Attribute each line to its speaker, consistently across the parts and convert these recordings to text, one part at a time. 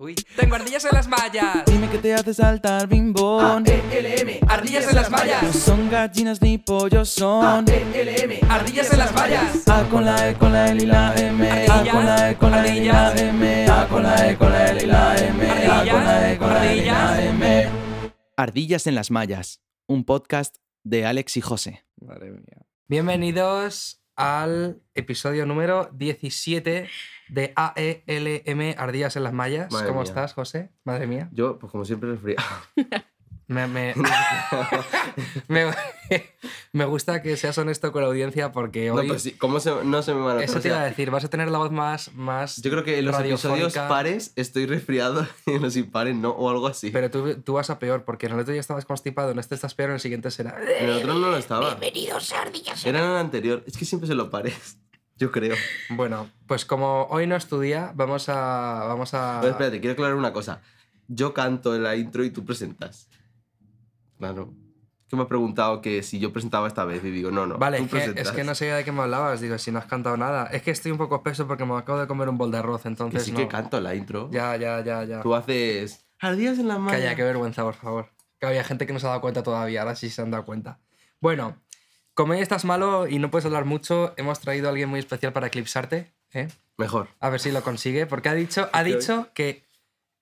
Speaker 1: Uy, tengo ardillas en las mallas.
Speaker 2: Dime que te hace saltar bimbón.
Speaker 1: AELM, ardillas en las
Speaker 2: No
Speaker 1: mallas.
Speaker 2: son gallinas ni pollos son.
Speaker 1: AELM, ardillas en las mallas.
Speaker 2: A con la E, con la L y la M. A con la E, con la L y la M. A con la E, con la L y la M. A con la E, con la L y la M. Ardillas en las mallas. Un podcast de Alex y José.
Speaker 1: Madre mía. Bienvenidos al episodio número 17 de AELM, ardillas en las mallas.
Speaker 3: Madre
Speaker 1: ¿Cómo
Speaker 3: mía.
Speaker 1: estás, José? Madre mía.
Speaker 3: Yo, pues como siempre, resfriado.
Speaker 1: Me, me- me- me gusta que seas honesto con la audiencia porque
Speaker 3: No,
Speaker 1: hoy.
Speaker 3: pero sí, ¿cómo se, no se me van a
Speaker 1: Eso
Speaker 3: o
Speaker 1: te
Speaker 3: sea,
Speaker 1: iba a decir, vas a tener la voz más. más
Speaker 3: Yo creo que en los episodios
Speaker 1: radiofónica.
Speaker 3: pares estoy resfriado y en los impares no, o algo así.
Speaker 1: Pero tú, tú vas a peor, porque en el otro día estabas constipado, en este estás peor, en el siguiente será.
Speaker 3: En el otro no lo estaba. Bienvenidos a Ardillas. Era en el anterior. Es que siempre se lo pares. Yo creo.
Speaker 1: Bueno, pues como hoy no es tu día, vamos a. Vamos a.
Speaker 3: Pero espérate, quiero aclarar una cosa. Yo canto en la intro y tú presentas. Claro. Que me ha preguntado que si yo presentaba esta vez y digo, no, no.
Speaker 1: Vale,
Speaker 3: tú
Speaker 1: es que, es
Speaker 3: presentas.
Speaker 1: que no sé de qué me hablabas, digo, si no has cantado nada. Es que estoy un poco espeso porque me acabo de comer un bol de arroz,
Speaker 3: Que
Speaker 1: entonces.
Speaker 3: sí
Speaker 1: no.
Speaker 3: que canto en la intro.
Speaker 1: Ya, ya, ya, ya.
Speaker 3: Tú haces. Ardillas en la mano.
Speaker 1: Calla, qué vergüenza, por favor. Que había gente que no se ha dado cuenta todavía, ahora sí se han dado cuenta. Bueno, como hoy estás malo y no puedes hablar mucho, hemos traído a alguien muy especial para eclipsarte, ¿eh?
Speaker 3: Mejor.
Speaker 1: A ver si lo consigue, porque ha dicho, ha
Speaker 3: Ok.
Speaker 1: dicho que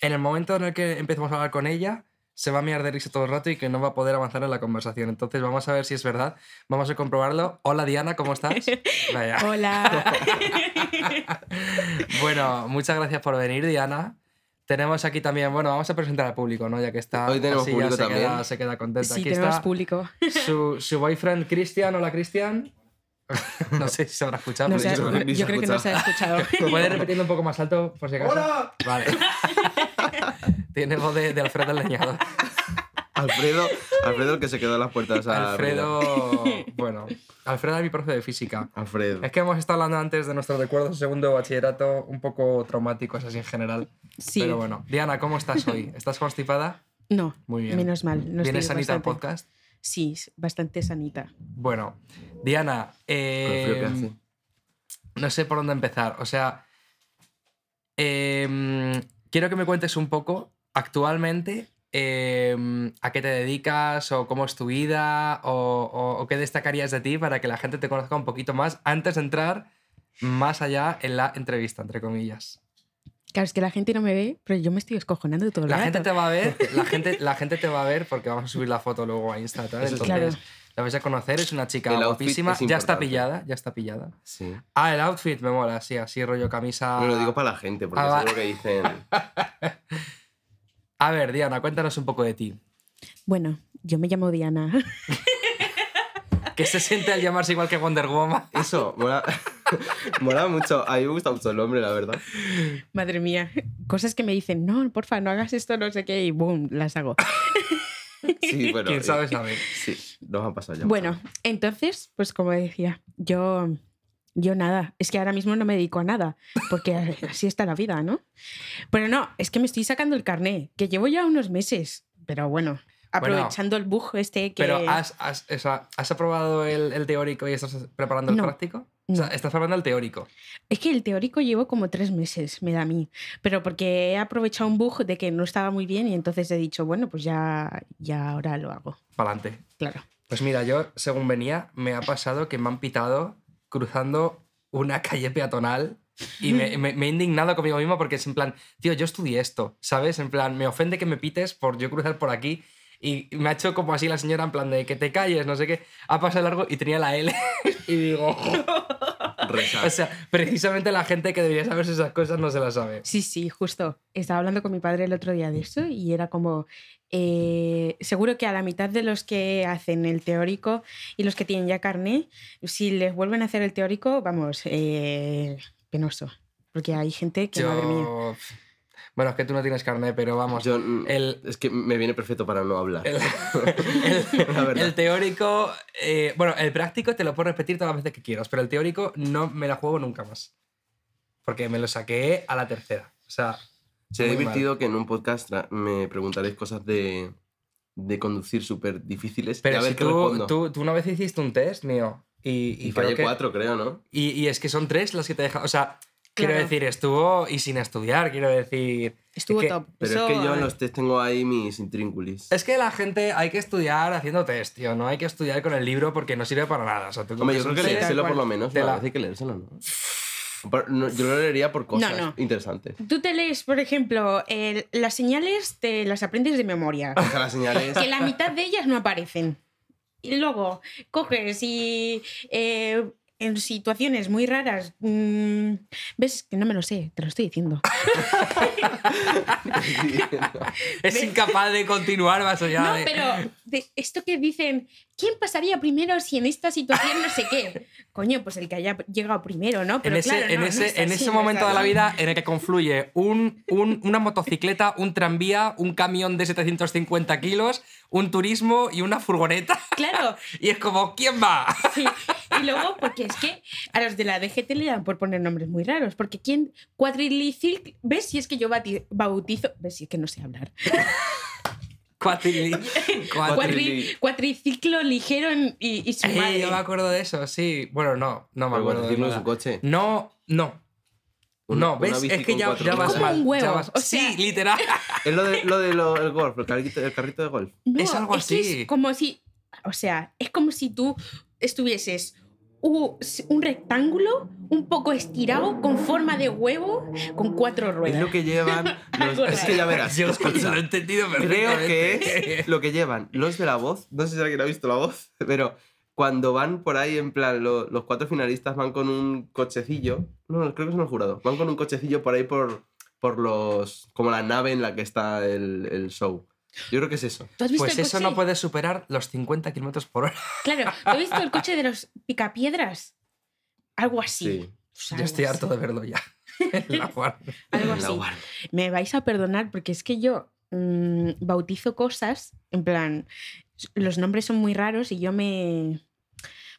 Speaker 1: en el momento en el que empecemos a hablar con ella, se va a mirar de risa todo el rato y que no va a poder avanzar en la conversación. Entonces vamos a ver si es verdad, vamos a comprobarlo. Hola Diana, ¿cómo estás? Vaya.
Speaker 4: Hola.
Speaker 1: Bueno, muchas gracias por venir Diana. Tenemos aquí también, bueno, vamos a presentar al público, ¿no? Ya que está...
Speaker 3: Hoy tenemos
Speaker 1: así ya
Speaker 3: público
Speaker 1: se queda-
Speaker 3: también.
Speaker 1: se queda contenta.
Speaker 4: sí,
Speaker 1: aquí
Speaker 4: tenemos
Speaker 1: está
Speaker 4: público.
Speaker 1: su, su boyfriend Cristian. Hola Cristian. no sé si se habrá escuchado.
Speaker 4: No
Speaker 3: pues
Speaker 4: se ha-
Speaker 3: yo creo que ni se
Speaker 4: yo creo que no se ha escuchado.
Speaker 1: ¿Puedes repetirlo un poco más alto, por si acaso?
Speaker 3: ¡Hola!
Speaker 1: Vale. Tiene voz de, de Alfredo el Leñador.
Speaker 3: Alfredo, Alfredo el que se quedó en las puertas. a-
Speaker 1: Alfredo. Bueno, Alfredo es mi profe de física.
Speaker 3: Alfredo.
Speaker 1: Es que hemos estado hablando antes de nuestros recuerdos de segundo de bachillerato, un poco traumáticos así en general.
Speaker 4: Sí.
Speaker 1: Pero bueno, Diana, ¿cómo estás hoy? ¿Estás constipada?
Speaker 4: No,
Speaker 1: Muy bien.
Speaker 4: menos mal. no estoy
Speaker 1: ¿Vienes sanita al
Speaker 4: bastante-
Speaker 1: podcast?
Speaker 4: Sí, es bastante sanita.
Speaker 1: Bueno, Diana,
Speaker 3: Con el frío que hace.
Speaker 1: eh, no sé por dónde empezar. O sea, em, quiero que me cuentes un poco actualmente em, a qué te dedicas o cómo es tu vida o, o- o qué destacarías de ti para que la gente te conozca un poquito más antes de entrar más allá en la entrevista, entre comillas.
Speaker 4: Claro, es que la gente no me ve, pero yo me estoy escojonando de todo el
Speaker 1: La
Speaker 4: rato.
Speaker 1: gente te va a ver, la gente, la gente te va a ver porque vamos a subir la foto luego a Insta. tal,
Speaker 3: Eso
Speaker 1: Entonces,
Speaker 3: es-
Speaker 4: Claro.
Speaker 1: la vais a conocer, es una chica
Speaker 3: El outfit
Speaker 1: guapísima,
Speaker 3: es
Speaker 1: ya está
Speaker 3: importante.
Speaker 1: pillada, ya está pillada.
Speaker 3: Sí.
Speaker 1: Ah, el outfit me mola, sí, así rollo camisa.
Speaker 3: No lo digo para la gente, porque
Speaker 1: Ah, va.
Speaker 3: seguro que dicen.
Speaker 1: A ver, Diana, cuéntanos un poco de ti.
Speaker 4: Bueno, yo me llamo Diana.
Speaker 1: ¿Qué se siente al llamarse igual que Wonder Woman?
Speaker 3: Eso, mola. mola mucho. A mí me gusta mucho el nombre, la verdad.
Speaker 4: Madre mía. Cosas que me dicen, no, porfa, no hagas esto, no sé qué, y boom, las hago.
Speaker 3: Sí, bueno.
Speaker 1: ¿Quién
Speaker 3: eh,
Speaker 1: sabe sabe?
Speaker 3: Sí, nos han pasado ya.
Speaker 4: Bueno, entonces, pues como decía, yo, yo nada. Es que ahora mismo no me dedico a nada, porque así está la vida, ¿no? Pero no, es que me estoy sacando el carné, que llevo ya unos meses, pero bueno, aprovechando el bug este que...
Speaker 1: Pero ah, ¿has, has, o sea, ¿has aprobado el, el teórico y estás preparando el
Speaker 4: No.
Speaker 1: práctico? O sea,
Speaker 4: No.
Speaker 1: estás preparando el teórico.
Speaker 4: Es que el teórico llevo como tres meses, me da a mí, pero porque he aprovechado un bug de que no estaba muy bien y entonces he dicho, bueno, pues ya, ya ahora lo hago,
Speaker 1: Para adelante.
Speaker 4: claro.
Speaker 1: Pues mira, yo, según venía, me ha pasado que me han pitado cruzando una calle peatonal y me, me- me he indignado conmigo mismo porque es en plan, tío, yo estudié esto, ¿sabes? En plan, me ofende que me pites por yo cruzar por aquí y me ha hecho como así la señora en plan de que te calles, no sé qué. Ha pasado largo y tenía la L y digo,
Speaker 3: Rezar.
Speaker 1: o sea, precisamente la gente que debería saberse esas cosas no se las sabe.
Speaker 4: Sí, sí, justo. Estaba hablando con mi padre el otro día de eso y era como, eh, seguro que a la mitad de los que hacen el teórico y los que tienen ya carné, si les vuelven a hacer el teórico, vamos, eh, penoso. Porque hay gente que, madre mía.
Speaker 1: Yo... Bueno, es que tú no tienes carne, pero vamos,
Speaker 3: Yo, mm,
Speaker 1: el-
Speaker 3: Es que me viene perfecto para no hablar.
Speaker 1: El,
Speaker 3: La
Speaker 1: el-
Speaker 3: verdad.
Speaker 1: el teórico, eh, bueno, el práctico te lo puedo repetir todas las veces que quieras, pero el teórico no me la juego nunca más. Porque me lo saqué a la tercera. O sea,
Speaker 3: Se ha
Speaker 1: muy mal.
Speaker 3: divertido que en un podcast tra- me preguntaréis cosas de, de conducir súper difíciles. y
Speaker 1: Pero
Speaker 3: a ver
Speaker 1: si
Speaker 3: qué
Speaker 1: tú,
Speaker 3: respondo.
Speaker 1: tú, tú una vez hiciste un test, mío, y, y creo
Speaker 3: y fallé
Speaker 1: que-
Speaker 3: cuatro, creo, ¿no?
Speaker 1: Y, y es que son tres las que te dejan. O sea, Quiero
Speaker 4: Claro.
Speaker 1: decir, estuvo y sin estudiar, quiero decir.
Speaker 4: Estuvo
Speaker 1: que-
Speaker 4: top.
Speaker 3: Pero
Speaker 4: Eso, eh.
Speaker 3: es que yo en
Speaker 4: a ver.
Speaker 3: los test tengo ahí mis intrínculis.
Speaker 1: Es que la gente hay que estudiar haciendo test, tío. No hay que estudiar con el libro porque no sirve para nada. O sea, tú
Speaker 3: Hombre,
Speaker 1: coges
Speaker 3: yo creo
Speaker 1: un
Speaker 3: que
Speaker 4: sí,
Speaker 1: test-
Speaker 4: lees
Speaker 3: leérselo
Speaker 4: tal
Speaker 3: por lo
Speaker 4: cual.
Speaker 3: menos.
Speaker 1: Te
Speaker 3: Una
Speaker 1: la-
Speaker 3: vez hay que leérselo, ¿no? Por- no, Yo lo leería por cosas
Speaker 4: no.
Speaker 3: interesantes.
Speaker 4: Tú te lees, por ejemplo, el- las señales te las aprendes de memoria.
Speaker 3: O sea, las señales.
Speaker 4: que la mitad de ellas no aparecen. Y luego coges y eh, en situaciones muy raras. mm, ¿Ves? Que no me lo sé, te lo estoy diciendo.
Speaker 1: Es incapaz de continuar más allá
Speaker 4: No,
Speaker 1: de.
Speaker 4: pero de esto que dicen, ¿quién pasaría primero si en esta situación no sé qué? Coño, pues el que haya llegado primero, ¿no? Pero
Speaker 1: en ese,
Speaker 4: claro,
Speaker 1: en
Speaker 4: no,
Speaker 1: ese,
Speaker 4: no es
Speaker 1: en
Speaker 4: así,
Speaker 1: ese
Speaker 4: no es
Speaker 1: momento de la
Speaker 4: así.
Speaker 1: vida en el que confluye un, un- una motocicleta, un tranvía, un camión de 750 kilos, un turismo y una furgoneta.
Speaker 4: Claro,
Speaker 1: Y es como, ¿quién va?
Speaker 4: sí. Y luego, porque es que a los de la DGT le dan por poner nombres muy raros. Porque ¿quién? Cuadrilicil. ¿Ves? Si es que yo bati- bautizo. ¿Ves? Si es que no sé hablar.
Speaker 1: Cuatrili. Cuatrili.
Speaker 3: Cuatrili-
Speaker 4: Cuadri- cuatriciclo ligero en- y, y su
Speaker 1: Ey,
Speaker 4: madre.
Speaker 1: yo me acuerdo de eso, sí. Bueno, no, no me
Speaker 3: Pero
Speaker 1: acuerdo. de
Speaker 3: cuatriciclo es
Speaker 1: nada.
Speaker 3: un coche.
Speaker 1: No, no.
Speaker 3: Una-
Speaker 1: no,
Speaker 3: una
Speaker 1: ¿ves?
Speaker 3: bici
Speaker 1: Es que
Speaker 3: con
Speaker 1: ya,
Speaker 3: cuatro
Speaker 1: ya vas
Speaker 3: ruedas.
Speaker 1: mal.
Speaker 4: Como un
Speaker 1: ya
Speaker 4: huevo,
Speaker 1: vas-
Speaker 4: o sea-
Speaker 1: sí, literal.
Speaker 3: Es lo del de, lo de lo- el golf, el carrito, el carrito de golf.
Speaker 4: No,
Speaker 1: Es algo
Speaker 4: que
Speaker 1: así.
Speaker 4: es como si, o sea, es como si tú estuvieses u- un rectángulo un poco estirado con forma de huevo con cuatro
Speaker 3: Es lo
Speaker 4: ruedas.
Speaker 3: que llevan los...
Speaker 4: Algo
Speaker 3: Es que ya verás.
Speaker 1: Yo
Speaker 3: escucha.
Speaker 1: lo he entendido
Speaker 3: Creo
Speaker 1: perfectamente.
Speaker 3: que es lo que llevan los de la voz. No sé si alguien ha visto la voz, pero cuando van por ahí, en plan, lo- los cuatro finalistas van con un cochecillo. No, creo que son los jurados. Van con un cochecillo por ahí por, por los. como la nave en la que está el, el show. Yo creo que es eso.
Speaker 4: ¿Tú has visto
Speaker 1: Pues
Speaker 4: el
Speaker 1: eso
Speaker 4: coche?
Speaker 1: no puede superar los 50 kilómetros por hora.
Speaker 4: Claro, ¿tú has visto el coche de los picapiedras? Algo así. Pues
Speaker 1: Yo
Speaker 4: algo
Speaker 1: estoy
Speaker 4: así,
Speaker 1: harto de verlo ya. En la guardia.
Speaker 4: Algo
Speaker 3: En la
Speaker 4: así.
Speaker 3: guardia.
Speaker 4: Me vais a perdonar porque es que yo mm, bautizo cosas, en plan, los nombres son muy raros y yo me...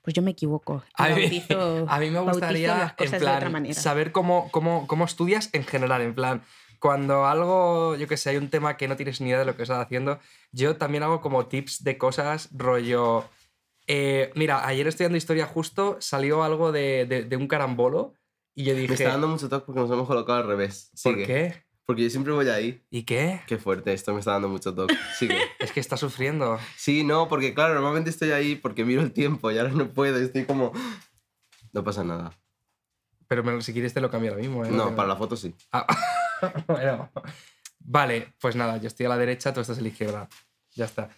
Speaker 4: Pues yo me equivoco. y
Speaker 1: A mí-
Speaker 4: bautizo-
Speaker 1: A mí me
Speaker 4: bautizo las
Speaker 1: gustaría
Speaker 4: cosas
Speaker 1: en
Speaker 4: de otra
Speaker 1: plan,
Speaker 4: manera.
Speaker 1: saber cómo, cómo, cómo estudias en general, en plan, cuando algo, yo que sé, hay un tema que no tienes ni idea de lo que estás haciendo, yo también hago como tips de cosas rollo... eh, mira, ayer estudiando historia justo salió algo de, de- de un carambolo y yo dije...
Speaker 3: Me está dando mucho toque porque nos hemos colocado al revés.
Speaker 1: ¿Por
Speaker 3: Sigue.
Speaker 1: qué?
Speaker 3: Porque yo siempre voy ahí.
Speaker 1: ¿Y qué?
Speaker 3: Qué fuerte, esto me está dando mucho toque. Sigue.
Speaker 1: Es que está sufriendo.
Speaker 3: Sí, no, porque claro, normalmente estoy ahí porque miro el tiempo y ahora no puedo. Estoy como. No pasa nada.
Speaker 1: Pero me- si quieres te lo cambio ahora mismo. ¿eh?
Speaker 3: No,
Speaker 1: te-
Speaker 3: para la foto sí.
Speaker 1: Ah, bueno. Vale, pues nada, yo estoy a la derecha, tú estás a la izquierda. Ya está.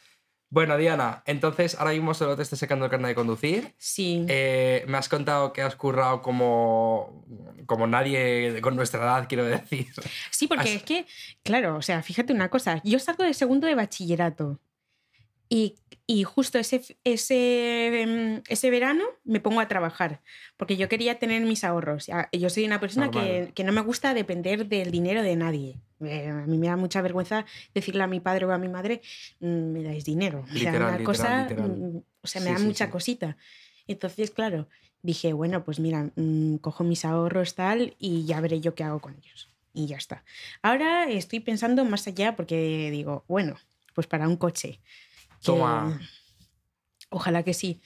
Speaker 1: Bueno, Diana, entonces ahora mismo solo te estoy sacando el carnet de conducir.
Speaker 4: Sí.
Speaker 1: Eh, me has contado que has currado como, como nadie con nuestra edad, quiero decir.
Speaker 4: Sí, porque
Speaker 1: Así-
Speaker 4: es que, claro, o sea, fíjate una cosa, yo salgo de segundo de bachillerato y, y justo ese, ese, em, ese verano me pongo a trabajar, porque yo quería tener mis ahorros. Ah, Yo soy una persona que,
Speaker 1: Normal.
Speaker 4: que no me gusta depender del dinero de nadie. Eh, A mí me da mucha vergüenza decirle a mi padre o a mi madre, "Mm, me dais dinero. O sea,
Speaker 1: Literal,
Speaker 4: una
Speaker 1: literal,
Speaker 4: cosa,
Speaker 1: literal.
Speaker 4: mm, o sea, me
Speaker 1: Sí,
Speaker 4: da
Speaker 1: sí,
Speaker 4: mucha
Speaker 1: sí.
Speaker 4: cosita. Entonces, claro, dije, bueno, pues mira, mm, cojo mis ahorros tal y ya veré yo qué hago con ellos. Y ya está. Ahora estoy pensando más allá porque digo, bueno, pues para un coche. que-
Speaker 1: Toma.
Speaker 4: Ojalá que sí.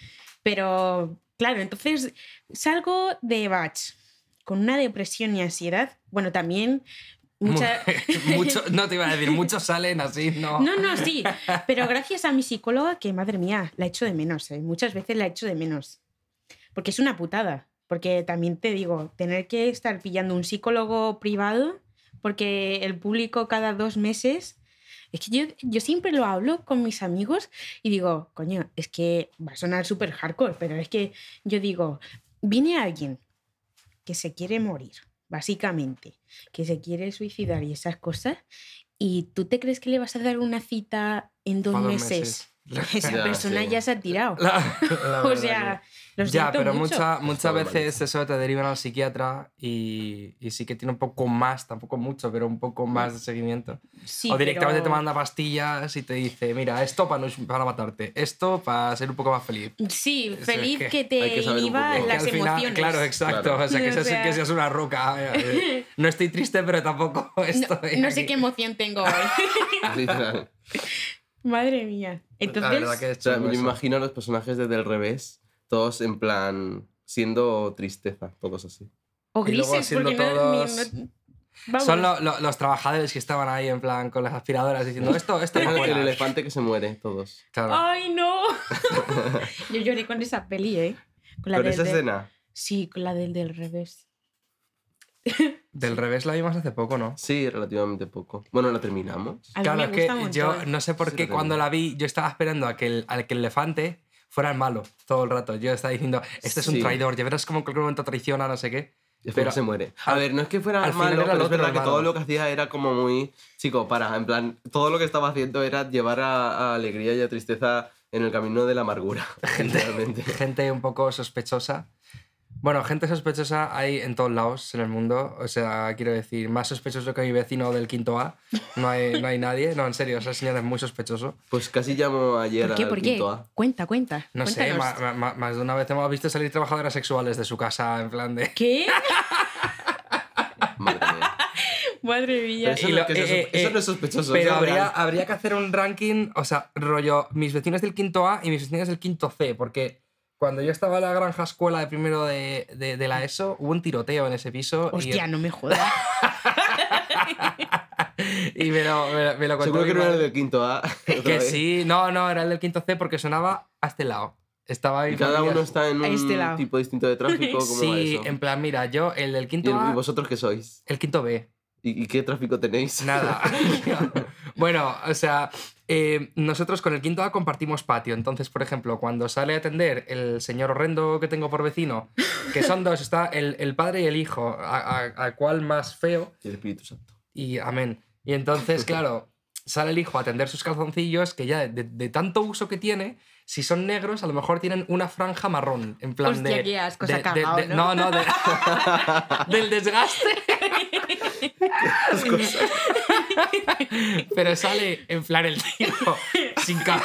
Speaker 4: Pero claro, entonces salgo de Bach con una depresión y ansiedad. Bueno, también mucha...
Speaker 1: Mucho- no te iba a decir, muchos salen así, no.
Speaker 4: No, no, sí. Pero gracias a mi psicóloga, que madre mía, la echo de menos, ¿eh? muchas veces la echo de menos. Porque es una putada. Porque también te digo, tener que estar pillando un psicólogo privado, porque el público cada dos meses. Es que yo, yo siempre lo hablo con mis amigos y digo, coño, es que va a sonar súper hardcore, pero es que yo digo, viene alguien que se quiere morir, básicamente, que se quiere suicidar y esas cosas, y tú te crees que le vas a dar una cita en dos,
Speaker 1: Pa' dos
Speaker 4: meses.
Speaker 1: meses.
Speaker 4: Esa
Speaker 3: Ya,
Speaker 4: persona
Speaker 3: sí.
Speaker 4: ya se ha tirado.
Speaker 1: La- la
Speaker 4: o
Speaker 1: verdad
Speaker 4: sea,
Speaker 1: que-
Speaker 4: lo
Speaker 1: ya,
Speaker 4: siento
Speaker 1: pero
Speaker 4: mucho.
Speaker 1: mucha-
Speaker 3: Está
Speaker 1: muchas
Speaker 3: normalizado.
Speaker 1: veces eso te derivan al psiquiatra y, y sí que tiene un poco más, tampoco mucho, pero un poco más de seguimiento.
Speaker 4: Sí,
Speaker 1: o directamente
Speaker 4: pero-
Speaker 1: te manda pastillas y te dice, mira, esto para, no- para matarte, esto para ser un poco más feliz.
Speaker 4: Sí,
Speaker 1: es
Speaker 4: feliz
Speaker 1: que
Speaker 4: que
Speaker 3: hay
Speaker 4: te
Speaker 3: que saber un
Speaker 4: inhiba
Speaker 3: poco.
Speaker 1: Que
Speaker 4: Ah, las
Speaker 1: al final-
Speaker 4: emociones.
Speaker 1: Claro, exacto.
Speaker 3: Claro.
Speaker 1: O sea, que
Speaker 4: O
Speaker 1: seas,
Speaker 4: sea-
Speaker 1: que seas una roca. eh, eh, No estoy triste, pero tampoco estoy.
Speaker 4: no, no sé
Speaker 1: aquí.
Speaker 4: qué emoción tengo hoy.
Speaker 3: Literal.
Speaker 4: Madre mía.
Speaker 1: La
Speaker 4: Entonces,
Speaker 1: verdad que es
Speaker 3: O sea,
Speaker 1: chungo
Speaker 3: yo me
Speaker 1: eso.
Speaker 3: imagino a los personajes desde el revés, todos en plan siendo tristeza, todos así.
Speaker 4: O
Speaker 1: Y luego
Speaker 4: grises,
Speaker 1: haciendo
Speaker 4: porque no- ni-
Speaker 1: todos-
Speaker 4: no- Vamos.
Speaker 1: Son lo- lo- los trabajadores que estaban ahí en plan con las aspiradoras diciendo esto, esto no
Speaker 3: El
Speaker 1: cuela".
Speaker 3: elefante que se muere, todos.
Speaker 1: Claro.
Speaker 4: ¡Ay, no! Yo lloré con esa peli, ¿eh? Con la
Speaker 3: Con
Speaker 4: del,
Speaker 3: esa
Speaker 4: del-
Speaker 3: escena.
Speaker 4: Sí, con la del del revés.
Speaker 1: Del revés la vimos hace poco, ¿no?
Speaker 3: Sí, relativamente poco. Bueno, la terminamos.
Speaker 4: A mí
Speaker 1: claro,
Speaker 4: me
Speaker 1: es
Speaker 4: gusta un
Speaker 1: que yo
Speaker 4: montón.
Speaker 1: no sé por
Speaker 3: Sí,
Speaker 1: qué
Speaker 3: lo
Speaker 1: cuando
Speaker 3: tengo.
Speaker 1: la vi, yo estaba esperando a que el, al que el elefante fuera el malo todo el rato. Yo estaba diciendo, este es un
Speaker 3: Sí.
Speaker 1: traidor, ya verás cómo en cualquier momento traiciona, no sé qué.
Speaker 3: Pero
Speaker 1: Pero-
Speaker 3: se muere. A ver, no es que fuera
Speaker 1: al final
Speaker 3: malo,
Speaker 1: era
Speaker 3: pero
Speaker 1: lo
Speaker 3: es verdad
Speaker 1: otro,
Speaker 3: que
Speaker 1: hermano.
Speaker 3: todo lo que hacía era como muy. Chico, para. En plan, todo lo que estaba haciendo era llevar a, a alegría y a tristeza en el camino de la amargura. Generalmente.
Speaker 1: Gente un poco sospechosa. Bueno, gente sospechosa hay en todos lados en el mundo. O sea, quiero decir, más sospechoso que mi vecino del quinto A. No hay, no hay nadie. No, en serio, ese señor es muy sospechoso.
Speaker 3: Pues casi llamo ayer
Speaker 4: ¿Por qué?
Speaker 3: al
Speaker 4: ¿Por qué?
Speaker 3: quinto A.
Speaker 4: Cuenta, cuenta.
Speaker 1: No sé,
Speaker 4: cuéntanos.
Speaker 1: ma- ma- ma- más de una vez hemos visto salir trabajadoras sexuales de su casa en plan de...
Speaker 4: ¿Qué?
Speaker 3: Madre mía.
Speaker 4: Madre
Speaker 3: Pero
Speaker 4: mía.
Speaker 3: eso,
Speaker 1: Y
Speaker 3: no,
Speaker 1: lo-
Speaker 3: que eso-
Speaker 1: eh, eh,
Speaker 3: eso
Speaker 1: eh,
Speaker 3: no es sospechoso.
Speaker 1: Pero
Speaker 3: eso es
Speaker 1: habría,
Speaker 3: real.
Speaker 1: habría que hacer un ranking, o sea, rollo, mis vecinos del quinto A y mis vecinos del quinto C, porque cuando yo estaba en la granja escuela de primero de, de- de la ESO, hubo un tiroteo en ese piso
Speaker 4: Hostia, no me jodas.
Speaker 1: y, y me lo, me, lo- me lo contó
Speaker 3: Seguro
Speaker 1: mi
Speaker 3: que no era el
Speaker 1: madre.
Speaker 3: del quinto A. otra
Speaker 1: Que
Speaker 3: vez.
Speaker 1: sí, no, no, era el del quinto C porque sonaba a este lado. Estaba
Speaker 3: Y
Speaker 1: mi
Speaker 3: cada
Speaker 1: familia-
Speaker 3: uno está en un
Speaker 4: A este lado.
Speaker 3: tipo distinto de tráfico. ¿Cómo va
Speaker 1: Sí,
Speaker 3: eso?
Speaker 1: en plan, mira, yo el del
Speaker 3: ¿Y,
Speaker 1: quinto
Speaker 3: el- y
Speaker 1: A,
Speaker 3: vosotros qué sois?
Speaker 1: el quinto B.
Speaker 3: ¿Y, y qué tráfico tenéis?
Speaker 1: Nada. bueno, o sea, eh, nosotros con el quinto A compartimos patio. Entonces, por ejemplo, cuando sale a atender el señor horrendo que tengo por vecino, que son dos, está el, el padre y el hijo, a, a- a cual más feo,
Speaker 3: Y el Espíritu Santo.
Speaker 1: y amén. Y entonces, claro, sale el hijo a atender sus calzoncillos, que ya de, de tanto uso que tiene, si son negros, a lo mejor tienen una franja marrón. En plan
Speaker 4: Hostia,
Speaker 1: de.
Speaker 4: qué asco,
Speaker 1: de-
Speaker 4: se ha
Speaker 1: de-
Speaker 4: cagao,
Speaker 1: de-
Speaker 4: ¿no?
Speaker 1: no, de- del desgaste. Pero sale en plan el tío sin, ca-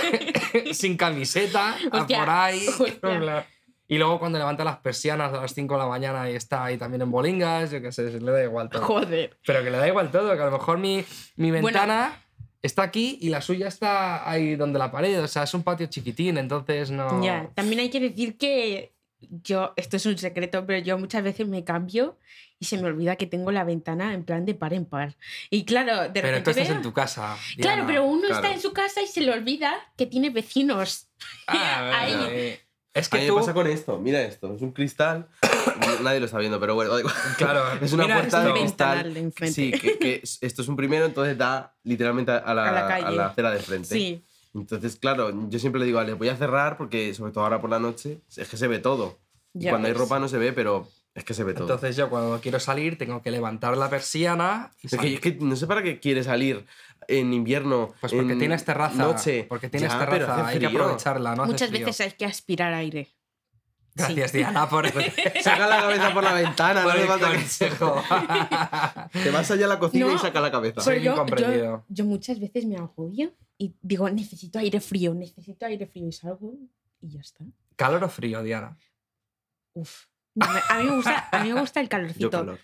Speaker 1: sin camiseta, a
Speaker 4: Hostia,
Speaker 1: por ahí.
Speaker 4: hostia.
Speaker 1: en plan. Y luego cuando levanta las persianas a las 5 de la mañana y está ahí también en bolingas, yo qué sé, le da igual todo.
Speaker 4: Joder.
Speaker 1: Pero que le da igual todo, que a lo mejor mi, mi
Speaker 4: Bueno.
Speaker 1: ventana está aquí y la suya está ahí donde la pared. O sea, es un patio chiquitín, entonces no.
Speaker 4: Ya, también hay que decir que yo, esto es un secreto, pero yo muchas veces me cambio y se me olvida que tengo la ventana en plan de par en par. Y claro, de
Speaker 1: Pero
Speaker 4: repente
Speaker 1: tú estás
Speaker 4: veo-
Speaker 1: en tu casa. Diana.
Speaker 4: Claro, pero uno
Speaker 3: claro.
Speaker 4: está en su casa y se le olvida que tiene vecinos.
Speaker 1: Ah,
Speaker 4: ahí.
Speaker 1: bueno, eh, Es
Speaker 3: A mí
Speaker 1: que
Speaker 3: me
Speaker 1: tú.
Speaker 3: pasa con esto. Mira esto. Es un cristal. Nadie lo está viendo, pero bueno, da igual.
Speaker 1: Claro,
Speaker 3: Es una
Speaker 1: mira
Speaker 3: puerta
Speaker 1: esto.
Speaker 3: de
Speaker 4: Ventanal
Speaker 3: cristal.
Speaker 4: de enfrente.
Speaker 3: sí, que, que es- esto es un primero, entonces da literalmente a la,
Speaker 4: A la calle.
Speaker 3: a la acera de frente.
Speaker 4: Sí.
Speaker 3: Entonces, claro, yo siempre le digo, vale, voy a cerrar porque, sobre todo ahora por la noche, es que se ve todo. Y
Speaker 4: Ya
Speaker 3: cuando hay
Speaker 4: ves.
Speaker 3: ropa no se ve, pero es que se ve todo.
Speaker 1: Entonces yo cuando quiero salir tengo que levantar la persiana y
Speaker 3: es, que,
Speaker 1: salir.
Speaker 3: es que no sé para qué quiere salir en invierno.
Speaker 1: Pues porque
Speaker 3: en
Speaker 1: tienes terraza.
Speaker 3: Noche.
Speaker 1: Porque tienes
Speaker 3: Ya, pero hace
Speaker 1: terraza, hay que
Speaker 3: frío.
Speaker 1: aprovecharla, ¿no? Hace
Speaker 4: Muchas
Speaker 1: frío.
Speaker 4: veces hay que aspirar aire.
Speaker 1: Gracias, Diana, por,
Speaker 3: Saca la cabeza por la ventana, no
Speaker 1: por
Speaker 3: le
Speaker 1: el
Speaker 3: falta que-
Speaker 1: consejo.
Speaker 3: Te vas allá a la cocina
Speaker 4: No.
Speaker 3: y saca la cabeza.
Speaker 1: Soy
Speaker 4: Pero Pues yo, yo,
Speaker 1: incomprendido.
Speaker 4: yo muchas veces me agobio y digo, necesito aire frío, necesito aire frío y salgo y ya está.
Speaker 1: ¿Calor o frío, Diana?
Speaker 4: Uf. No, me- a, mí me gusta, a mí me gusta el calorcito.
Speaker 3: Yo calor.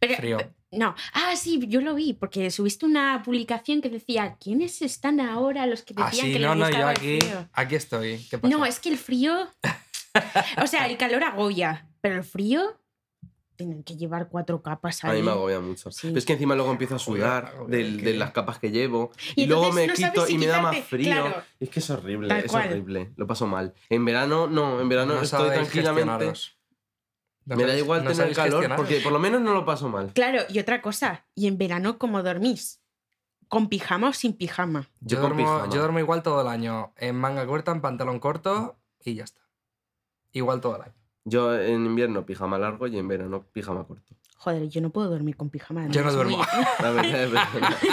Speaker 4: Pero-
Speaker 1: Frío.
Speaker 4: No. Ah, sí, yo lo vi, porque subiste una publicación que decía, ¿quiénes están ahora los
Speaker 3: Ah,
Speaker 4: que decían
Speaker 1: Así,
Speaker 4: que
Speaker 1: no,
Speaker 4: les
Speaker 1: no,
Speaker 4: gustaba
Speaker 1: yo
Speaker 4: el
Speaker 1: aquí,
Speaker 4: frío?
Speaker 1: aquí estoy. ¿Qué pasa?
Speaker 4: No, es que el frío... O sea, el calor agobia, pero el frío... Tienen que llevar cuatro capas
Speaker 3: A
Speaker 4: ahí.
Speaker 3: mí me agobia mucho.
Speaker 4: Sí.
Speaker 3: Pero es que encima luego empiezo a
Speaker 1: Joder,
Speaker 3: sudar
Speaker 1: agobia,
Speaker 3: del-
Speaker 1: que-
Speaker 3: de las capas que llevo.
Speaker 4: Y
Speaker 3: Y, luego
Speaker 4: entonces
Speaker 3: me
Speaker 4: no sabes
Speaker 3: quito
Speaker 4: si
Speaker 3: y me da más
Speaker 4: quitarte,
Speaker 3: frío.
Speaker 4: claro.
Speaker 3: Es que es horrible,
Speaker 4: Tal
Speaker 3: es
Speaker 4: cual.
Speaker 3: horrible. Lo paso mal. En verano, no, en verano
Speaker 1: No
Speaker 3: estoy
Speaker 1: sabéis
Speaker 3: tranquilamente.
Speaker 1: gestionaros. No
Speaker 3: me da
Speaker 1: sabéis-
Speaker 3: igual
Speaker 1: no
Speaker 3: tener
Speaker 1: sabéis
Speaker 3: calor
Speaker 1: gestionaros.
Speaker 3: porque por lo menos no lo paso mal.
Speaker 4: Claro, y otra cosa, y en verano, ¿cómo dormís? ¿Con pijama o sin pijama?
Speaker 1: Yo
Speaker 3: Yo con
Speaker 1: duermo,
Speaker 3: pijama.
Speaker 1: yo duermo igual todo el año. En manga corta, en pantalón corto y ya está. Igual todo el año.
Speaker 3: Yo en invierno pijama largo y en verano pijama corto.
Speaker 4: Joder, yo no puedo dormir con pijama.
Speaker 1: Yo no
Speaker 4: es
Speaker 1: duermo.
Speaker 4: muy-
Speaker 3: La verdad es verdad.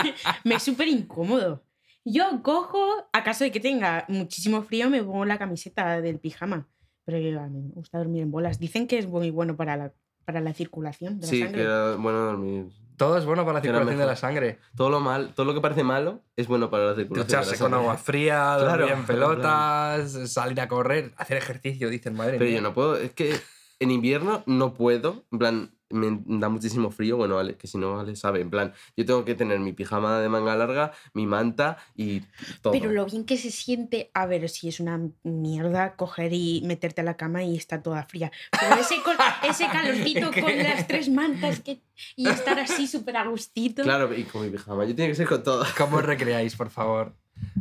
Speaker 4: me es súper incómodo. Yo cojo, a caso de que tenga muchísimo frío, me pongo la camiseta del pijama. Pero yo, a mí me gusta dormir en bolas. Dicen que es muy bueno para la, para la circulación de la
Speaker 3: Sí, que
Speaker 4: sangre.
Speaker 3: era bueno dormir.
Speaker 1: Todo es bueno para la
Speaker 3: Yo era
Speaker 1: circulación de
Speaker 3: mejor.
Speaker 1: la sangre.
Speaker 3: Todo lo mal, todo lo que parece malo es bueno para la circulación. de la
Speaker 1: Ducharse con
Speaker 3: sangre.
Speaker 1: agua fría, dormir
Speaker 3: Claro,
Speaker 1: en pelotas, salir a correr, hacer ejercicio, dicen, madre
Speaker 3: Pero
Speaker 1: mía.
Speaker 3: yo no puedo, es que en invierno no puedo, en plan, me da muchísimo frío, bueno, Ale, que si no, Ale sabe, en plan, yo tengo que tener mi pijama de manga larga, mi manta y todo.
Speaker 4: Pero lo bien que se siente, a ver, si es una mierda coger y meterte a la cama y está toda fría. Pero ese, col- ese calorcito con las tres mantas que- y estar así súper a gustito.
Speaker 3: Claro, y con mi pijama, yo tiene que ser con todo.
Speaker 1: ¿Cómo os recreáis, por favor?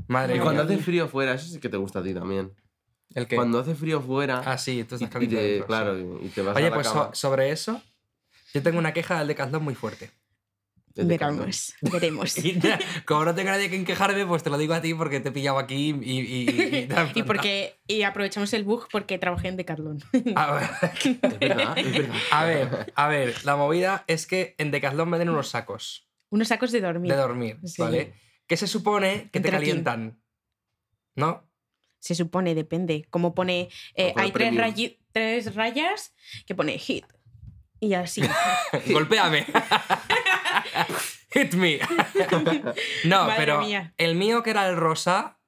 Speaker 1: Madre
Speaker 3: Y
Speaker 1: mía.
Speaker 3: cuando hace frío fuera, eso sí que te gusta a ti también.
Speaker 1: ¿El qué?
Speaker 3: Cuando hace frío fuera,
Speaker 1: Ah, sí, tú
Speaker 3: y,
Speaker 1: estás
Speaker 3: y
Speaker 1: caliente.
Speaker 3: te,
Speaker 1: dentro, sí.
Speaker 3: claro, y y te vas a
Speaker 1: Oye,
Speaker 3: la
Speaker 1: pues so-
Speaker 3: cama.
Speaker 1: sobre eso, yo tengo una queja del Decathlon muy fuerte.
Speaker 3: Desde
Speaker 4: Veremos, veremos.
Speaker 1: Y como no tengo nadie quien quejarme, pues te lo digo a ti porque te he pillado aquí y... Y, y- y te has
Speaker 4: y porque y aprovechamos el bug porque trabajé en Decathlon.
Speaker 1: A ver,
Speaker 3: cuando. Es verdad, es verdad.
Speaker 1: a ver, a ver, la movida es que en Decathlon venden unos sacos
Speaker 4: Unos sacos de dormir.
Speaker 1: de dormir,
Speaker 4: Sí.
Speaker 1: ¿vale? Que se supone que te
Speaker 4: Entra aquí.
Speaker 1: calientan, ¿no?
Speaker 4: Se supone, depende. Como pone. eh,
Speaker 3: Ojo de
Speaker 4: hay tres,
Speaker 3: premium.
Speaker 4: rayi- tres rayas que pone hit. Y así.
Speaker 1: Golpéame. Hit me. No,
Speaker 4: Madre
Speaker 1: pero
Speaker 4: mía.
Speaker 1: el mío que era el rosa,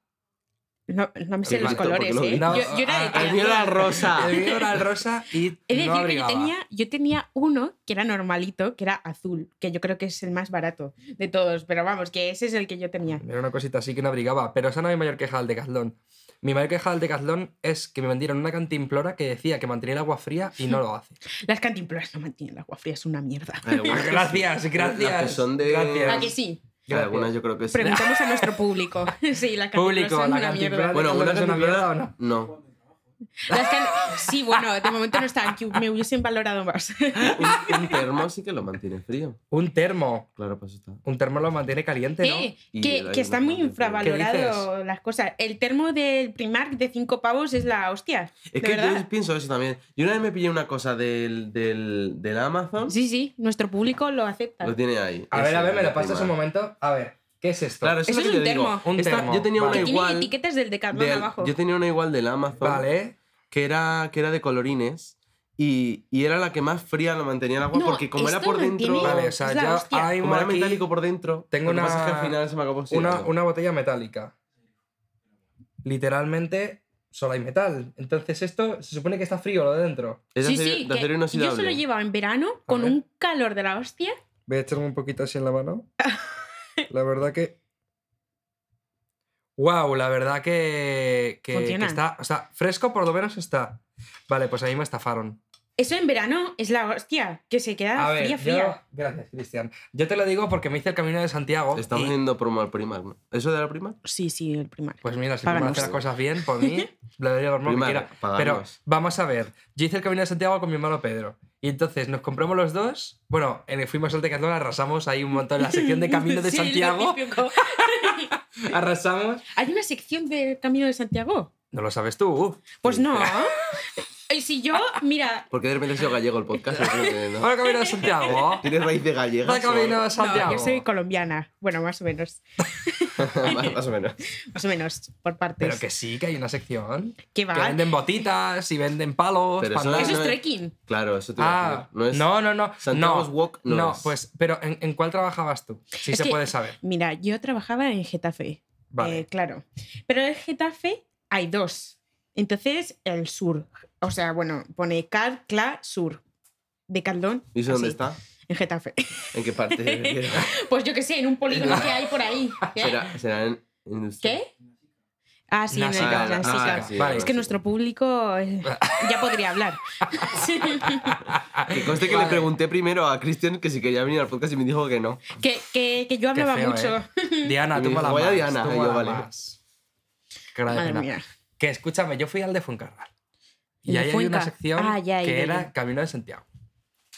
Speaker 4: No, no me sé
Speaker 3: El
Speaker 4: los
Speaker 3: manto,
Speaker 4: colores,
Speaker 3: porque lo-
Speaker 4: ¿eh?
Speaker 1: no,
Speaker 4: yo, yo era de
Speaker 1: ah,
Speaker 4: tela.
Speaker 3: El mío era rosa.
Speaker 1: el mío era el rosa y
Speaker 4: He
Speaker 1: no
Speaker 4: de decir que yo
Speaker 1: abrigaba.
Speaker 4: tenía, yo tenía uno que era normalito, que era azul, que yo creo que es el más barato de todos, pero vamos, que ese es el que yo tenía.
Speaker 1: Era una cosita así que no abrigaba. Pero esa no es mi mayor queja del Decathlon. Mi mayor queja del Decathlon es que me vendieron una cantimplora que decía que mantenía el agua fría y no lo hace.
Speaker 4: Las cantimploras no mantienen el agua fría, es una mierda.
Speaker 3: Ay, bueno,
Speaker 1: Pues gracias, gracias.
Speaker 3: Las que son de-
Speaker 1: gracias.
Speaker 4: ¿A que sí?
Speaker 1: Gracias.
Speaker 3: Algunas yo creo que sí.
Speaker 4: Preguntamos a nuestro público. Sí, las cantimploras
Speaker 1: Público,
Speaker 4: son
Speaker 1: la
Speaker 4: una mierda.
Speaker 1: cantimplora.
Speaker 3: Bueno,
Speaker 1: ¿Alguna
Speaker 3: una
Speaker 1: es una mierda o
Speaker 3: cantimplora.
Speaker 1: no?
Speaker 3: No.
Speaker 4: Las can- Sí, bueno, de momento no están, que me hubiesen valorado más.
Speaker 3: Un, un termo sí que lo mantiene frío.
Speaker 1: Un termo.
Speaker 3: Claro, pues está.
Speaker 1: Un termo lo mantiene caliente, ¿no?
Speaker 4: Eh,
Speaker 3: Y
Speaker 4: que,
Speaker 3: el
Speaker 4: que
Speaker 3: aire
Speaker 4: están muy
Speaker 3: acondicionado.
Speaker 1: ¿Qué
Speaker 4: infravalorado las cosas. El termo del Primark de 5 pavos es la hostia.
Speaker 3: Es
Speaker 4: ¿De
Speaker 3: que
Speaker 4: verdad?
Speaker 3: yo pienso eso también. Yo una vez me pillé una cosa del, del, del Amazon.
Speaker 4: Sí, sí, nuestro público lo acepta.
Speaker 3: Lo tiene ahí.
Speaker 1: A
Speaker 3: Ese,
Speaker 1: ver, a ver, me
Speaker 3: la
Speaker 1: lo pasas
Speaker 3: prima.
Speaker 1: un momento. A ver, ¿qué es esto?
Speaker 3: Claro, eso,
Speaker 4: Eso
Speaker 3: es lo
Speaker 4: es
Speaker 3: que
Speaker 4: un
Speaker 3: yo digo.
Speaker 4: termo.
Speaker 1: Un
Speaker 3: Esta-
Speaker 1: termo,
Speaker 3: yo tenía
Speaker 1: vale.
Speaker 4: que
Speaker 3: una
Speaker 4: tiene
Speaker 3: igual.
Speaker 4: etiquetas del Decathlon
Speaker 3: de-
Speaker 4: abajo.
Speaker 3: yo tenía una igual del Amazon
Speaker 1: Vale.
Speaker 3: que, era, que era de colorines y, y era la que más fría lo mantenía el agua
Speaker 4: No,
Speaker 3: porque como era
Speaker 4: esto
Speaker 3: por
Speaker 4: mantiene-
Speaker 3: dentro,
Speaker 1: Vale, o sea,
Speaker 4: Es la
Speaker 1: ya
Speaker 4: hostia.
Speaker 1: hay
Speaker 3: como era
Speaker 1: aquí
Speaker 3: metálico por dentro,
Speaker 1: tengo
Speaker 3: lo que pasa es que
Speaker 1: una-
Speaker 3: al final se me acabó
Speaker 1: una,
Speaker 3: oxidando.
Speaker 1: una botella metálica. Literalmente, solo hay metal. Entonces esto se supone que está frío lo de dentro.
Speaker 3: Es de
Speaker 4: sí,
Speaker 3: acero-
Speaker 4: sí,
Speaker 3: de
Speaker 4: que
Speaker 3: acero
Speaker 4: yo
Speaker 3: inoxidable.
Speaker 4: se lo llevaba en verano con
Speaker 1: ver.
Speaker 4: un calor de la hostia.
Speaker 1: Voy a echarme un poquito así en la mano. La verdad que. Wow, la verdad que. que- que
Speaker 4: Funciona.
Speaker 1: está. O sea, fresco por lo menos está. Vale, pues a mí me estafaron.
Speaker 4: Eso en verano es la hostia, que se queda
Speaker 1: a ver,
Speaker 4: fría,
Speaker 1: yo-
Speaker 4: fría.
Speaker 1: Gracias, Cristian. Yo te lo digo porque me hice el camino de Santiago.
Speaker 3: Estamos
Speaker 1: y-
Speaker 3: haciendo promo al Primark, ¿no? ¿Eso de la Primark?
Speaker 4: Sí, sí, el primario.
Speaker 1: Pues mira, si tú
Speaker 4: Páganos.
Speaker 1: hacer las cosas bien, por mí, le doy el hormón que
Speaker 3: Primark,
Speaker 1: quiera. Pero
Speaker 3: páganos.
Speaker 1: vamos a ver, yo hice el camino de Santiago con mi hermano Pedro. Y entonces nos compramos los dos. Bueno, en el- fuimos al Decathlon, arrasamos ahí un montón. La sección de Camino de
Speaker 4: Sí, lo
Speaker 1: Santiago,
Speaker 4: típico.
Speaker 1: arrasamos.
Speaker 4: Hay una sección del Camino de Santiago.
Speaker 1: No lo sabes tú.
Speaker 4: Pues no. Y si yo, mira,
Speaker 3: Porque de repente ha sido gallego el podcast. yo creo que no.
Speaker 1: Hola, Camino de Santiago.
Speaker 3: ¿Tienes raíz de gallega?
Speaker 1: Hola, Camino de Santiago.
Speaker 4: no, yo soy colombiana. Bueno, más o menos.
Speaker 3: Más o menos.
Speaker 4: Más o menos, por partes.
Speaker 1: Pero que sí, que hay una sección.
Speaker 4: ¿Qué va?
Speaker 1: Que venden botitas y venden palos.
Speaker 3: Pero eso
Speaker 1: pandas.
Speaker 4: Eso
Speaker 3: no
Speaker 4: es
Speaker 3: es-
Speaker 4: trekking.
Speaker 3: Claro, eso te iba a
Speaker 1: Ah,
Speaker 3: decir.
Speaker 1: no, no, no. No,
Speaker 3: Santiago's Walk no es.
Speaker 1: pues, pero ¿en, en cuál trabajabas tú? Si
Speaker 4: Es
Speaker 1: se
Speaker 4: que-
Speaker 1: puede saber.
Speaker 4: Mira, yo trabajaba en Getafe.
Speaker 1: Vale.
Speaker 4: Eh, claro. Pero en Getafe hay dos. Entonces, el sur. O sea, bueno, pone Cad, Cla, Sur. De Caldón.
Speaker 3: ¿Y eso dónde
Speaker 4: así,
Speaker 3: está?
Speaker 4: En Getafe.
Speaker 3: ¿En qué parte?
Speaker 4: Pues yo qué sé, en un polígono que hay por ahí. ¿Qué?
Speaker 3: Ah, ¿Será, será en industria?
Speaker 4: ¿Qué? Ah, sí, en el
Speaker 1: Nasica,
Speaker 4: Cad,
Speaker 3: ah,
Speaker 4: Nasica.
Speaker 1: Nasica.
Speaker 3: sí,
Speaker 1: Vale.
Speaker 4: Es que nuestro público eh, ya podría hablar. Sí.
Speaker 3: Ah, Que conste que
Speaker 1: Vale.
Speaker 3: le pregunté primero a Cristian que si quería venir al podcast y me dijo que no.
Speaker 4: que, que- que yo
Speaker 1: Qué
Speaker 4: hablaba
Speaker 1: feo,
Speaker 4: mucho.
Speaker 1: ¿eh? Diana,
Speaker 3: Y
Speaker 1: tú
Speaker 3: me
Speaker 1: mola más.
Speaker 3: dijo, "Vaya Diana",
Speaker 1: tú
Speaker 3: y yo,
Speaker 1: mola
Speaker 3: "Vale".
Speaker 1: más. Qué grave
Speaker 4: Madre
Speaker 1: pena.
Speaker 4: mía.
Speaker 1: Que escúchame, yo fui al de Fuencarral.
Speaker 4: ¿El
Speaker 1: Y
Speaker 4: de
Speaker 1: ahí hay una
Speaker 4: Fuenca?
Speaker 1: sección
Speaker 4: Ah, ya, ya,
Speaker 1: que
Speaker 4: ya.
Speaker 1: era Camino de Santiago.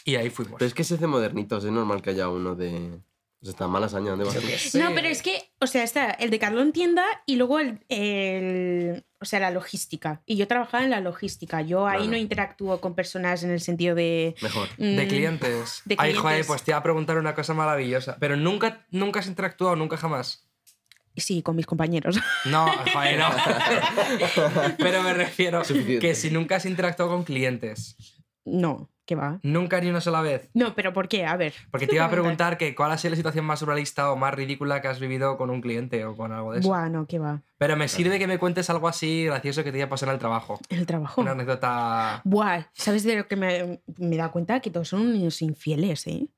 Speaker 1: Y ahí fuimos.
Speaker 3: Pero es que se hace modernitos, es normal que haya uno de. O sea, está malas años, ¿dónde vas
Speaker 1: Yo
Speaker 3: tú?
Speaker 1: qué sé.
Speaker 4: No, pero es que, o sea, está el de Carlón Tienda y luego el, el- o sea, la logística. Y yo trabajaba en la logística. Yo ahí
Speaker 3: Claro.
Speaker 4: no interactúo con personas en el sentido de...
Speaker 3: Mejor.
Speaker 1: De
Speaker 4: mm,
Speaker 1: clientes.
Speaker 4: de
Speaker 1: Ay, joder,
Speaker 4: clientes.
Speaker 1: pues te iba a preguntar una cosa maravillosa. Pero nunca, nunca has interactuado, nunca jamás.
Speaker 4: Sí, con mis compañeros.
Speaker 1: No, joder, no. pero me refiero
Speaker 3: Suficiente.
Speaker 1: que si nunca has interactuado con clientes.
Speaker 4: No, ¿Qué va?
Speaker 1: Nunca ni una sola vez.
Speaker 4: No, pero ¿por qué? A ver.
Speaker 1: Porque te iba a preguntar que cuál ha sido la situación más surrealista o más ridícula que has vivido con un cliente o con algo de eso.
Speaker 4: Bueno, ¿qué va?
Speaker 1: Pero me sirve que me cuentes algo así gracioso que te haya pasado en el trabajo.
Speaker 4: El trabajo.
Speaker 1: Una anécdota.
Speaker 4: Buah, ¿sabes de lo que me, me he dado cuenta? Que todos son unos infieles, ¿eh?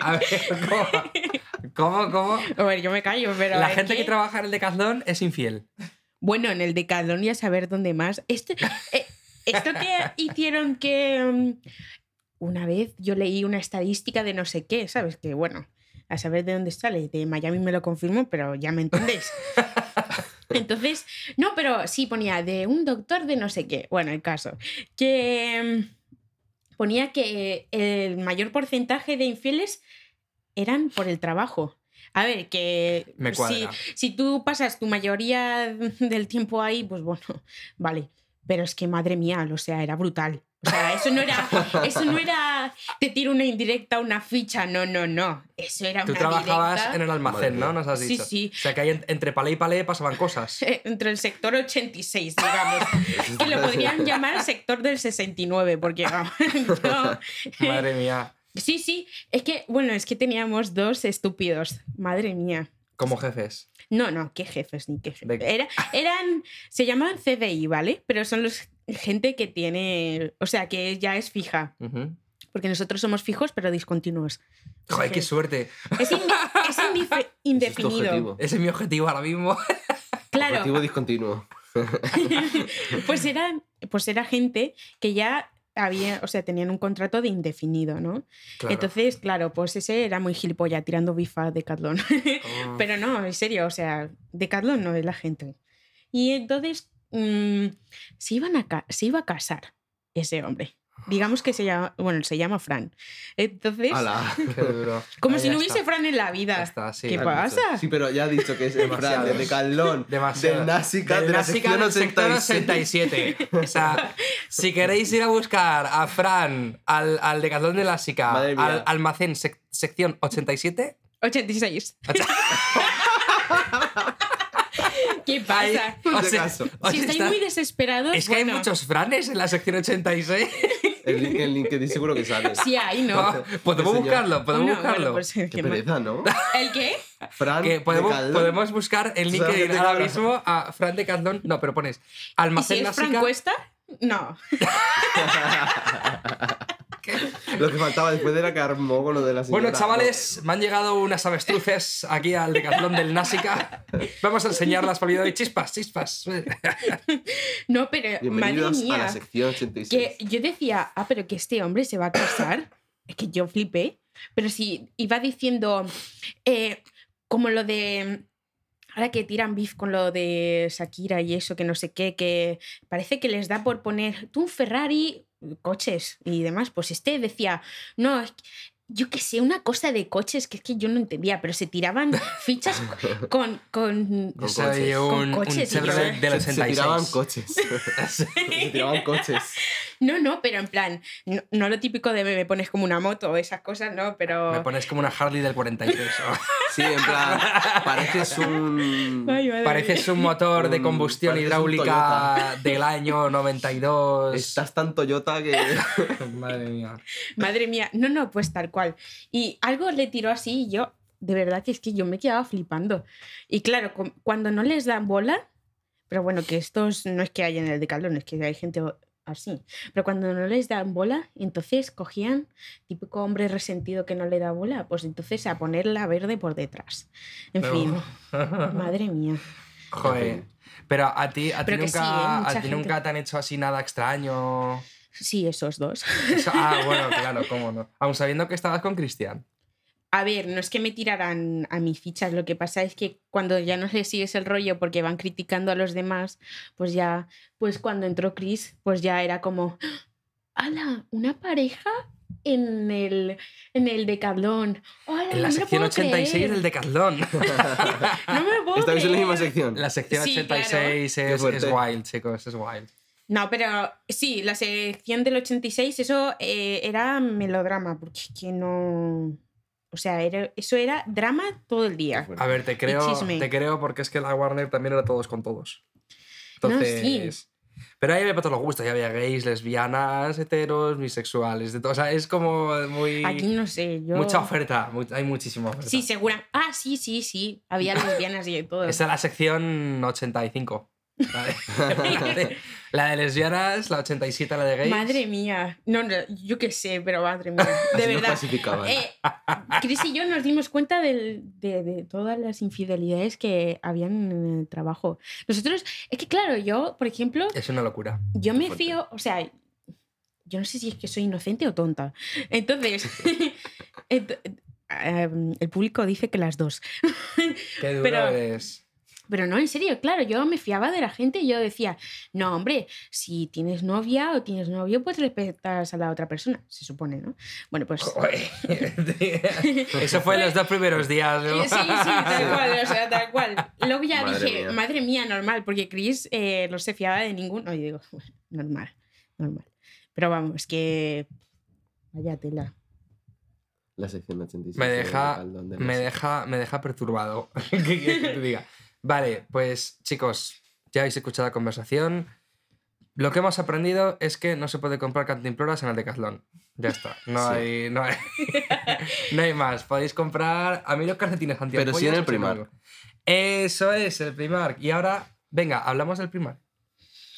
Speaker 1: A ver, ¿cómo? ¿Cómo? cómo?
Speaker 4: A ver, yo me callo, pero.
Speaker 1: La
Speaker 4: es
Speaker 1: gente que trabaja en el Decathlon es infiel.
Speaker 4: Bueno, en el Decathlon y a saber dónde más. Este, eh, esto que hicieron que. mm, una vez yo leí una estadística de no sé qué, ¿sabes? Que bueno, a saber de dónde sale. De Miami me lo confirmó, pero ya me entendéis. Entonces, no, pero sí ponía de un doctor de no sé qué. Bueno, el caso. Que mm, ponía que el mayor porcentaje de infieles eran por el trabajo. A ver, que
Speaker 1: Me
Speaker 4: si-
Speaker 1: cuadra.
Speaker 4: si tú pasas tu mayoría del tiempo ahí, pues bueno, vale. Pero es que madre mía, o sea, era brutal. O sea, eso no era, eso no era te tiro una indirecta, una ficha, no, no, no. Eso era
Speaker 1: Tú
Speaker 4: una
Speaker 1: trabajabas
Speaker 4: directa.
Speaker 1: en el almacén,
Speaker 3: Madre
Speaker 1: ¿no?
Speaker 3: mía.
Speaker 1: Nos has
Speaker 4: Sí,
Speaker 1: dicho.
Speaker 4: sí.
Speaker 1: O sea, que ahí en- entre palé y palé pasaban cosas.
Speaker 4: Eh, entre el sector 86, digamos, que lo podrían llamar sector del 69, porque vamos, yo-
Speaker 1: Madre mía.
Speaker 4: sí, sí, es que, bueno, es que teníamos dos estúpidos, madre mía.
Speaker 1: Como jefes.
Speaker 4: No, no, qué jefes ni qué jefes.
Speaker 1: De-
Speaker 4: Era- eran, se llamaban CDI, ¿vale? Pero son los gente que tiene, o sea, que ya es fija,
Speaker 1: Ujú.
Speaker 4: porque nosotros somos fijos pero discontinuos.
Speaker 1: Joder,
Speaker 4: Sí.
Speaker 1: qué suerte.
Speaker 4: Es, in- es indife- indefinido.
Speaker 3: objetivo.
Speaker 1: Ese es mi objetivo ahora mismo.
Speaker 4: Claro,
Speaker 3: Objetivo discontinuo.
Speaker 4: pues eran, pues era gente que ya había, o sea, tenían un contrato de indefinido, ¿no?
Speaker 1: Claro.
Speaker 4: Entonces, claro, pues ese era muy gilipollas tirando bifa de Catlón.
Speaker 1: Oh.
Speaker 4: Pero no, en serio, o sea, de Carlos no es la gente. Y entonces mm, se, iban a ca- se iba a casar ese hombre. Digamos que se llama, bueno, se llama Fran. Entonces,
Speaker 3: Ala.
Speaker 1: Qué duro.
Speaker 4: como
Speaker 1: Ah,
Speaker 4: si
Speaker 1: ya
Speaker 4: no hubiese
Speaker 1: está.
Speaker 4: Fran en la vida.
Speaker 1: Ya está, sí.
Speaker 4: ¿Qué pasa?
Speaker 3: Sí, pero ya ha dicho que es el Fran,
Speaker 1: Demasiado.
Speaker 3: de Decathlon,
Speaker 1: Demasiado.
Speaker 3: del Násica,
Speaker 1: Del
Speaker 3: de la
Speaker 1: Násica
Speaker 3: sección
Speaker 1: del sector
Speaker 3: 86.
Speaker 1: 87. O sea, si queréis ir a buscar a Fran, al, al Decathlon de Násica,
Speaker 3: Madre mía.
Speaker 1: al almacén sec- sección 87,
Speaker 4: 86. ¿Qué
Speaker 1: ahí
Speaker 4: pasa?
Speaker 3: Por
Speaker 1: os-
Speaker 3: si acaso.
Speaker 1: os
Speaker 4: Si estáis
Speaker 1: está-
Speaker 4: muy desesperados,
Speaker 1: Es que hay
Speaker 4: bueno,
Speaker 1: muchos Franes en la sección 86.
Speaker 3: Este, El link, el LinkedIn seguro que sale.
Speaker 4: Sí, hay, ¿no?
Speaker 1: No, Oh, podemos
Speaker 3: Sí, este señor.
Speaker 1: buscarlo, podemos
Speaker 4: Uno,
Speaker 1: buscarlo.
Speaker 4: bueno, pues,
Speaker 3: Qué
Speaker 4: ¿qué más?
Speaker 3: pereza, ¿no?
Speaker 4: ¿El qué?
Speaker 3: Fran,
Speaker 1: Que podemos,
Speaker 3: Decathlon.
Speaker 1: podemos buscar en
Speaker 3: Tú sabes
Speaker 1: LinkedIn
Speaker 3: que te
Speaker 1: ahora
Speaker 3: cabrón.
Speaker 1: mismo a Fran de Candón. No, pero pones
Speaker 4: ¿Y si
Speaker 1: almacén
Speaker 4: es Fran
Speaker 1: Násica.
Speaker 4: Cuesta? No.
Speaker 3: Lo que faltaba después era que armó con lo de la señora.
Speaker 1: Bueno, chavales, me han llegado unas avestruces aquí al Decathlon del Násica. Vamos a enseñarlas por video de chispas, chispas.
Speaker 4: No, pero
Speaker 3: Bienvenidos
Speaker 4: madre mía.
Speaker 3: a la sección 86.
Speaker 4: que yo decía, ah, pero que este hombre se va a casar. es que yo flipé. Pero si iba diciendo, eh, como lo de. Ahora que tiran beef con lo de Shakira y eso, que no sé qué, que parece que les da por poner tú un Ferrari, coches y demás. Pues este decía, no, es que- yo qué sé, una cosa de coches que es que yo no entendía, pero se tiraban fichas con. con
Speaker 1: Yo
Speaker 3: Con
Speaker 1: soy
Speaker 3: coches.
Speaker 1: un,
Speaker 4: Con
Speaker 1: un
Speaker 4: coches, sí,
Speaker 1: Chevrolet
Speaker 4: yo-
Speaker 1: del
Speaker 3: Se- Se tiraban
Speaker 1: 86.
Speaker 3: coches. se tiraban coches.
Speaker 4: no, no, pero en plan, no, no lo típico de me pones como una moto o esas cosas, no, pero.
Speaker 1: Me pones como una Harley del 43.
Speaker 3: Sí, en plan, pareces un...
Speaker 4: Ay, madre
Speaker 1: Pareces un motor de
Speaker 3: Un-
Speaker 1: combustión
Speaker 3: pareces un
Speaker 1: hidráulica
Speaker 3: Toyota.
Speaker 1: del año 92.
Speaker 3: Estás tan Toyota que...
Speaker 1: Madre mía.
Speaker 4: mía. Madre mía. No, no, pues tal cual. Y algo le tiró así y yo, de verdad que es que yo me quedaba flipando. Y claro, cu- cuando no les dan bola, pero bueno, que estos no es que hay en el decalón, es que hay gente o- así. Pero cuando no les dan bola, entonces cogían, típico hombre resentido que no le da bola, pues entonces a ponerla verde por detrás. En
Speaker 1: No.
Speaker 4: fin, madre mía.
Speaker 1: Joder. Pero a ti, a ti
Speaker 4: Pero que
Speaker 1: nunca,
Speaker 4: sí, ¿eh? Mucha
Speaker 1: a ti
Speaker 4: gente.
Speaker 1: nunca te han hecho así nada extraño.
Speaker 4: Sí, esos dos.
Speaker 1: Eso- ah, bueno, claro, cómo no. Aún sabiendo que estabas con Cristian.
Speaker 4: A ver, no es que me tiraran a mis fichas, lo que pasa es que cuando ya no le sigues el rollo porque van criticando a los demás, pues ya, pues cuando entró Chris, pues ya era como, ¡Hala! ¿Una pareja? En el, en el Decathlon.
Speaker 1: En
Speaker 4: ¡Hala,
Speaker 1: la
Speaker 4: no me lo
Speaker 1: sección
Speaker 4: puedo
Speaker 1: 86
Speaker 4: creer!
Speaker 1: del Decathlón.
Speaker 4: No me lo puedo
Speaker 3: ¿Estáis en la misma
Speaker 4: creer!
Speaker 3: sección?
Speaker 1: La sección
Speaker 4: Sí,
Speaker 1: 86
Speaker 3: claro. Qué
Speaker 1: es- es,
Speaker 3: fuerte.
Speaker 1: wild, chicos, es wild.
Speaker 4: No, pero sí, la sección del 86, eso eh, era melodrama, porque es que no. O sea, era, eso era drama todo el día.
Speaker 1: A ver, te creo,
Speaker 4: chisme.
Speaker 1: te creo porque es que la Warner también era todos con todos.
Speaker 4: No, sí.
Speaker 1: Entonces, Pero ahí había para todos los gustos, ya había gays, lesbianas, heteros, bisexuales, de todo. O sea, es como muy...
Speaker 4: Aquí no sé, yo...
Speaker 1: Mucha oferta, mu- hay muchísima oferta.
Speaker 4: Sí, segura. Ah, sí, sí, sí. Había lesbianas y de todo.
Speaker 1: Esa es la sección 85. La de, la de lesbianas, la 87, la de gays.
Speaker 4: Madre mía. No, no, yo qué sé, pero madre mía. De
Speaker 3: Así nos
Speaker 4: verdad.
Speaker 3: clasificaban.
Speaker 4: Eh, Chris y yo nos dimos cuenta del- de, de todas las infidelidades que habían en el trabajo. Nosotros, es que claro, yo, por ejemplo,
Speaker 1: Es una locura.
Speaker 4: yo me
Speaker 3: fuerte.
Speaker 4: fío, o sea, yo no sé si es que soy inocente o tonta. Entonces, ent- em, el público dice que las dos.
Speaker 1: Qué duro
Speaker 4: Pero-
Speaker 1: es.
Speaker 4: Pero no, en serio, claro, yo me fiaba de la gente y yo decía, no, hombre, si tienes novia o tienes novio, pues respetas a la otra persona, se supone, ¿no? Bueno, pues...
Speaker 1: Joder. Eso fue los dos primeros días.
Speaker 4: Sí,
Speaker 1: ¿no?
Speaker 4: sí, tal cual, o sea, tal cual. Luego ya
Speaker 3: Madre
Speaker 4: dije,
Speaker 3: mía.
Speaker 4: madre mía, normal, porque Chris eh, no se fiaba de ningún... No, yo digo, "Bueno, normal, normal. Pero vamos, que... Vaya tela.
Speaker 3: La sección 86.
Speaker 1: Me
Speaker 3: de
Speaker 1: deja,
Speaker 3: Caldón de
Speaker 1: me
Speaker 3: Mesa.
Speaker 1: deja, me deja perturbado. ¿Qué quieres que te diga? Vale, pues chicos, ya habéis escuchado la conversación. Lo que hemos aprendido es que no se puede comprar cantimploras en el Decathlon. Ya está. No,
Speaker 3: Sí.
Speaker 1: hay, no, hay, no hay más. Podéis comprar. A mí los calcetines antiampollas...
Speaker 3: Pero sí en el
Speaker 1: los
Speaker 3: Primark.
Speaker 1: tengo. Eso es, el Primark. Y ahora, venga, hablamos del Primark.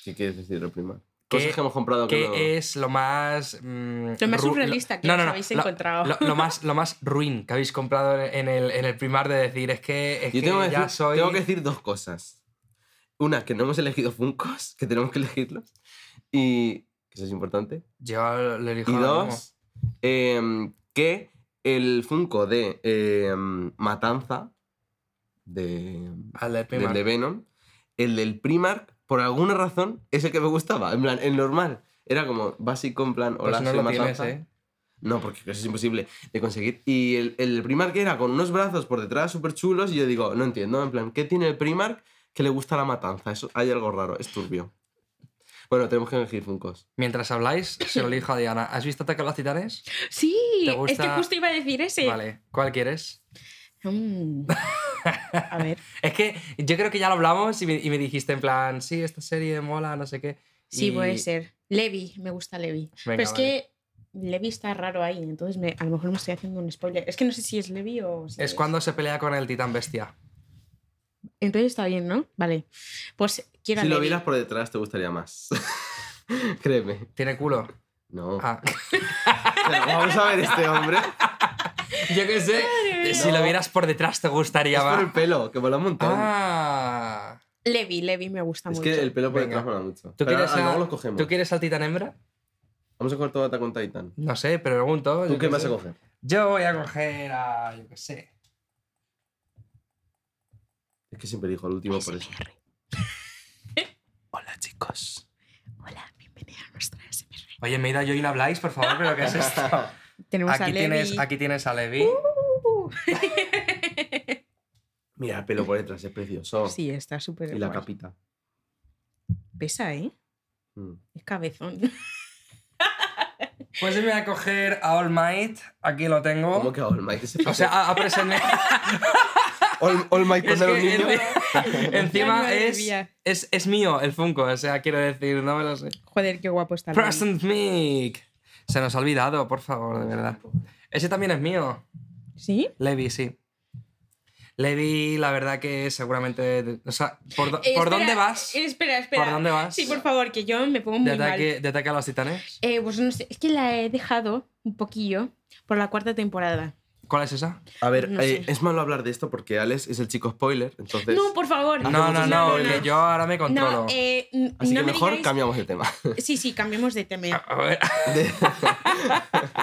Speaker 3: ¿Qué quieres decir, lo primero?
Speaker 1: ¿Qué-
Speaker 3: Cosas que hemos comprado que
Speaker 1: ¿Qué
Speaker 3: no-
Speaker 1: es lo más. mm,
Speaker 4: Lo
Speaker 1: ru-
Speaker 4: más surrealista que os habéis
Speaker 1: lo-
Speaker 4: encontrado.
Speaker 1: Lo, lo más, lo más ruin que habéis comprado en el, en el primar de decir es que, es
Speaker 3: Yo
Speaker 1: que
Speaker 3: tengo que,
Speaker 1: ya
Speaker 3: decir,
Speaker 1: soy.
Speaker 3: tengo que decir dos cosas. Una, que no hemos elegido Funcos, que tenemos que elegirlos. Y. que eso es importante.
Speaker 1: Yo lo elijo.
Speaker 3: Y
Speaker 1: ahora mismo.
Speaker 3: dos, em, que el Funko de em, Matanza, de,
Speaker 1: Al del
Speaker 3: del
Speaker 1: primar.
Speaker 3: de Venom, el del Primark, por alguna razón, es el que me gustaba. En plan, el normal. Era como básico, en plan,
Speaker 1: Pues
Speaker 3: hola,
Speaker 1: no
Speaker 3: soy
Speaker 1: lo tienes,
Speaker 3: Matanza.
Speaker 1: ¿eh?
Speaker 3: No, porque eso es imposible de conseguir. Y el, el Primark era con unos brazos por detrás súper chulos y yo digo, no entiendo, en plan, ¿qué tiene el Primark que le gusta la matanza? Eso, hay algo raro, es turbio. Bueno, tenemos que elegir Funkos.
Speaker 1: Mientras habláis, se lo elijo a Diana. ¿Has visto Ataque a los Titanes?
Speaker 4: Sí,
Speaker 1: ¿Te
Speaker 4: es que
Speaker 1: gusta?
Speaker 4: justo iba a decir ese.
Speaker 1: Vale. ¿Cuál quieres?
Speaker 4: Mm. A ver.
Speaker 1: Es que yo creo que ya lo hablamos y me, y me dijiste en plan, sí, esta serie mola, no sé qué.
Speaker 4: Sí,
Speaker 1: Y-
Speaker 4: puede ser. Levi, me gusta Levi.
Speaker 1: Venga,
Speaker 4: Pero es
Speaker 1: vale.
Speaker 4: que Levi está raro ahí, entonces me- a lo mejor me estoy haciendo un spoiler. Es que no sé si es Levi o. si
Speaker 1: Es cuando se pelea con el titán bestia.
Speaker 4: Entonces está bien, ¿no? Vale. Pues quiero
Speaker 3: Si
Speaker 4: a
Speaker 3: lo
Speaker 4: Levi.
Speaker 3: vieras por detrás te gustaría más. Créeme.
Speaker 1: ¿Tiene culo?
Speaker 3: No.
Speaker 1: Ah.
Speaker 3: Pero vamos a ver este hombre.
Speaker 1: Yo qué sé. eh, Si lo vieras por detrás te gustaría
Speaker 3: Es por
Speaker 1: más.
Speaker 3: el pelo, que mola un montón.
Speaker 1: Ah.
Speaker 4: Levi, Levi me gusta
Speaker 3: es
Speaker 4: mucho.
Speaker 3: que el pelo por
Speaker 1: Venga.
Speaker 3: detrás mola mucho.
Speaker 1: ¿Tú
Speaker 3: Pero
Speaker 1: quieres,
Speaker 3: ahora-
Speaker 1: a-
Speaker 3: luego los cogemos.
Speaker 1: ¿Tú quieres al titán hembra?
Speaker 3: Vamos a coger todo Attack on Titan.
Speaker 1: No sé, pero pregunto.
Speaker 3: ¿Tú
Speaker 1: yo
Speaker 3: qué vas
Speaker 1: sé.
Speaker 3: a coger?
Speaker 1: Yo voy a coger a. Yo qué sé.
Speaker 3: Es que siempre digo el último por eso.
Speaker 4: ASMR.
Speaker 2: Hola chicos.
Speaker 4: Hola, bienvenido a nuestra SMR.
Speaker 1: Oye, Meida, yo y no habláis, por favor, pero ¿qué es esto?
Speaker 4: Tenemos a
Speaker 1: aquí,
Speaker 4: Levi.
Speaker 1: tienes, aquí tienes a Levi.
Speaker 4: Uh,
Speaker 3: Mira, el pelo por detrás, es precioso.
Speaker 4: sí, está súper.
Speaker 3: y la
Speaker 4: guay.
Speaker 3: capita.
Speaker 4: Pesa, ¿eh?
Speaker 3: Mm.
Speaker 4: Es cabezón.
Speaker 1: Pues yo me voy a coger a All Might. Aquí lo tengo.
Speaker 3: ¿Cómo que All Might? Ese
Speaker 1: O sea, a, a presentar-
Speaker 3: All, All Might
Speaker 1: Es
Speaker 3: cuando era un
Speaker 1: que
Speaker 3: niño.
Speaker 1: Encima
Speaker 4: Madre
Speaker 1: es,
Speaker 4: mía.
Speaker 1: es, es mío el Funko, o sea, quiero decir, no me lo sé.
Speaker 4: Joder, qué guapo está. Levi.
Speaker 1: Present Mic. Se nos ha olvidado, por favor, de verdad. Ese también es mío.
Speaker 4: ¿Sí?
Speaker 1: Levi, sí. Levi, la verdad que seguramente. O sea, ¿por, do-
Speaker 4: Eh,
Speaker 1: ¿por
Speaker 4: espera,
Speaker 1: dónde vas?
Speaker 4: Espera, espera.
Speaker 1: ¿Por dónde vas?
Speaker 4: Sí, por favor, que yo me pongo muy
Speaker 1: De
Speaker 4: mal.
Speaker 1: ataque, de ataque a los titanes.
Speaker 4: Eh, pues no sé, es que la he dejado un poquillo por la cuarta temporada.
Speaker 1: ¿Cuál es esa?
Speaker 3: A ver,
Speaker 4: No
Speaker 3: eh,
Speaker 4: sé.
Speaker 3: es malo hablar de esto porque Alex es el chico spoiler, entonces...
Speaker 4: No, por favor.
Speaker 1: Pues
Speaker 3: Ah,
Speaker 1: No, no, no,
Speaker 3: muchísimo
Speaker 1: que
Speaker 3: spoiler.
Speaker 1: yo ahora me controlo.
Speaker 4: No, eh, n-
Speaker 3: Así
Speaker 4: no
Speaker 3: que
Speaker 4: me
Speaker 3: mejor
Speaker 4: digáis-
Speaker 3: cambiamos el tema.
Speaker 4: Sí, sí, cambiemos de tema.
Speaker 1: A ver,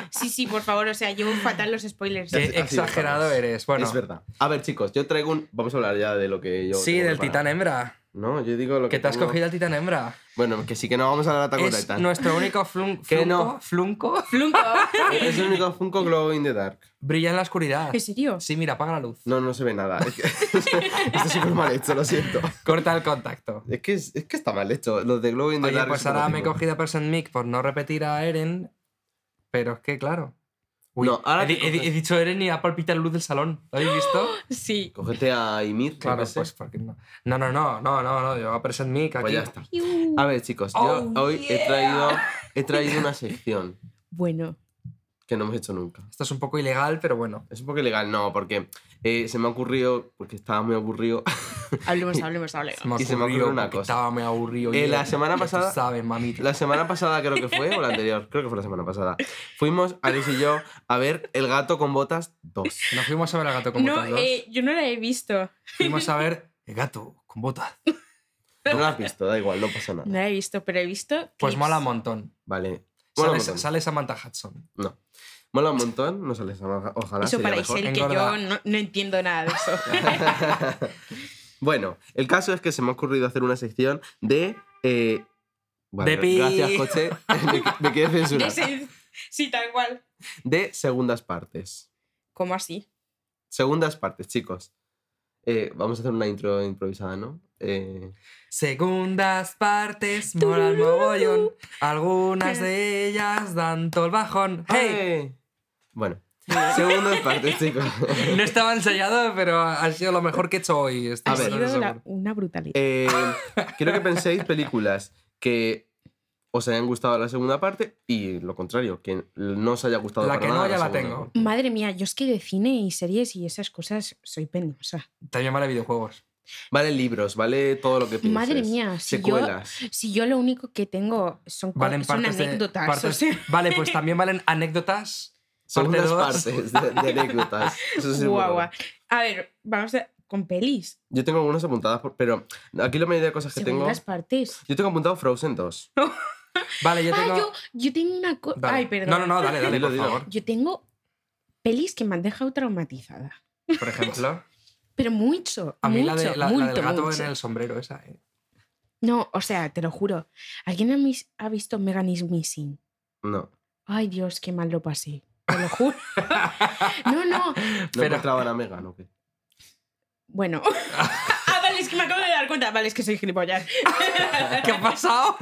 Speaker 4: Sí, sí, por favor, o sea, llevo fatal los spoilers.
Speaker 1: qué
Speaker 3: así lo
Speaker 1: exagerado
Speaker 3: dejamos.
Speaker 1: eres. Bueno,
Speaker 3: Es verdad. A ver, chicos, yo traigo un... Vamos a hablar ya de lo que yo...
Speaker 1: sí,
Speaker 3: tengo
Speaker 1: del
Speaker 3: preparado.
Speaker 1: titán hembra.
Speaker 3: No, yo digo lo que...
Speaker 1: Que te has
Speaker 3: tengo-
Speaker 1: cogido al titán hembra.
Speaker 3: Bueno, que sí que no vamos a hablar de Attack on
Speaker 1: Es
Speaker 3: Titan.
Speaker 1: nuestro único flun-
Speaker 3: Que
Speaker 1: flunco,
Speaker 3: no.
Speaker 1: flunco.
Speaker 4: Flunco.
Speaker 3: Es el único Funko Glow in the Dark.
Speaker 1: Brilla en la oscuridad.
Speaker 4: ¿En serio?
Speaker 1: Sí, mira, apaga la luz.
Speaker 3: No, no se ve nada. Es que... Está súper mal hecho, lo siento.
Speaker 1: Corta el contacto.
Speaker 3: Es que, es, es que está mal hecho. Los de Glow in the
Speaker 1: Oye,
Speaker 3: Dark...
Speaker 1: pues
Speaker 3: es otro
Speaker 1: ahora me he
Speaker 3: tipo.
Speaker 1: cogido a Person Mic por no repetir a Eren, pero es que, claro. Uy,
Speaker 3: No, ahora
Speaker 1: he,
Speaker 3: te
Speaker 1: di- he di-
Speaker 3: coges.
Speaker 1: he dicho Eren y ha palpitado luz del salón. ¿Lo habéis visto?
Speaker 4: Sí.
Speaker 3: Cógete a Ymir. yo
Speaker 1: claro,
Speaker 3: qué sé.
Speaker 1: pues porque no. No, no, no, no, no, no, yo a present me que aquí.
Speaker 3: Pues ya está.
Speaker 4: Iu.
Speaker 3: A ver, chicos, yo
Speaker 1: Oh,
Speaker 3: hoy he traído he traído una sección
Speaker 4: Bueno,
Speaker 3: que no hemos hecho nunca.
Speaker 1: Esto es un poco ilegal, pero bueno.
Speaker 3: Es un poco ilegal, no, porque eh, se me ha ocurrido, porque estaba muy aburrido.
Speaker 4: hablemos, hablemos, hablemos.
Speaker 1: hemos
Speaker 3: Y se me
Speaker 1: aburrido
Speaker 3: ocurre una
Speaker 1: porque
Speaker 3: cosa.
Speaker 1: Estaba muy aburrido.
Speaker 3: Eh,
Speaker 1: yo.
Speaker 3: la semana
Speaker 1: Ya tú
Speaker 3: pasada-
Speaker 1: sabes, mamita.
Speaker 3: La semana pasada creo que fue, o la anterior, creo que fue la semana pasada. Fuimos, Alex y yo, a ver El gato con botas 2.
Speaker 1: Nos fuimos a ver al gato con
Speaker 4: No,
Speaker 1: botas. dos.
Speaker 4: eh, yo no la he visto.
Speaker 1: Fuimos a ver el gato con botas.
Speaker 3: No lo has visto, da igual, no pasa nada.
Speaker 4: No la he visto, pero he visto.
Speaker 1: Pues
Speaker 4: clips.
Speaker 1: mola un montón.
Speaker 3: Vale. Mola
Speaker 1: Sale,
Speaker 3: un montón.
Speaker 1: sale Samantha Hudson.
Speaker 3: Mola un montón, no sale esa maja, ojalá
Speaker 4: Eso
Speaker 3: sería
Speaker 4: para
Speaker 3: mejor.
Speaker 4: Isel, que
Speaker 1: Engorda.
Speaker 4: yo no, no entiendo nada de eso.
Speaker 3: bueno, el caso es que se me ha ocurrido hacer una sección de... eh, bueno,
Speaker 1: De pi.
Speaker 3: gracias, coche. me, me quedé
Speaker 4: De
Speaker 3: censurado.
Speaker 4: ese- sí, tal cual.
Speaker 3: De segundas partes.
Speaker 4: ¿Cómo así?
Speaker 3: Segundas partes, chicos. Eh, vamos a hacer una intro improvisada, ¿no? Eh,
Speaker 1: Segundas partes, mola el mogollón. Algunas de ellas dan todo el bajón. ¡Hey! ¿eh?
Speaker 3: ¡ay! Bueno, segundas partes, chicos.
Speaker 1: No estaba ensayado, pero ha sido lo mejor que he hecho hoy. Este Estoy
Speaker 4: Ha
Speaker 3: A ver.
Speaker 1: seguro.
Speaker 4: sido la- una brutalidad.
Speaker 3: Eh, quiero que penséis películas que os hayan gustado la segunda parte y lo contrario, que no os haya gustado
Speaker 1: La
Speaker 3: para
Speaker 1: que no,
Speaker 3: nada
Speaker 1: ya la
Speaker 3: segunda
Speaker 1: tengo.
Speaker 3: parte.
Speaker 4: Madre mía, yo es que de cine y series y esas cosas soy penosa.
Speaker 1: También vale videojuegos.
Speaker 3: Vale libros, vale todo lo que pienses.
Speaker 4: Madre mía, si
Speaker 3: Secuelas.
Speaker 4: yo si yo lo único que tengo son, co-
Speaker 1: Valen
Speaker 4: son
Speaker 1: partes de-
Speaker 4: anécdotas.
Speaker 1: partes-
Speaker 4: o sea,
Speaker 1: Vale, pues también valen anécdotas.
Speaker 3: Segundas
Speaker 1: parte dos.
Speaker 3: partes de, de anécdotas. Eso sí es muy
Speaker 4: guau,
Speaker 3: bueno.
Speaker 4: guau. A ver, vamos a, con pelis.
Speaker 3: Yo tengo algunas apuntadas, por- pero aquí la mayoría de cosas que tengo...
Speaker 4: Segundas partes.
Speaker 3: Yo tengo apuntado Frozen 2.
Speaker 1: Vale, yo
Speaker 4: Ah,
Speaker 1: tengo.
Speaker 4: yo, yo tengo una cosa.
Speaker 1: Dale.
Speaker 4: Ay, perdón.
Speaker 1: No, no, no, dale, dale,
Speaker 3: Dilo,
Speaker 1: por
Speaker 3: dilo.
Speaker 1: favor.
Speaker 4: Yo tengo pelis que me han dejado traumatizada.
Speaker 1: Por ejemplo,
Speaker 4: Pero mucho.
Speaker 1: a mí
Speaker 4: mucho,
Speaker 1: la, de, la- la
Speaker 4: mucho,
Speaker 1: del gato
Speaker 4: mucho.
Speaker 1: en el sombrero, esa. eh.
Speaker 4: No, o sea, te lo juro. ¿Alguien ha mis- ha visto Megan is Missing?
Speaker 3: No,
Speaker 4: Ay, Dios, qué mal lo pasé. Te lo juro. no, no.
Speaker 3: no
Speaker 1: Pero-
Speaker 3: encontraban a Megan, ¿o qué?
Speaker 4: Bueno. ah, vale, es que me acabo de dar cuenta. Vale, es que soy gilipollas.
Speaker 1: ¿Qué ha pasado?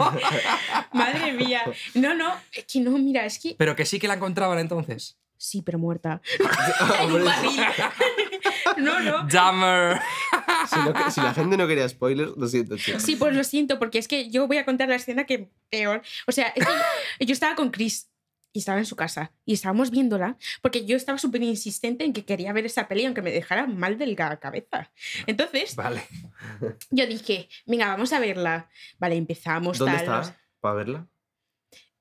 Speaker 4: Madre mía. No, no, es que no, mira, es que
Speaker 1: pero que sí que la encontraban entonces.
Speaker 4: sí, pero muerta. En un
Speaker 3: Hombre,
Speaker 4: barril. no, no.
Speaker 1: Jammer.
Speaker 3: si, no- si la gente no quería spoilers, lo siento, chicos.
Speaker 4: Sí, pues lo siento, porque es que yo voy a contar la escena que peor. O sea, es que yo estaba con Chris y estaba en su casa y estábamos viéndola porque yo estaba súper insistente en que quería ver esa peli aunque me dejara mal de la cabeza. Entonces
Speaker 1: Vale.
Speaker 4: yo dije, venga, vamos a verla. Vale, empezamos.
Speaker 3: ¿Dónde
Speaker 4: tal, no sé-
Speaker 3: está? ¿Para verla?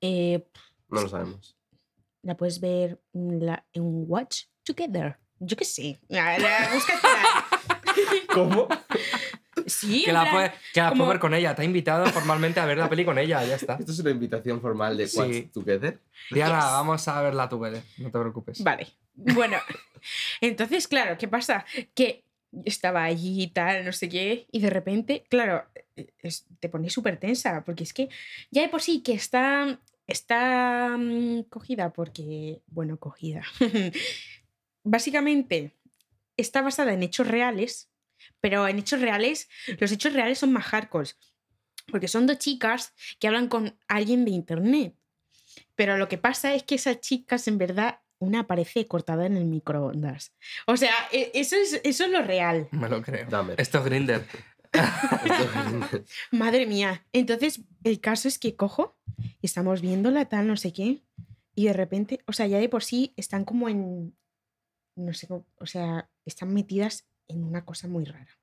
Speaker 4: Eh,
Speaker 3: No lo sabemos.
Speaker 4: la puedes ver en la- en Watch Together. Yo qué sé. La, la búscatela.
Speaker 3: ¿Cómo?
Speaker 4: Sí,
Speaker 1: Que
Speaker 4: en
Speaker 1: la,
Speaker 4: plan-
Speaker 1: puede, que la
Speaker 4: como-
Speaker 1: puedo ver con ella. Te he invitado formalmente a ver la peli con ella, ya está.
Speaker 3: Esto es una invitación formal de
Speaker 1: Sí.
Speaker 3: What's Together.
Speaker 1: Diana,
Speaker 4: Yes.
Speaker 1: vamos a verla tú, Bele. No te preocupes.
Speaker 4: Vale. Bueno, entonces, claro, ¿qué pasa? Que yo estaba allí y tal, no sé qué, y de repente, claro, e, es- te pones súper tensa, porque es que ya de por sí que está, está mm, cogida, porque, bueno, cogida. Básicamente, está basada en hechos reales, pero en hechos reales, los hechos reales son más hardcore, porque son dos chicas que hablan con alguien de internet. Pero lo que pasa es que esas chicas, en verdad, una aparece cortada en el microondas. O sea, e- eso es, eso es lo real.
Speaker 1: Me lo creo.
Speaker 3: Dame.
Speaker 1: Esto es Grinder.
Speaker 4: Madre mía. Entonces, el caso es que cojo y estamos viéndola tal, no sé qué. Y de repente, o sea, ya de por sí están como en. No sé cómo. O sea, están metidas en una cosa muy rara.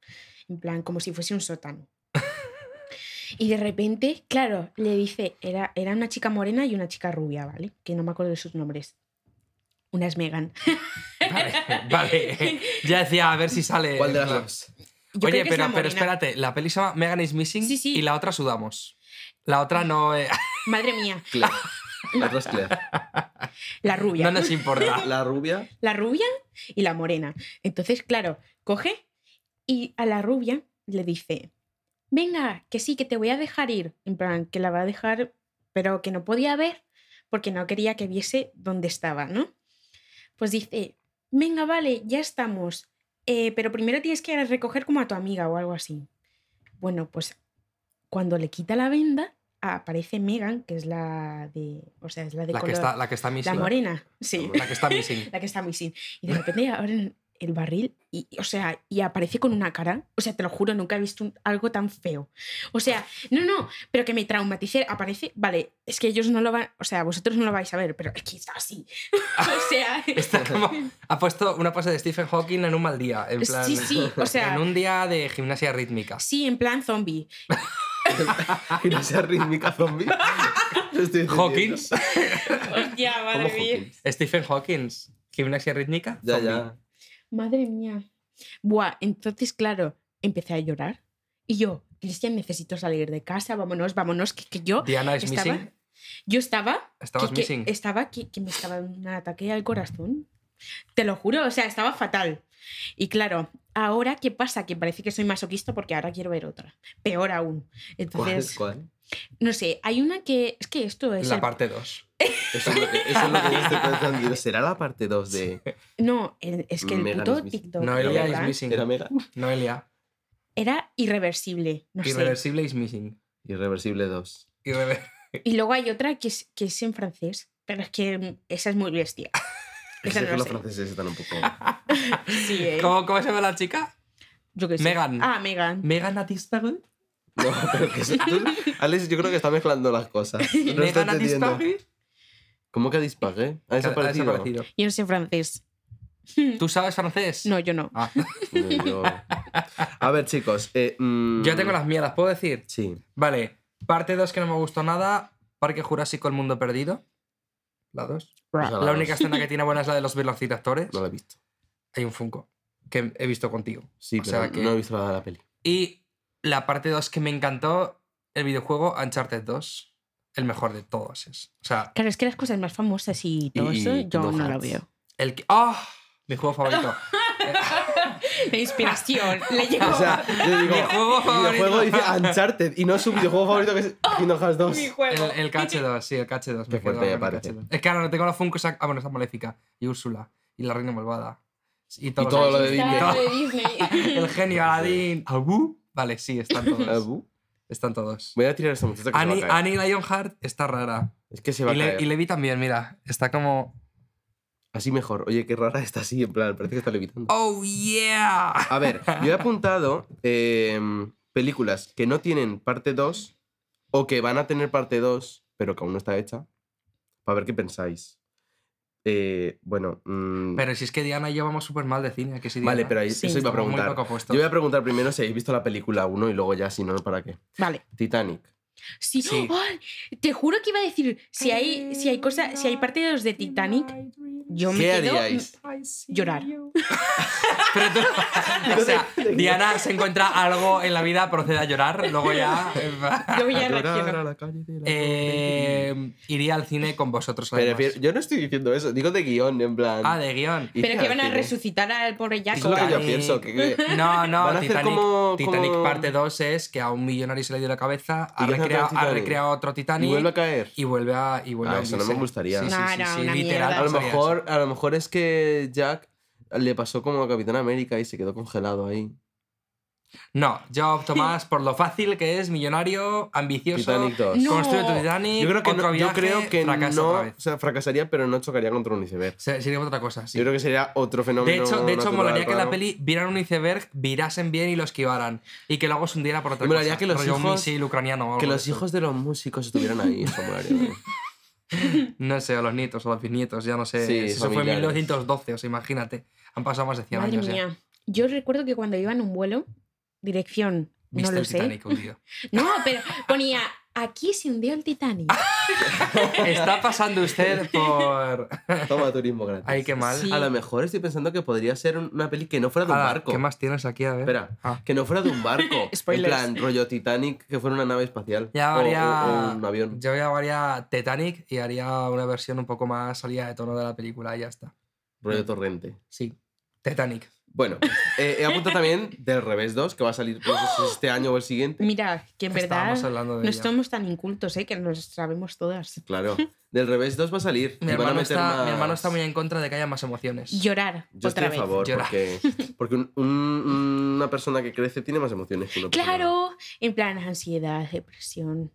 Speaker 4: En plan, como si fuese un sótano. Y de repente, claro, le dice, era, era una chica morena y una chica rubia, ¿vale? Que no me acuerdo de sus nombres. Una es Megan.
Speaker 1: Vale, vale. Ya decía, a ver si sale.
Speaker 3: ¿Cuál de
Speaker 4: Eh,
Speaker 3: las dos?
Speaker 4: Yo
Speaker 1: Oye,
Speaker 4: creo que
Speaker 1: pero,
Speaker 4: es la
Speaker 1: pero
Speaker 4: morena.
Speaker 1: espérate, la peli se llama Megan is Missing
Speaker 4: Sí, sí.
Speaker 1: y la otra sudamos. La otra no, eh,
Speaker 4: Madre mía,
Speaker 3: Claire. La otra es Claire.
Speaker 4: la rubia.
Speaker 1: no nos importa.
Speaker 3: La rubia.
Speaker 4: la rubia y la morena. Entonces, claro, coge y a la rubia le dice, venga, que sí, que te voy a dejar ir. En plan, que la va a dejar, pero que no podía ver porque no quería que viese dónde estaba, ¿no? Pues dice, venga, vale, ya estamos. eh, pero primero tienes que ir a recoger como a tu amiga o algo así. Bueno, pues cuando le quita la venda, aparece Megan, que es la de. O sea, es la de
Speaker 1: La que
Speaker 4: color.
Speaker 1: está, la que está
Speaker 4: la
Speaker 1: missing.
Speaker 4: morena. Sí.
Speaker 1: La que está missing.
Speaker 4: la que está muy sin. Y de repente abren el barril y, o sea, y aparece con una cara. O sea, te lo juro, nunca he visto un- algo tan feo. O sea, no, no, pero que me traumatice. Aparece, vale, es que ellos no lo van, o sea, vosotros no lo vais a ver, pero es que está así. o sea,
Speaker 1: Está como, ha puesto una pose de Stephen Hawking en un mal día. En plan,
Speaker 4: Sí, sí, o sea-
Speaker 1: En un día de gimnasia rítmica.
Speaker 4: sí, en plan zombie.
Speaker 3: Gimnasia rítmica zombie. Lo estoy entendiendo.
Speaker 1: Hawkins.
Speaker 4: Hostia,
Speaker 3: ¿Cómo
Speaker 4: madre mía.
Speaker 3: Hawkins?
Speaker 1: Stephen Hawking. Gimnasia rítmica.
Speaker 3: Ya,
Speaker 1: zombie.
Speaker 3: ya.
Speaker 4: Madre mía. Buah, entonces, claro, empecé a llorar. Y yo, Cristian, necesito salir de casa, vámonos, vámonos, que, que yo
Speaker 1: Diana is
Speaker 4: ¿Oh? estaba.
Speaker 1: missing.
Speaker 4: Yo estaba
Speaker 1: Estabas
Speaker 4: que, que
Speaker 1: missing.
Speaker 4: estaba que, que me estaba dando un ataque al corazón. Te lo juro, o sea, estaba fatal. Y claro, ahora qué pasa, que parece que soy masoquista porque ahora quiero ver otra. Peor aún.
Speaker 3: ¿Cuál?
Speaker 4: Entonces,
Speaker 3: ¿Cuál?
Speaker 4: no sé, hay una que es que esto es
Speaker 1: La
Speaker 4: el-
Speaker 1: parte 2.
Speaker 3: Eso es lo que, eso es lo que yo estoy pensando. Digo, ¿Será la parte 2 de
Speaker 4: no, el- es que el
Speaker 3: Megan
Speaker 4: puto
Speaker 3: Smith.
Speaker 4: TikTok
Speaker 1: Noelia is
Speaker 4: ¿verdad?
Speaker 1: missing.
Speaker 3: ¿Era Megan?
Speaker 1: Noelia.
Speaker 4: era irreversible, no sé.
Speaker 1: Irreversible is missing.
Speaker 3: Irreversible 2.
Speaker 1: Irrever-
Speaker 4: Y luego hay otra que es, que es en francés, pero es que mm, esa es muy bestia.
Speaker 3: Es
Speaker 4: Esa
Speaker 3: que
Speaker 4: no la
Speaker 3: los
Speaker 4: sé.
Speaker 3: franceses están un poco...
Speaker 4: Sí, eh.
Speaker 1: ¿Cómo, cómo se llama la chica?
Speaker 4: Yo qué sé.
Speaker 1: Megan.
Speaker 4: Ah, Megan.
Speaker 1: Megan a disparu.
Speaker 3: No, pero que es- tú- Alex, yo creo que está mezclando las cosas. No está
Speaker 1: Megan a
Speaker 3: entendiendo.
Speaker 1: disparu.
Speaker 3: ¿Cómo que Ah, dispague? Ha
Speaker 1: Ha
Speaker 3: desaparecido.
Speaker 1: desaparecido.
Speaker 4: Yo no sé francés.
Speaker 1: ¿Tú sabes francés?
Speaker 4: Mm. No, yo no.
Speaker 1: Ah.
Speaker 3: No, yo- A ver, chicos. Eh, mm,
Speaker 1: Yo tengo las mierdas, ¿puedo decir?
Speaker 3: Sí.
Speaker 1: Vale, parte 2 que no me gustó nada, Parque Jurásico, El Mundo Perdido. La 2.
Speaker 3: o sea,
Speaker 1: La única escena que tiene buena es la de los velociraptores.
Speaker 3: No la he visto.
Speaker 1: Hay un Funko que he visto contigo.
Speaker 3: Sí,
Speaker 1: O
Speaker 3: pero
Speaker 1: sea que-
Speaker 3: no he visto nada de la peli.
Speaker 1: Y la parte 2 que me encantó, el videojuego Uncharted 2. El mejor de todos es. O sea,
Speaker 4: Claro, es que las cosas más famosas y todo
Speaker 3: Y-
Speaker 4: eso
Speaker 3: y
Speaker 4: yo
Speaker 3: Kingdom
Speaker 4: no lo
Speaker 3: Hearts.
Speaker 4: veo.
Speaker 1: el que. ¡Oh! Mi juego favorito.
Speaker 4: La inspiración le llegó
Speaker 3: O sea, yo digo,
Speaker 1: Mi juego favorito.
Speaker 3: videojuego dice Uncharted y no su videojuego favorito que es Kingdom Hearts 2.
Speaker 4: mi juego.
Speaker 1: El, el KH2, sí, el KH2.
Speaker 3: Qué
Speaker 1: me quedo
Speaker 3: fuerte,
Speaker 1: con el
Speaker 3: parece.
Speaker 1: KH2. Es que ahora no tengo los Funkos. Ah, bueno, está Maléfica. Y Úrsula. Y la Reina Malvada. Y, todos
Speaker 3: todo lo de
Speaker 1: y
Speaker 3: Disney.
Speaker 1: todo-
Speaker 4: Está de Disney.
Speaker 1: El genio Aladdin. ¿Abu? Vale, sí, están
Speaker 3: Ah,
Speaker 1: todos.
Speaker 3: bu.
Speaker 1: Están todos.
Speaker 3: Voy a tirar esta muchacha que se
Speaker 1: Annie,
Speaker 3: va a caer.
Speaker 1: Annie Lionheart está rara.
Speaker 3: Es que se va a
Speaker 1: Y, Le-
Speaker 3: caer.
Speaker 1: y Levi también, mira. Está como.
Speaker 3: Así mejor. Oye, qué rara está así, en plan, parece que está levitando.
Speaker 1: ¡Oh, yeah!
Speaker 3: A ver, yo he apuntado eh, películas que no tienen parte 2 o que van a tener parte 2, pero que aún no está hecha, para ver qué pensáis. Eh, bueno, mm,
Speaker 1: Pero si es que Diana y yo vamos súper mal de cine. Que si Diana,
Speaker 3: vale, pero ahí,
Speaker 4: Sí.
Speaker 3: eso iba a
Speaker 1: estamos Muy
Speaker 3: preguntar.
Speaker 1: poco puestos.
Speaker 3: Yo voy a preguntar primero si habéis visto la película 1 y luego ya, si no, ¿para qué?
Speaker 4: Vale.
Speaker 3: Titanic.
Speaker 4: Sí.
Speaker 1: Sí.
Speaker 4: Ay, te juro que iba a decir, si hay, si hay cosa, si hay partidos de Titanic, yo me
Speaker 3: ¿Qué
Speaker 4: quedo
Speaker 3: haríais?
Speaker 4: llorar.
Speaker 1: Pero tú- o sea, Diana se encuentra algo en la vida, procede a llorar, luego ya.
Speaker 4: Yo voy a reaccionar.
Speaker 1: Eh, iría al cine con vosotros.
Speaker 3: Me
Speaker 1: además.
Speaker 3: refiero- yo no estoy diciendo eso, digo de guión, en plan.
Speaker 1: Ah, de guión.
Speaker 3: ir
Speaker 4: Pero
Speaker 3: al
Speaker 4: que van a
Speaker 3: cine.
Speaker 4: resucitar al pobre Jack.
Speaker 3: ¿eh? Eso es lo que yo
Speaker 1: Titanic.
Speaker 3: pienso. Que, que-
Speaker 1: No, no,
Speaker 3: Van a hacer
Speaker 1: Titanic,
Speaker 3: como-
Speaker 1: Titanic
Speaker 3: como-
Speaker 1: parte 2 es que a un millonario se le dio la cabeza, ha
Speaker 3: Y ya se
Speaker 1: recreado,
Speaker 3: acaba el
Speaker 1: ha
Speaker 3: Titanic.
Speaker 1: recreado otro
Speaker 3: y
Speaker 1: Titanic
Speaker 3: vuelve a caer.
Speaker 1: y vuelve a. Y vuelve
Speaker 3: Ah,
Speaker 1: a
Speaker 3: eso no
Speaker 1: hundirse.
Speaker 3: me gustaría.
Speaker 1: Sí, sí,
Speaker 4: No,
Speaker 1: sí,
Speaker 4: no,
Speaker 1: sí,
Speaker 4: una
Speaker 1: literal.
Speaker 4: mierda.
Speaker 3: A lo,
Speaker 1: sería
Speaker 3: mejor, a lo mejor es que Jack le pasó como a Capitán América y se quedó congelado ahí.
Speaker 1: eso. No, yo opto más por lo fácil que es, millonario, ambicioso.
Speaker 3: Titanic 2.
Speaker 4: No.
Speaker 1: Construye tu Titanic,
Speaker 3: Yo creo que,
Speaker 1: otro
Speaker 3: no, yo
Speaker 1: viaje,
Speaker 3: creo que
Speaker 1: fracaso
Speaker 3: no.
Speaker 1: otra vez.
Speaker 3: O sea, fracasaría, pero no chocaría contra un iceberg.
Speaker 1: Se- Sería otra cosa, sí.
Speaker 3: Yo creo que sería otro
Speaker 1: De
Speaker 3: fenómeno.
Speaker 1: hecho, de hecho
Speaker 3: natural
Speaker 1: molaría que la
Speaker 3: raro.
Speaker 1: peli vieran un iceberg, virasen bien y lo esquivaran. Y que luego se hundiera por otra
Speaker 3: Y molaría
Speaker 1: cosa.
Speaker 3: que los
Speaker 1: rollo un
Speaker 3: hijos-
Speaker 1: misil ucraniano o algo
Speaker 3: Que
Speaker 1: de
Speaker 3: los
Speaker 1: eso.
Speaker 3: hijos de los músicos estuvieran ahí. Eso molaría. ¿no?
Speaker 1: No sé, o los nietos o los bisnietos, ya no sé.
Speaker 3: Sí,
Speaker 1: eso fue en
Speaker 3: familiares.
Speaker 1: 1912, o sea, imagínate. Han pasado más de 100
Speaker 4: Madre
Speaker 1: años ya.
Speaker 4: mía. Yo recuerdo que cuando iba en un vuelo, dirección, no
Speaker 1: Viste
Speaker 4: lo
Speaker 1: el
Speaker 4: sé.
Speaker 1: Titanic hundido.
Speaker 4: No, pero ponía, aquí se hundió el Titanic.
Speaker 1: Está pasando usted por.
Speaker 3: Toma turismo gratis.
Speaker 1: Ay, qué mal.
Speaker 4: Sí.
Speaker 3: A lo mejor estoy pensando que podría ser un- una peli que no fuera de un
Speaker 1: Ada,
Speaker 3: barco.
Speaker 1: ¿Qué más tienes aquí? A ver.
Speaker 3: Espera,
Speaker 1: Ah.
Speaker 3: que no fuera de un barco. en
Speaker 4: Spoilers.
Speaker 3: plan, rollo Titanic, que fuera una nave espacial.
Speaker 1: Ya
Speaker 3: o- o-
Speaker 1: haría.
Speaker 3: o un avión.
Speaker 1: Yo ya haría Titanic y haría una versión un poco más salida de tono de la película y ya está. Mm.
Speaker 3: Rollo torrente.
Speaker 1: Sí. Titanic.
Speaker 3: Bueno, eh, he apuntado también del revés 2, que va a salir no sé si es este año o el siguiente.
Speaker 4: Mira, que en
Speaker 1: Estábamos
Speaker 4: verdad
Speaker 1: hablando de
Speaker 4: no
Speaker 1: ella.
Speaker 4: estamos tan incultos, ¿eh? que nos sabemos todas.
Speaker 3: Claro, del revés 2 va a salir.
Speaker 1: Mi
Speaker 3: y van a
Speaker 1: hermano,
Speaker 3: meter
Speaker 1: está, mi
Speaker 3: más-
Speaker 1: hermano está muy en contra de que haya más emociones.
Speaker 4: Llorar
Speaker 3: Yo estoy
Speaker 4: otra
Speaker 3: a
Speaker 4: vez.
Speaker 3: favor,
Speaker 1: Llorar.
Speaker 3: porque, porque un- un- una persona que crece tiene más emociones que una persona-
Speaker 4: Claro, en plan ansiedad, depresión,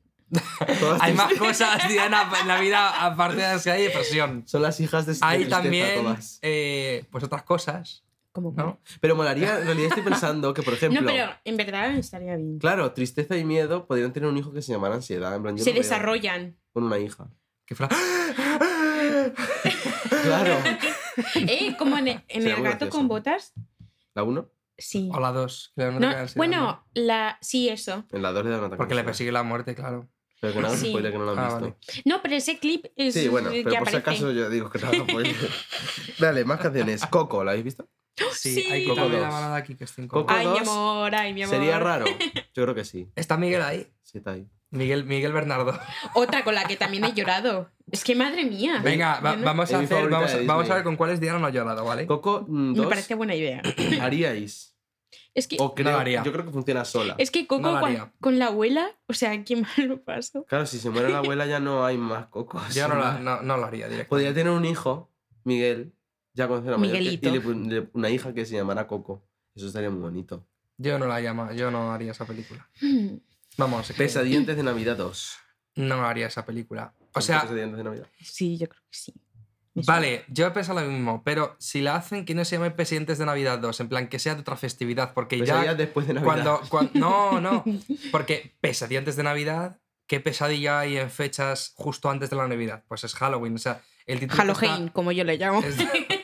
Speaker 3: Todas
Speaker 1: Hay
Speaker 3: tus-
Speaker 1: más cosas, Diana, en la vida, aparte de las que hay depresión.
Speaker 3: Son las hijas de de
Speaker 1: Hay
Speaker 3: tristeza
Speaker 1: también,
Speaker 3: todas.
Speaker 1: eh, pues otras cosas,
Speaker 4: Como
Speaker 1: ¿no?
Speaker 3: Pero molaría, en realidad estoy pensando que, por
Speaker 4: cual.
Speaker 3: ejemplo,
Speaker 4: No, pero en verdad estaría bien.
Speaker 3: claro, tristeza y miedo podrían tener un hijo que se llamara ansiedad. En plan, yo
Speaker 4: Se
Speaker 3: no veo
Speaker 4: desarrollan.
Speaker 3: Con una hija.
Speaker 1: Que fuera... ¡ah!
Speaker 3: Claro.
Speaker 4: ¿Eh? Como en el, en
Speaker 3: Sería
Speaker 4: el
Speaker 3: muy
Speaker 4: gato
Speaker 3: gracioso.
Speaker 4: con botas.
Speaker 3: La 1,
Speaker 4: Sí.
Speaker 1: O la dos. que no te
Speaker 4: No,
Speaker 1: quedan sin ganas.
Speaker 4: bueno, la, sí, eso.
Speaker 3: en la 2 le da un ataque.
Speaker 1: Porque le
Speaker 3: ansioso.
Speaker 1: persigue la muerte, claro.
Speaker 3: Pero que no hagas
Speaker 4: Sí.
Speaker 3: spoiler que no lo han
Speaker 1: Ah,
Speaker 3: visto.
Speaker 1: vale.
Speaker 4: No, pero ese clip es
Speaker 3: Sí, bueno,
Speaker 4: que
Speaker 3: pero por si
Speaker 4: aparece.
Speaker 3: acaso yo digo que no pues. hagas spoiler. Dale, más canciones. Coco, ¿la habéis visto?
Speaker 1: Sí, hay
Speaker 4: sí.
Speaker 1: Coco
Speaker 3: Coco
Speaker 1: también la
Speaker 3: dos.
Speaker 1: balada aquí, que es cinco.
Speaker 3: Coco.
Speaker 4: Ay, mi
Speaker 3: dos,
Speaker 4: amor, ay, mi amor.
Speaker 3: Sería raro. Yo creo que sí.
Speaker 1: ¿Está Miguel ahí?
Speaker 3: Sí, está ahí.
Speaker 1: Miguel, Miguel Bernardo.
Speaker 4: Otra con la que también he llorado. Es que madre mía.
Speaker 1: Venga, va-
Speaker 4: Yo no-
Speaker 1: vamos,
Speaker 3: Es
Speaker 1: a
Speaker 3: mi
Speaker 1: hacer,
Speaker 3: favorita
Speaker 1: vamos,
Speaker 3: de
Speaker 1: a-
Speaker 3: Disney.
Speaker 1: vamos a ver con cuáles Diana no ha llorado, ¿vale?
Speaker 3: Coco
Speaker 4: Me
Speaker 3: 2
Speaker 4: parece buena idea.
Speaker 3: haríais.
Speaker 4: Es que,
Speaker 3: O creo,
Speaker 1: haría.
Speaker 3: Yo creo que funciona sola.
Speaker 4: es que Coco
Speaker 1: No lo
Speaker 4: cuan-
Speaker 1: haría.
Speaker 4: con, la abuela, o sea, qué mal lo paso.
Speaker 3: Claro, si se muere la abuela ya no hay más cocos.
Speaker 1: Yo no, la, no, no lo haría directamente.
Speaker 3: Podría tener un hijo, Miguel, ya con cero mayor, que-
Speaker 4: Miguelito.
Speaker 3: y le pon- le- una hija que se llamara Coco. Eso estaría muy bonito.
Speaker 1: Yo no la llama, yo no haría esa película.
Speaker 4: Mm,
Speaker 1: Vamos, que
Speaker 3: Pesadientes de Navidad 2.
Speaker 1: no haría esa película. O
Speaker 3: ¿Has
Speaker 1: sea, eh,
Speaker 3: visto Pesadientes de Navidad.
Speaker 4: Sí, yo creo que sí. Me suena.
Speaker 1: Vale, yo he pensado lo mismo, pero si la hacen que no se llame Presidentes de Navidad 2, en plan que sea de otra festividad, porque
Speaker 3: Pesadillas
Speaker 1: ya
Speaker 3: después de Navidad.
Speaker 1: cuando, cuan- No, no, porque Pesadillas de Navidad, ¿qué pesadilla hay en fechas justo antes de la Navidad? Pues es Halloween, o sea, el título... te está-
Speaker 4: Halloween, como yo le llamo.
Speaker 1: es-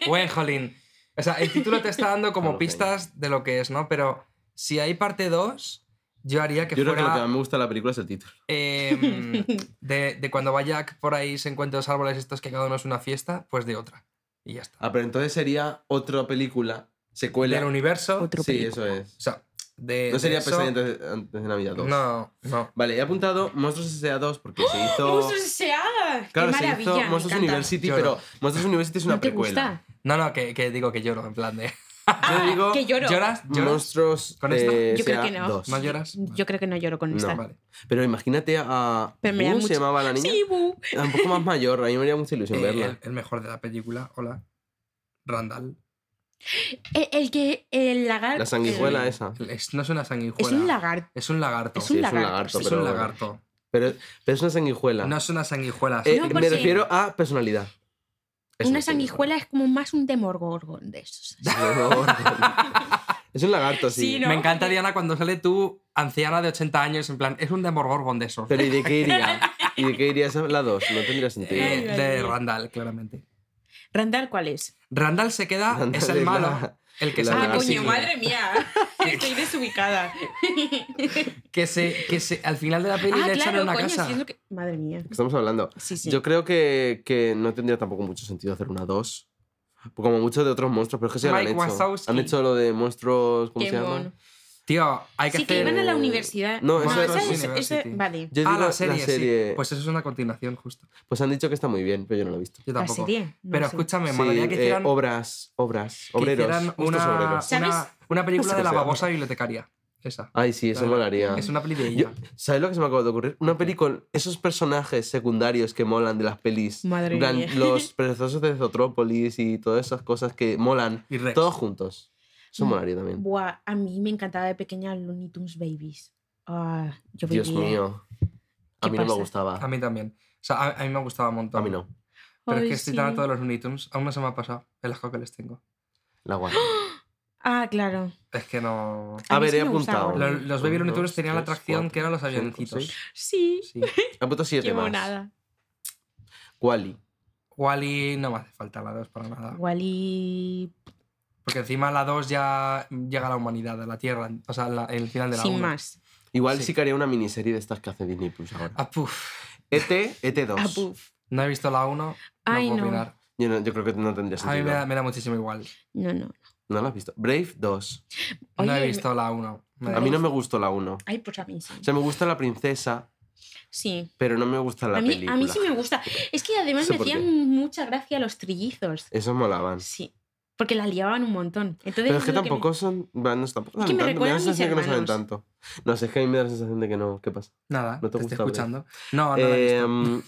Speaker 1: Buen jolín. O sea, el título te está dando como
Speaker 3: Halloween.
Speaker 1: pistas de lo que es, ¿no? Pero si hay parte 2, yo haría que
Speaker 3: Yo creo que
Speaker 1: fuera
Speaker 3: lo que más me gusta de la película es el título.
Speaker 1: em, de, de cuando va Jack por ahí se encuentra los árboles estos que cada uno es una fiesta, pues de otra. Y ya está.
Speaker 3: Ah, pero entonces sería otra película, secuela.
Speaker 1: del universo.
Speaker 4: Otro
Speaker 3: sí,
Speaker 4: película. Eh,
Speaker 3: eso es.
Speaker 1: O sea, de.
Speaker 3: No
Speaker 1: de
Speaker 3: sería
Speaker 1: eso-
Speaker 3: Pesadillas de- antes de Navidad 2.
Speaker 1: No, no.
Speaker 3: Vale, he apuntado Monstruos S.A. 2 porque se hizo...
Speaker 4: ¡Ah! ¡Monstruos S.A.!
Speaker 3: Claro,
Speaker 4: ¡Qué
Speaker 3: se
Speaker 4: maravilla!
Speaker 3: hizo
Speaker 4: me
Speaker 3: Monstruos
Speaker 4: encanta.
Speaker 3: University,
Speaker 1: Yo no.
Speaker 3: pero Monstruos University es una
Speaker 4: ¿No te
Speaker 3: precuela.
Speaker 4: gusta?
Speaker 1: No, no, que, que digo que lloro, en plan de.
Speaker 3: Yo digo
Speaker 4: Ah, que lloro.
Speaker 1: ¿Lloras? ¿Lloras?
Speaker 3: Monstruos
Speaker 1: ¿Con esta?
Speaker 3: eh,
Speaker 4: Yo creo
Speaker 3: S.A.
Speaker 4: que no.
Speaker 3: 2.
Speaker 1: ¿No lloras?
Speaker 4: Yo creo que no lloro con
Speaker 3: No.
Speaker 4: esta.
Speaker 1: Vale.
Speaker 3: Pero imagínate a.
Speaker 4: Pero me
Speaker 3: Boo
Speaker 4: da
Speaker 3: se
Speaker 4: mucho-
Speaker 3: llamaba la niña.
Speaker 4: Sí, bu.
Speaker 3: Ah, Un poco más mayor, a mí me haría mucha
Speaker 1: Eh,
Speaker 3: ilusión
Speaker 1: el,
Speaker 3: verla.
Speaker 1: el mejor de la película, hola. Randall.
Speaker 4: El, E, el que. El lagarto. eh,
Speaker 3: La sanguijuela
Speaker 1: el-
Speaker 3: esa.
Speaker 1: Es- no es una sanguijuela.
Speaker 4: Es un lagarto.
Speaker 1: Es un lagarto.
Speaker 4: Es un
Speaker 3: Sí,
Speaker 4: lagarto.
Speaker 1: Es un
Speaker 3: pero-
Speaker 1: lagarto.
Speaker 3: Pero, pero es una sanguijuela.
Speaker 1: No es una sanguijuela.
Speaker 3: Eh,
Speaker 1: es-
Speaker 4: No,
Speaker 3: me
Speaker 4: porque-
Speaker 3: refiero a personalidad. Es
Speaker 4: Una sanguijuela es como más un demogorgon de esos.
Speaker 3: es un lagarto, sí.
Speaker 4: Sí, no. eh.
Speaker 1: Me encanta, Diana, cuando sale tú, anciana de 80 años, en plan, es un Demogorgon de esos.
Speaker 3: Pero ¿y de qué iría? ¿Y de qué iría esa- la 2? No tendría sentido.
Speaker 1: Eh,
Speaker 4: Ay,
Speaker 1: de
Speaker 4: ay, ay.
Speaker 1: Randall, claramente.
Speaker 4: Randall, ¿cuál es?
Speaker 1: Randall se queda,
Speaker 3: Randall
Speaker 1: es el
Speaker 3: es la-
Speaker 1: malo. el que
Speaker 3: la
Speaker 1: sale
Speaker 4: Ah,
Speaker 1: en
Speaker 3: lagartija.
Speaker 1: la
Speaker 4: coño,
Speaker 1: película.
Speaker 4: madre mía. Estoy desubicada.
Speaker 1: Que se, que se, al final de la peli
Speaker 4: ah,
Speaker 1: le echan a
Speaker 4: claro,
Speaker 1: una
Speaker 4: coño,
Speaker 1: casa.
Speaker 4: sí es lo que- Madre mía.
Speaker 3: Estamos hablando.
Speaker 4: Sí, sí.
Speaker 3: Yo creo que, que no tendría tampoco mucho sentido hacer una 2. Como muchos de otros monstruos, pero es que sí lo han
Speaker 1: Mike
Speaker 3: hecho.
Speaker 1: Wazowski.
Speaker 3: Han hecho lo de monstruos. ¿Cómo
Speaker 4: Qué
Speaker 3: se llama?
Speaker 4: mono.
Speaker 1: Tío, hay que
Speaker 4: Sí, que
Speaker 1: hacer.
Speaker 4: iban a la
Speaker 3: eh,
Speaker 4: universidad. Ah,
Speaker 3: no,
Speaker 1: esa era
Speaker 4: esa
Speaker 1: la
Speaker 4: es- esa-
Speaker 1: University.
Speaker 4: Vale.
Speaker 3: Yo
Speaker 1: Ah,
Speaker 3: digo
Speaker 1: la serie,
Speaker 3: la
Speaker 1: sí.
Speaker 3: serie.
Speaker 1: Pues eso es una continuación, justo.
Speaker 3: Pues han dicho que está muy bien, pero yo no lo he visto.
Speaker 1: Yo
Speaker 4: La
Speaker 1: tampoco.
Speaker 4: serie. no
Speaker 1: Pero
Speaker 4: sé.
Speaker 1: escúchame,
Speaker 3: Sí,
Speaker 1: molaría que
Speaker 3: eh,
Speaker 1: hicieran,
Speaker 3: obras, obras,
Speaker 1: que
Speaker 3: obreros.
Speaker 1: hicieran
Speaker 3: justos
Speaker 1: una,
Speaker 3: obreros.
Speaker 1: una,
Speaker 4: ¿Sabes?
Speaker 1: una película
Speaker 3: No sé
Speaker 1: de
Speaker 3: qué
Speaker 1: la
Speaker 3: sea.
Speaker 1: babosa bibliotecaria. Esa.
Speaker 3: Ay, sí, eso
Speaker 1: Claro.
Speaker 3: molaría.
Speaker 1: Es una peli de
Speaker 3: Yo-
Speaker 1: ella.
Speaker 3: ¿Sabes lo que se me acaba de ocurrir? Una peli con esos personajes secundarios que molan de las pelis.
Speaker 4: Madre
Speaker 3: En plan,
Speaker 4: mía.
Speaker 3: Los perezosos de Zotrópolis y todas esas cosas que molan.
Speaker 1: Y Rex.
Speaker 3: Todos juntos. Eso
Speaker 4: Mm.
Speaker 3: molaría también.
Speaker 4: Buah, a mí me encantaba de pequeña Looney Tunes Babies. Ah, yo
Speaker 3: Dios
Speaker 4: vivía-
Speaker 3: mío. A
Speaker 4: ¿Qué
Speaker 3: mí no
Speaker 4: pasa?
Speaker 3: me gustaba.
Speaker 1: A mí también. O sea, a, a mí me gustaba un montón.
Speaker 3: Ah. A mí no.
Speaker 1: Pero es
Speaker 4: Ay,
Speaker 1: que estoy
Speaker 4: sí.
Speaker 1: tan harto de los Looney Tunes. Aún no se me ha pasado el asco que les tengo.
Speaker 3: La guay.
Speaker 4: Ah, claro.
Speaker 1: Es que no.
Speaker 4: A
Speaker 3: A
Speaker 4: mí
Speaker 3: ver,
Speaker 4: sí
Speaker 3: he
Speaker 4: me gustaba.
Speaker 3: apuntado.
Speaker 1: Lo- Los, Baby
Speaker 3: Uno,
Speaker 1: Looney Tunes
Speaker 3: dos,
Speaker 1: tenían la
Speaker 3: tres,
Speaker 1: atracción
Speaker 3: cuatro,
Speaker 1: que eran los
Speaker 3: cinco,
Speaker 1: avioncitos.
Speaker 3: seis.
Speaker 1: Sí.
Speaker 4: Sí.
Speaker 3: He apuntado siete
Speaker 4: Qué
Speaker 3: más.
Speaker 4: monada.
Speaker 3: Wally.
Speaker 1: Wally no me hace falta la 2 para nada.
Speaker 4: Wally.
Speaker 1: Porque encima la 2 ya llega a la humanidad, a la Tierra. O sea, la- el final de la
Speaker 4: Sin
Speaker 1: 1.
Speaker 4: más.
Speaker 3: Igual
Speaker 1: Sí.
Speaker 3: sí. que haría una miniserie de estas que hace Disney Plus ahora. E
Speaker 1: Ah, puf.
Speaker 3: ET, ET2.
Speaker 4: Ah, puf.
Speaker 1: No he visto la 1.
Speaker 4: Ay,
Speaker 1: no puedo
Speaker 4: no.
Speaker 1: opinar.
Speaker 3: Yo, no- yo creo que no tendría
Speaker 1: A
Speaker 3: sentido.
Speaker 1: mí me da, me da muchísimo igual.
Speaker 4: No, no.
Speaker 3: No la has visto. Brave 2.
Speaker 1: no
Speaker 4: Oye,
Speaker 1: he visto la 1. Me da
Speaker 3: A mí no
Speaker 1: igual.
Speaker 3: me gustó la 1.
Speaker 4: Ay, pues a mí sí.
Speaker 3: O sea, me gusta la princesa,
Speaker 4: Sí.
Speaker 3: pero no me gusta la
Speaker 4: A mí,
Speaker 3: película.
Speaker 4: a mí sí me gusta. Es que
Speaker 3: No
Speaker 4: además
Speaker 3: sé
Speaker 4: me
Speaker 3: por qué.
Speaker 4: hacían mucha gracia los trillizos.
Speaker 3: Esos molaban.
Speaker 4: Sí. Porque la liaban un montón. Entonces,
Speaker 3: Pero es que
Speaker 4: lo me-
Speaker 3: tampoco son... van- No, tampoco
Speaker 4: Es
Speaker 3: dan
Speaker 4: que me
Speaker 3: tanto. Me da la
Speaker 4: recuerdan mis
Speaker 3: sensación que no saben
Speaker 4: hermanos.
Speaker 3: tanto. No sé, es que a mí me da la sensación de que no. ¿Qué pasa?
Speaker 1: Nada,
Speaker 3: no te
Speaker 1: te, estoy
Speaker 3: gusta, Brave.
Speaker 1: escuchando. No, no la he visto.
Speaker 3: Em,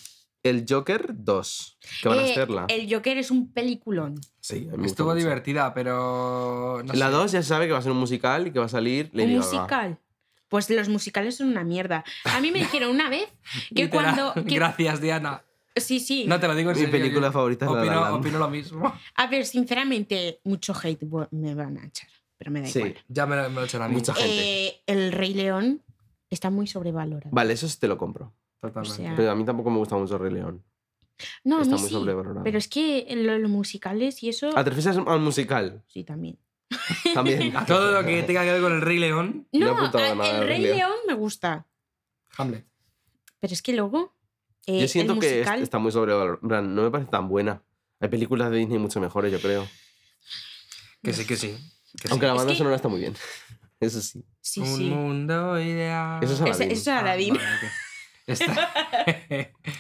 Speaker 3: el Joker 2. Que van a
Speaker 4: Eh,
Speaker 3: hacerla.
Speaker 4: El Joker es un peliculón.
Speaker 3: Sí, a mí me gusta
Speaker 1: Estuvo
Speaker 3: mucho.
Speaker 1: divertida, pero. no
Speaker 3: la
Speaker 1: sé.
Speaker 3: 2 ya se sabe que va a ser un musical y que va a salir Lady
Speaker 4: un
Speaker 3: Gaga.
Speaker 4: musical. Pues los musicales son una mierda. A mí me dijeron una vez que
Speaker 1: Literal.
Speaker 4: cuando... que-
Speaker 1: Gracias, Diana.
Speaker 4: Sí, sí.
Speaker 1: No te lo digo en
Speaker 3: Mi
Speaker 1: serio,
Speaker 3: película
Speaker 1: yo
Speaker 3: favorita es La La
Speaker 1: opino,
Speaker 3: Land.
Speaker 1: opino lo mismo.
Speaker 4: A ver, sinceramente, mucho hate bo- me van a echar, pero me da
Speaker 3: Sí.
Speaker 4: igual.
Speaker 1: Ya me, lo- me lo echan a mí.
Speaker 3: Mucha gente.
Speaker 4: Eh, el Rey León está muy sobrevalorado.
Speaker 3: Vale, eso sí te lo compro.
Speaker 1: Totalmente.
Speaker 4: O sea,
Speaker 3: Pero a mí tampoco me gusta mucho Rey León.
Speaker 4: Ah. no, a
Speaker 3: Está
Speaker 4: mí
Speaker 3: muy
Speaker 4: sí,
Speaker 3: sobrevalorado.
Speaker 4: Pero es que lo- los musicales y eso...
Speaker 3: Ah, ¿te refieres al musical?
Speaker 4: Sí, también.
Speaker 3: También.
Speaker 1: a todo lo que tenga que ver con el Rey León,
Speaker 3: No he
Speaker 4: No,
Speaker 3: apuntado
Speaker 4: a-
Speaker 3: nada
Speaker 4: el
Speaker 3: de
Speaker 4: Rey
Speaker 3: Rebelión.
Speaker 4: León me gusta,
Speaker 1: Hamlet.
Speaker 4: pero es que luego... eh,
Speaker 3: Yo siento
Speaker 4: el
Speaker 3: que es-
Speaker 4: musical,
Speaker 3: está muy sobrevalorado. En plan, No me parece tan buena. Hay películas de Disney mucho mejores, yo creo.
Speaker 1: Que sí, que sí. que sí.
Speaker 3: Aunque la
Speaker 4: Es
Speaker 3: banda
Speaker 4: que-
Speaker 3: sonora está muy bien. Eso sí.
Speaker 4: Sí,
Speaker 1: Un
Speaker 4: sí.
Speaker 1: mundo ideal.
Speaker 3: Eso es
Speaker 4: Ese-
Speaker 3: Aladdin.
Speaker 4: eso es
Speaker 1: Ah,
Speaker 4: Aladdin.
Speaker 1: vale, ok. Está-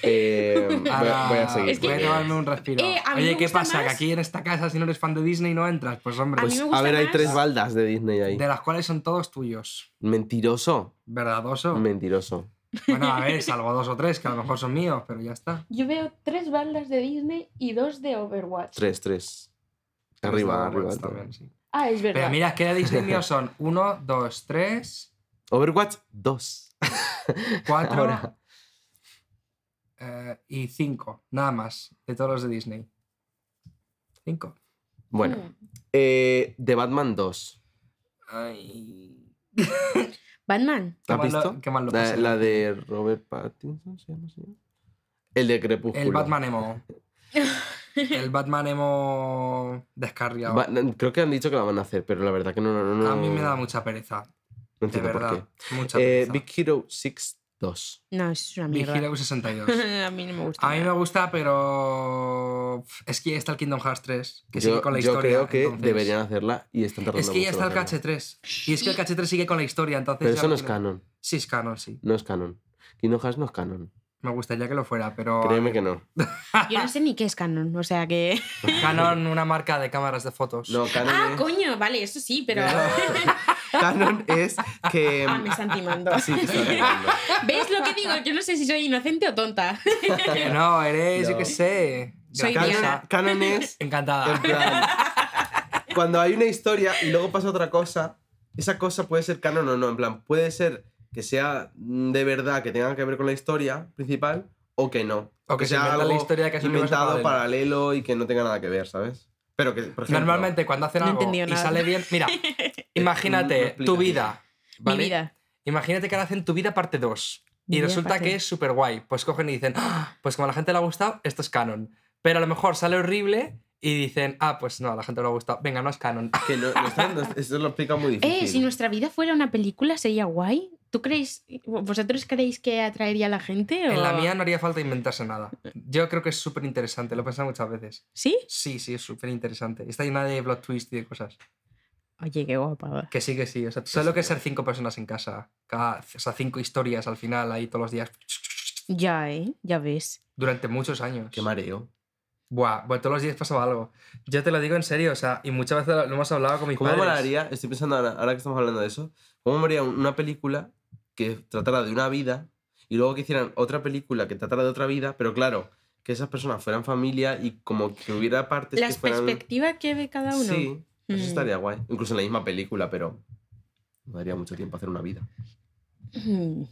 Speaker 3: Eh, voy, a- voy a
Speaker 1: Ahora
Speaker 3: seguir.
Speaker 4: Es que-
Speaker 1: Voy a tomarme un respiro.
Speaker 4: Eh, a mí
Speaker 1: Oye,
Speaker 4: me
Speaker 1: ¿qué
Speaker 4: gusta
Speaker 1: pasa? Que
Speaker 4: más-
Speaker 1: aquí en esta casa, si no eres fan de Disney, no entras. Pues hombre,
Speaker 4: A mí
Speaker 1: pues,
Speaker 4: me
Speaker 3: A
Speaker 4: gusta
Speaker 3: ver, hay
Speaker 4: más-
Speaker 3: tres baldas de Disney ahí.
Speaker 1: de las cuales son todos tuyos.
Speaker 3: Mentiroso.
Speaker 1: ¿Verdadoso?
Speaker 3: Mentiroso.
Speaker 1: Bueno, a ver, salvo dos o tres, que a lo mejor son míos, pero ya está.
Speaker 4: Yo veo tres baldas de Disney y dos de Overwatch.
Speaker 3: Tres, tres. Arriba,
Speaker 1: Overwatch
Speaker 3: arriba. todo.
Speaker 1: también, sí.
Speaker 4: Ah, es verdad.
Speaker 1: Pero mira, es que de Disney míos son uno, dos, tres,
Speaker 3: Overwatch, dos.
Speaker 1: cuatro
Speaker 3: Ahora.
Speaker 1: eh, y cinco. Nada más, de todos los de Disney. Cinco.
Speaker 4: Mm.
Speaker 3: Bueno. Eh, The Batman 2.
Speaker 1: Ay.
Speaker 4: Batman.
Speaker 1: Qué
Speaker 3: ¿La has
Speaker 1: mal lo-
Speaker 3: visto?
Speaker 1: qué mal lo
Speaker 3: la,
Speaker 1: pasé.
Speaker 3: la de Robert Pattinson, ¿se llama así? El de Crepúsculo.
Speaker 1: El Batman emo. El Batman emo descarriado.
Speaker 3: Va- no, creo que han dicho que la van a hacer, pero la verdad que no, no, no.
Speaker 1: A mí me da mucha pereza,
Speaker 3: No
Speaker 1: de
Speaker 3: entiendo
Speaker 1: verdad.
Speaker 3: por
Speaker 1: Mucha
Speaker 3: qué. Eh,
Speaker 1: pereza.
Speaker 3: Big Hero 6 2.
Speaker 4: No, es una
Speaker 1: Big
Speaker 4: mierda.
Speaker 1: Hero 62.
Speaker 4: a mí no me gusta.
Speaker 1: A mí me
Speaker 4: nada.
Speaker 1: gusta, pero pf, es que ya está el Kingdom Hearts 3, que
Speaker 3: yo
Speaker 1: sigue con la
Speaker 3: yo
Speaker 1: historia.
Speaker 3: creo que
Speaker 1: entonces-
Speaker 3: deberían hacerla y están tardando
Speaker 1: Es que ya
Speaker 3: mucho
Speaker 1: está el
Speaker 3: en hacerla.
Speaker 1: KH3. Y es que el KH3 sigue con la historia, entonces.
Speaker 3: Pero
Speaker 1: ya
Speaker 3: eso no es
Speaker 1: tiene-
Speaker 3: canon.
Speaker 1: Sí, es canon, sí.
Speaker 3: No es canon. Kingdom Hearts no es canon.
Speaker 1: Me gustaría que lo fuera, pero.
Speaker 3: Créeme que no.
Speaker 4: Yo no sé ni qué es Canon, o sea que.
Speaker 1: Canon, una marca de cámaras de fotos.
Speaker 3: No, canon
Speaker 4: ah,
Speaker 1: Eh,
Speaker 3: es...
Speaker 4: coño, vale, eso sí, pero.
Speaker 3: Canon es
Speaker 1: eh,
Speaker 3: que...
Speaker 4: ah, me están timando.
Speaker 3: Sí, te estoy entendiendo.
Speaker 4: ¿Ves lo que digo? Yo no sé si soy inocente o tonta.
Speaker 1: Que no, eres, yo
Speaker 3: No.
Speaker 1: qué sé.
Speaker 4: Soy
Speaker 1: graciosa.
Speaker 4: Diana.
Speaker 3: canon, canon es En
Speaker 4: Ah.
Speaker 1: Encantada.
Speaker 3: plan, cuando hay una historia y luego pasa otra cosa, esa cosa puede ser canon o no. En plan, puede ser que sea de verdad, que tenga que ver con la historia principal, o que no.
Speaker 1: O que se
Speaker 3: sea
Speaker 1: inventa la
Speaker 3: algo
Speaker 1: historia que es un universo
Speaker 3: inventado
Speaker 1: paralelo.
Speaker 3: paralelo y que no tenga nada que ver, ¿sabes? Pero que, por ejemplo,
Speaker 1: Normalmente cuando hacen
Speaker 4: No he
Speaker 1: algo y
Speaker 4: entendido nada.
Speaker 1: sale bien. Mira,
Speaker 3: No
Speaker 1: imagínate
Speaker 3: explica
Speaker 1: tu
Speaker 3: bien.
Speaker 1: vida. ¿vale?
Speaker 4: Mi vida.
Speaker 1: Imagínate que ahora hacen tu vida parte 2.
Speaker 4: Mi
Speaker 1: Y
Speaker 4: vida
Speaker 1: resulta
Speaker 4: parte
Speaker 1: que es súper guay. Pues cogen y dicen, "Ah, pues como a la gente le ha gustado, esto es canon. Pero a lo mejor sale horrible y dicen, ah, pues no, a la gente no le ha gustado. Venga, no es canon.
Speaker 3: que no- no está- no- eso lo explica muy difícil.
Speaker 4: Eh, si nuestra vida fuera una película, sería guay. ¿Tú creéis. ¿Vosotros creéis que atraería a la gente? O...
Speaker 1: En la mía no haría falta inventarse nada. Yo creo que es súper interesante, lo he pensado muchas veces.
Speaker 4: ¿Sí?
Speaker 1: Sí, sí, es súper interesante. Está llena de plot twist y de cosas.
Speaker 4: Oye, qué guapa.
Speaker 1: Que sí, que sí. O sea, solo que ser cinco personas en casa. Cada, o sea, cinco historias al final, ahí todos los días.
Speaker 4: Ya, ¿eh? Ya ves.
Speaker 1: Durante muchos años.
Speaker 3: Qué mareo.
Speaker 1: Buah, buah, todos los días pasaba algo. Yo te lo digo en serio, o sea, y muchas veces lo hemos hablado con mis
Speaker 3: ¿Cómo
Speaker 1: padres.
Speaker 3: molaría, estoy pensando ahora, ahora que estamos hablando de eso, cómo molaría un- una película que tratara de una vida y luego que hicieran otra película que tratara de otra vida, pero claro, que esas personas fueran familia y como que hubiera partes
Speaker 4: Las
Speaker 3: que fueran...
Speaker 4: perspectivas que ve cada uno.
Speaker 3: Sí, eso
Speaker 4: Mm.
Speaker 3: estaría guay. Incluso en la misma película, pero no daría mucho tiempo hacer una vida.
Speaker 4: Mm.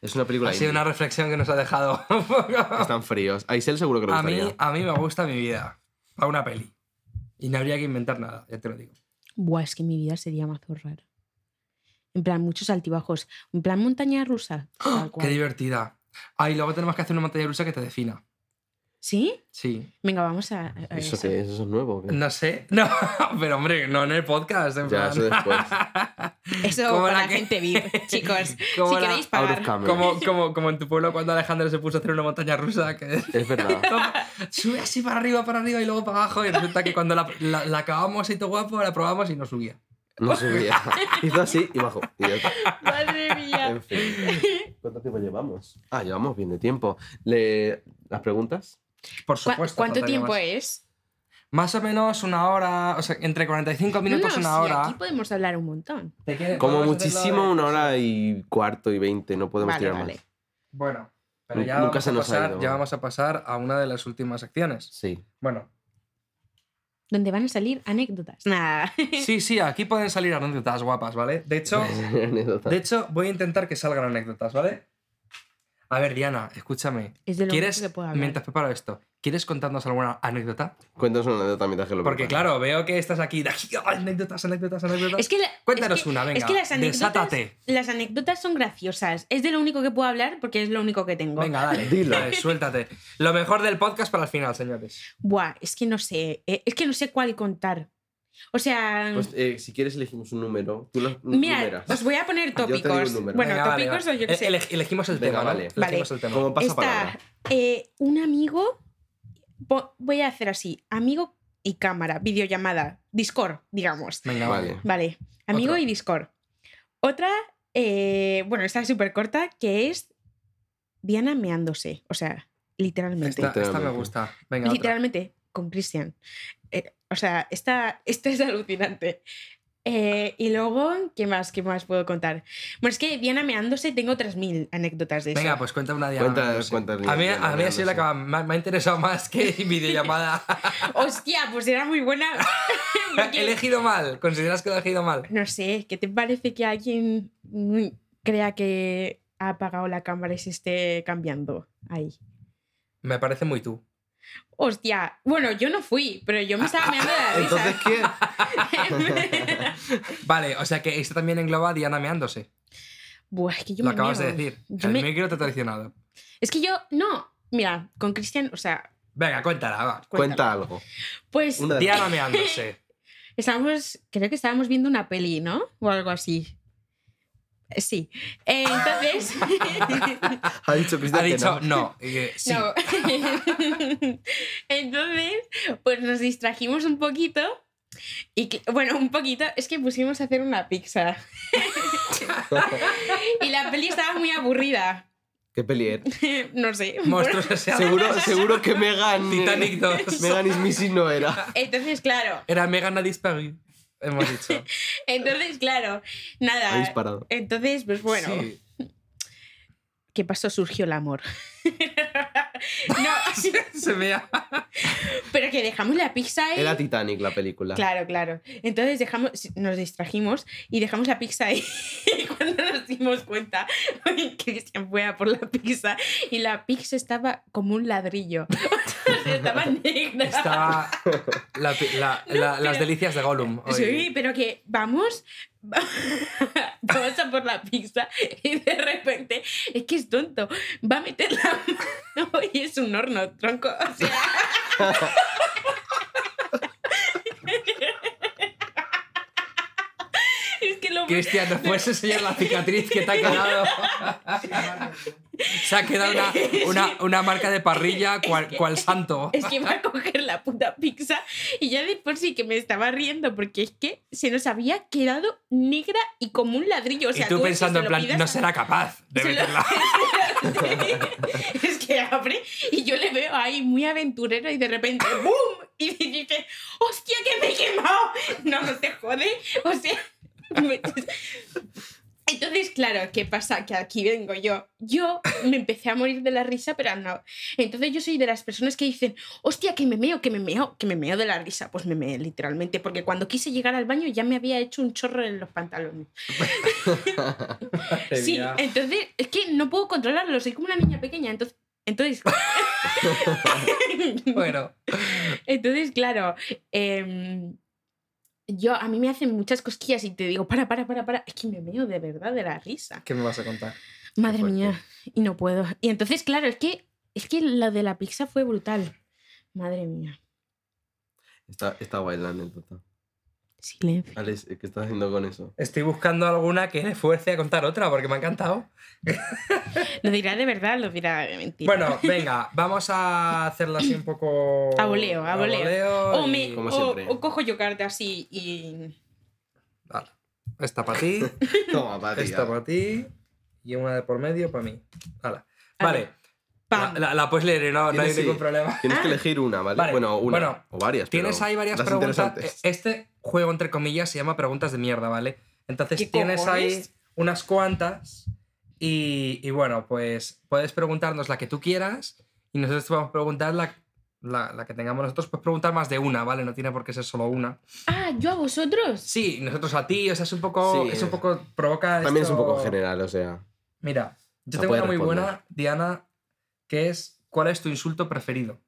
Speaker 3: Es una película
Speaker 1: Ha sido una
Speaker 3: indie.
Speaker 1: reflexión que nos ha dejado un poco.
Speaker 3: Están fríos. A Isel seguro que le
Speaker 1: A
Speaker 3: gustaría.
Speaker 1: mí, a mí me gusta mi vida. Para una peli. Y no habría que inventar nada, ya te lo digo.
Speaker 4: Buah, es que mi vida sería mazo rara. En plan, muchos altibajos. En plan, montaña rusa. Tal
Speaker 1: ¡Ah! Qué
Speaker 4: cual.
Speaker 1: divertida. Ah, y luego tenemos que hacer una montaña rusa que te defina.
Speaker 4: ¿Sí?
Speaker 1: Sí.
Speaker 4: Venga, vamos a. a- a
Speaker 3: ¿Eso
Speaker 4: eso.
Speaker 3: qué es? ¿Eso es nuevo? o qué?
Speaker 1: No sé. No, pero hombre, no en el podcast. En plan.
Speaker 3: Ya, eso después.
Speaker 4: Eso
Speaker 1: Como
Speaker 4: para
Speaker 1: la
Speaker 4: la
Speaker 1: que-
Speaker 4: gente VIP, chicos.
Speaker 1: Como
Speaker 4: si
Speaker 1: la-
Speaker 4: queréis
Speaker 3: Out of
Speaker 4: pagar.
Speaker 3: camera.
Speaker 1: Como, como, como en tu pueblo cuando Alejandro se puso a hacer una montaña rusa que
Speaker 3: Es verdad.
Speaker 1: sube así para arriba, para arriba y luego para abajo y resulta que cuando la, la, la acabamos y todo guapo, la probamos y no subía.
Speaker 3: No subía. Hizo así y bajó. Y ya está.
Speaker 4: Madre mía.
Speaker 3: En fin. ¿Cuánto tiempo llevamos? Ah, llevamos bien de tiempo. Le- ¿Las preguntas?
Speaker 1: Por
Speaker 4: ¿Cu-
Speaker 1: supuesto.
Speaker 4: ¿Cuánto
Speaker 1: faltaría
Speaker 4: tiempo
Speaker 1: más.
Speaker 4: es?
Speaker 1: Más o menos una hora, o sea, entre 45 minutos y
Speaker 4: no,
Speaker 1: una
Speaker 4: sí,
Speaker 1: hora.
Speaker 4: aquí podemos hablar un montón.
Speaker 1: ¿Te quieres-
Speaker 3: Como
Speaker 1: podemos hacerlo
Speaker 3: muchísimo,
Speaker 1: de-
Speaker 3: una hora y cuarto y veinte. No podemos
Speaker 4: Vale,
Speaker 3: tirar
Speaker 4: vale.
Speaker 3: más.
Speaker 1: Bueno, pero
Speaker 3: Nu-
Speaker 1: ya,
Speaker 3: nunca
Speaker 1: vamos
Speaker 3: se
Speaker 1: a
Speaker 3: nos ha
Speaker 1: pasar,
Speaker 3: ido.
Speaker 1: ya vamos a pasar a una de las últimas secciones.
Speaker 3: Sí.
Speaker 1: Bueno,
Speaker 4: donde van a salir anécdotas. Nada.
Speaker 1: Sí, sí, aquí pueden salir anécdotas guapas, ¿vale? De hecho,
Speaker 3: Anécdota.
Speaker 1: de hecho, voy a intentar que salgan anécdotas, ¿vale? A ver, Diana, escúchame.
Speaker 4: Es de lo
Speaker 1: ¿Quieres,
Speaker 4: único que puedo hablar.
Speaker 1: mientras preparo esto, ¿quieres contarnos alguna anécdota?
Speaker 3: Cuéntanos una anécdota mientras que lo
Speaker 1: Porque,
Speaker 3: preparas.
Speaker 1: claro, veo que estás aquí. ¡Ah, Anécdotas, anécdotas, anécdotas.
Speaker 4: Es que la-
Speaker 1: Cuéntanos
Speaker 4: es que-
Speaker 1: una, venga.
Speaker 4: Es que las anécdotas,
Speaker 1: Desátate.
Speaker 4: las anécdotas son graciosas. Es de lo único que puedo hablar porque es lo único que tengo.
Speaker 1: Venga, dale.
Speaker 3: Dilo.
Speaker 1: dale, suéltate. Lo mejor del podcast para el final, señores.
Speaker 4: Buah, es que no sé. eh, Es que no sé cuál contar. O sea.
Speaker 3: Pues eh, si quieres elegimos un número. Tú lo
Speaker 4: Mira,
Speaker 3: numeras.
Speaker 4: os voy a poner
Speaker 3: Yo te digo
Speaker 4: tópicos.
Speaker 3: un número.
Speaker 4: Bueno,
Speaker 1: Venga, vale,
Speaker 4: tópicos
Speaker 1: vale.
Speaker 4: o yo qué
Speaker 1: Eh,
Speaker 4: sé.
Speaker 1: elegi- elegimos el
Speaker 3: Venga,
Speaker 1: tema,
Speaker 3: vale.
Speaker 1: ¿vale? Elegimos el tema.
Speaker 3: Como pasa
Speaker 4: Está eh, un amigo. po- Voy a hacer así: amigo y cámara, videollamada, Discord, digamos.
Speaker 1: Venga,
Speaker 3: Vale.
Speaker 1: vale.
Speaker 4: Vale, amigo
Speaker 1: Otra.
Speaker 4: y Discord. Otra, eh, bueno, esta es súper corta, que es Diana meándose. O sea, literalmente.
Speaker 1: Esta, esta me gusta. Venga, otra.
Speaker 4: literalmente, con Cristian. Eh, o sea, esta, esta es alucinante. Eh, y luego, ¿qué más? ¿Qué más puedo contar? Bueno, es que Diana meándose, tengo 3.000 anécdotas de eso.
Speaker 1: Venga, pues cuenta una Diana.
Speaker 3: Cuenta-
Speaker 1: no sé.
Speaker 3: cuenta,
Speaker 1: a mí,
Speaker 3: Diana,
Speaker 1: a mí ha sido la
Speaker 3: no
Speaker 1: que
Speaker 3: sé.
Speaker 1: más- me ha interesado más que videollamada.
Speaker 4: Hostia, pues era muy buena.
Speaker 1: He
Speaker 4: Porque-
Speaker 1: elegido mal. ¿Consideras que he elegido mal?
Speaker 4: No sé, ¿qué te parece que alguien mm, crea que ha apagado la cámara y se esté cambiando ahí?
Speaker 1: Me parece muy tú.
Speaker 4: Hostia, bueno, yo no fui, pero yo me estaba
Speaker 1: Ah,
Speaker 4: meando de la
Speaker 3: Entonces,
Speaker 4: risa.
Speaker 3: ¿qué?
Speaker 1: Vale, o sea que esto también engloba a Diana meándose.
Speaker 4: Buah, es que yo
Speaker 1: lo
Speaker 4: me
Speaker 1: acabas
Speaker 4: meo.
Speaker 1: de decir.
Speaker 4: Yo
Speaker 1: el
Speaker 4: me-
Speaker 1: micro te ha traicionado.
Speaker 4: Es que yo, no, mira, con Cristian, o sea,
Speaker 1: Venga, cuéntala, va.
Speaker 4: cuéntalo.
Speaker 3: Cuenta algo.
Speaker 4: Pues
Speaker 3: Una de
Speaker 1: Diana meándose.
Speaker 4: estábamos, creo que estábamos viendo una peli, ¿no? O algo así. Sí. Eh, entonces.
Speaker 3: Ha dicho Cristian
Speaker 1: Ha
Speaker 3: que
Speaker 1: dicho
Speaker 3: no.
Speaker 1: no. eh, sí.
Speaker 4: No. Entonces, pues nos distrajimos un poquito. Y que- bueno, un poquito, es que pusimos a hacer una pizza. y la peli estaba muy aburrida.
Speaker 3: Qué peli era.
Speaker 4: no sé.
Speaker 1: Monstruos S.A.
Speaker 3: Seguro, seguro que Megan. eh,
Speaker 1: Titanic 2.
Speaker 3: Megan is missing no era.
Speaker 4: Entonces, claro.
Speaker 1: Era Megan a disparu, hemos dicho.
Speaker 4: Entonces, claro.
Speaker 3: Ha
Speaker 4: Nada.
Speaker 3: disparado.
Speaker 4: Entonces, pues bueno.
Speaker 1: Sí.
Speaker 4: ¿Qué pasó? Surgió el amor. no,
Speaker 1: Se vea.
Speaker 4: pero que dejamos la pizza ahí.
Speaker 3: Era Titanic la película.
Speaker 4: Claro, claro. Entonces dejamos, nos distrajimos y dejamos la pizza ahí. Y cuando nos dimos cuenta, Cristian fue a por la pizza y la pizza estaba como un ladrillo. O sea, estaba negra.
Speaker 1: Estaba la- la- la- las
Speaker 4: pero-
Speaker 1: delicias de Gollum. hoy.
Speaker 4: Sí, pero que vamos, vamos a por la pizza y de repente, es que es tonto, va a meter la mano y es un horno, tronco. O sea, es que lo
Speaker 1: Cristian, ¿nos puedes enseñar la cicatriz que te ha quedado? Se ha quedado una, una- una marca de parrilla cual, cual santo.
Speaker 4: Es que iba a coger la puta pizza y ya de por sí que me estaba riendo porque es que se nos había quedado negra y como un ladrillo. O sea,
Speaker 1: y tú
Speaker 4: eso
Speaker 1: pensando
Speaker 4: se
Speaker 1: en
Speaker 4: lo
Speaker 1: plan,
Speaker 4: pidas
Speaker 1: no
Speaker 4: a-
Speaker 1: será capaz de
Speaker 4: se lo-
Speaker 1: meterla.
Speaker 4: es que abre y yo le veo ahí muy aventurero y de repente ¡boom! Y dije, ¡hostia, que me he quemado! No, no te jode. O sea, me- entonces, claro, ¿qué pasa? Que aquí vengo yo. Yo me empecé a morir de la risa, pero no. Entonces yo soy de las personas que dicen, hostia, que me meo, que me meo, que me meo de la risa. Pues me meé literalmente, porque cuando quise llegar al baño ya me había hecho un chorro en los pantalones. Sí, entonces es que no puedo controlarlo, soy como una niña pequeña, entonces... Entonces,
Speaker 1: Bueno,
Speaker 4: entonces claro, em, yo a mí me hacen muchas cosquillas y te digo, para, para, para, para, es que me meo de verdad de la risa.
Speaker 1: ¿qué me vas a contar?
Speaker 4: Madre
Speaker 3: fuerte.
Speaker 4: mía, y no puedo. Y entonces, claro, es que, es que lo de la pizza fue brutal. Madre mía,
Speaker 3: Está, está guay la anécdota.
Speaker 4: silencio.
Speaker 3: Alex, eh, ¿qué estás haciendo con eso?
Speaker 1: Estoy buscando alguna que le fuerce a contar otra porque me ha encantado.
Speaker 4: Lo dirá de verdad, lo dirá de mentira.
Speaker 1: Bueno, venga, vamos a hacerla así un poco.
Speaker 4: A voleo, a voleo. o,
Speaker 1: y-
Speaker 4: me,
Speaker 3: como
Speaker 4: o-
Speaker 3: siempre.
Speaker 4: o cojo yo carta así y...
Speaker 1: Vale. Esta para ti,
Speaker 3: Toma, va, tía.
Speaker 1: esta para ti y una de por medio para mí. Hala.
Speaker 4: A
Speaker 1: Vale.
Speaker 4: ver, ¡Pam!
Speaker 1: La, la- la puedes leer, no, no hay
Speaker 3: Tienes-
Speaker 1: ningún
Speaker 3: sí.
Speaker 1: problema.
Speaker 3: Tienes que
Speaker 4: Ah.
Speaker 3: elegir una, ¿vale?
Speaker 1: Vale,
Speaker 3: Bueno, una.
Speaker 1: bueno,
Speaker 3: o varias. pero
Speaker 1: Tienes ahí varias
Speaker 3: las
Speaker 1: preguntas.
Speaker 3: interesantes.
Speaker 1: E- Este juego, entre comillas, se llama preguntas de mierda, ¿vale?
Speaker 4: ¿Qué
Speaker 1: Entonces tienes ahí
Speaker 4: cojones?
Speaker 1: unas cuantas y, y bueno, pues puedes preguntarnos la que tú quieras y nosotros te vamos a preguntar la, la, la que tengamos nosotros, puedes preguntar más de una, ¿vale? No tiene por qué ser solo una.
Speaker 4: Ah, yo a vosotros.
Speaker 1: Sí, nosotros a ti, o sea, es un poco.
Speaker 3: Sí.
Speaker 1: Es un poco. Provoca.
Speaker 3: También es un
Speaker 1: esto-
Speaker 3: poco general, o sea.
Speaker 1: Mira, yo
Speaker 3: No
Speaker 1: tengo
Speaker 3: puede
Speaker 1: una muy
Speaker 3: responder.
Speaker 1: buena, Diana, que es. ¿Cuál es tu insulto preferido?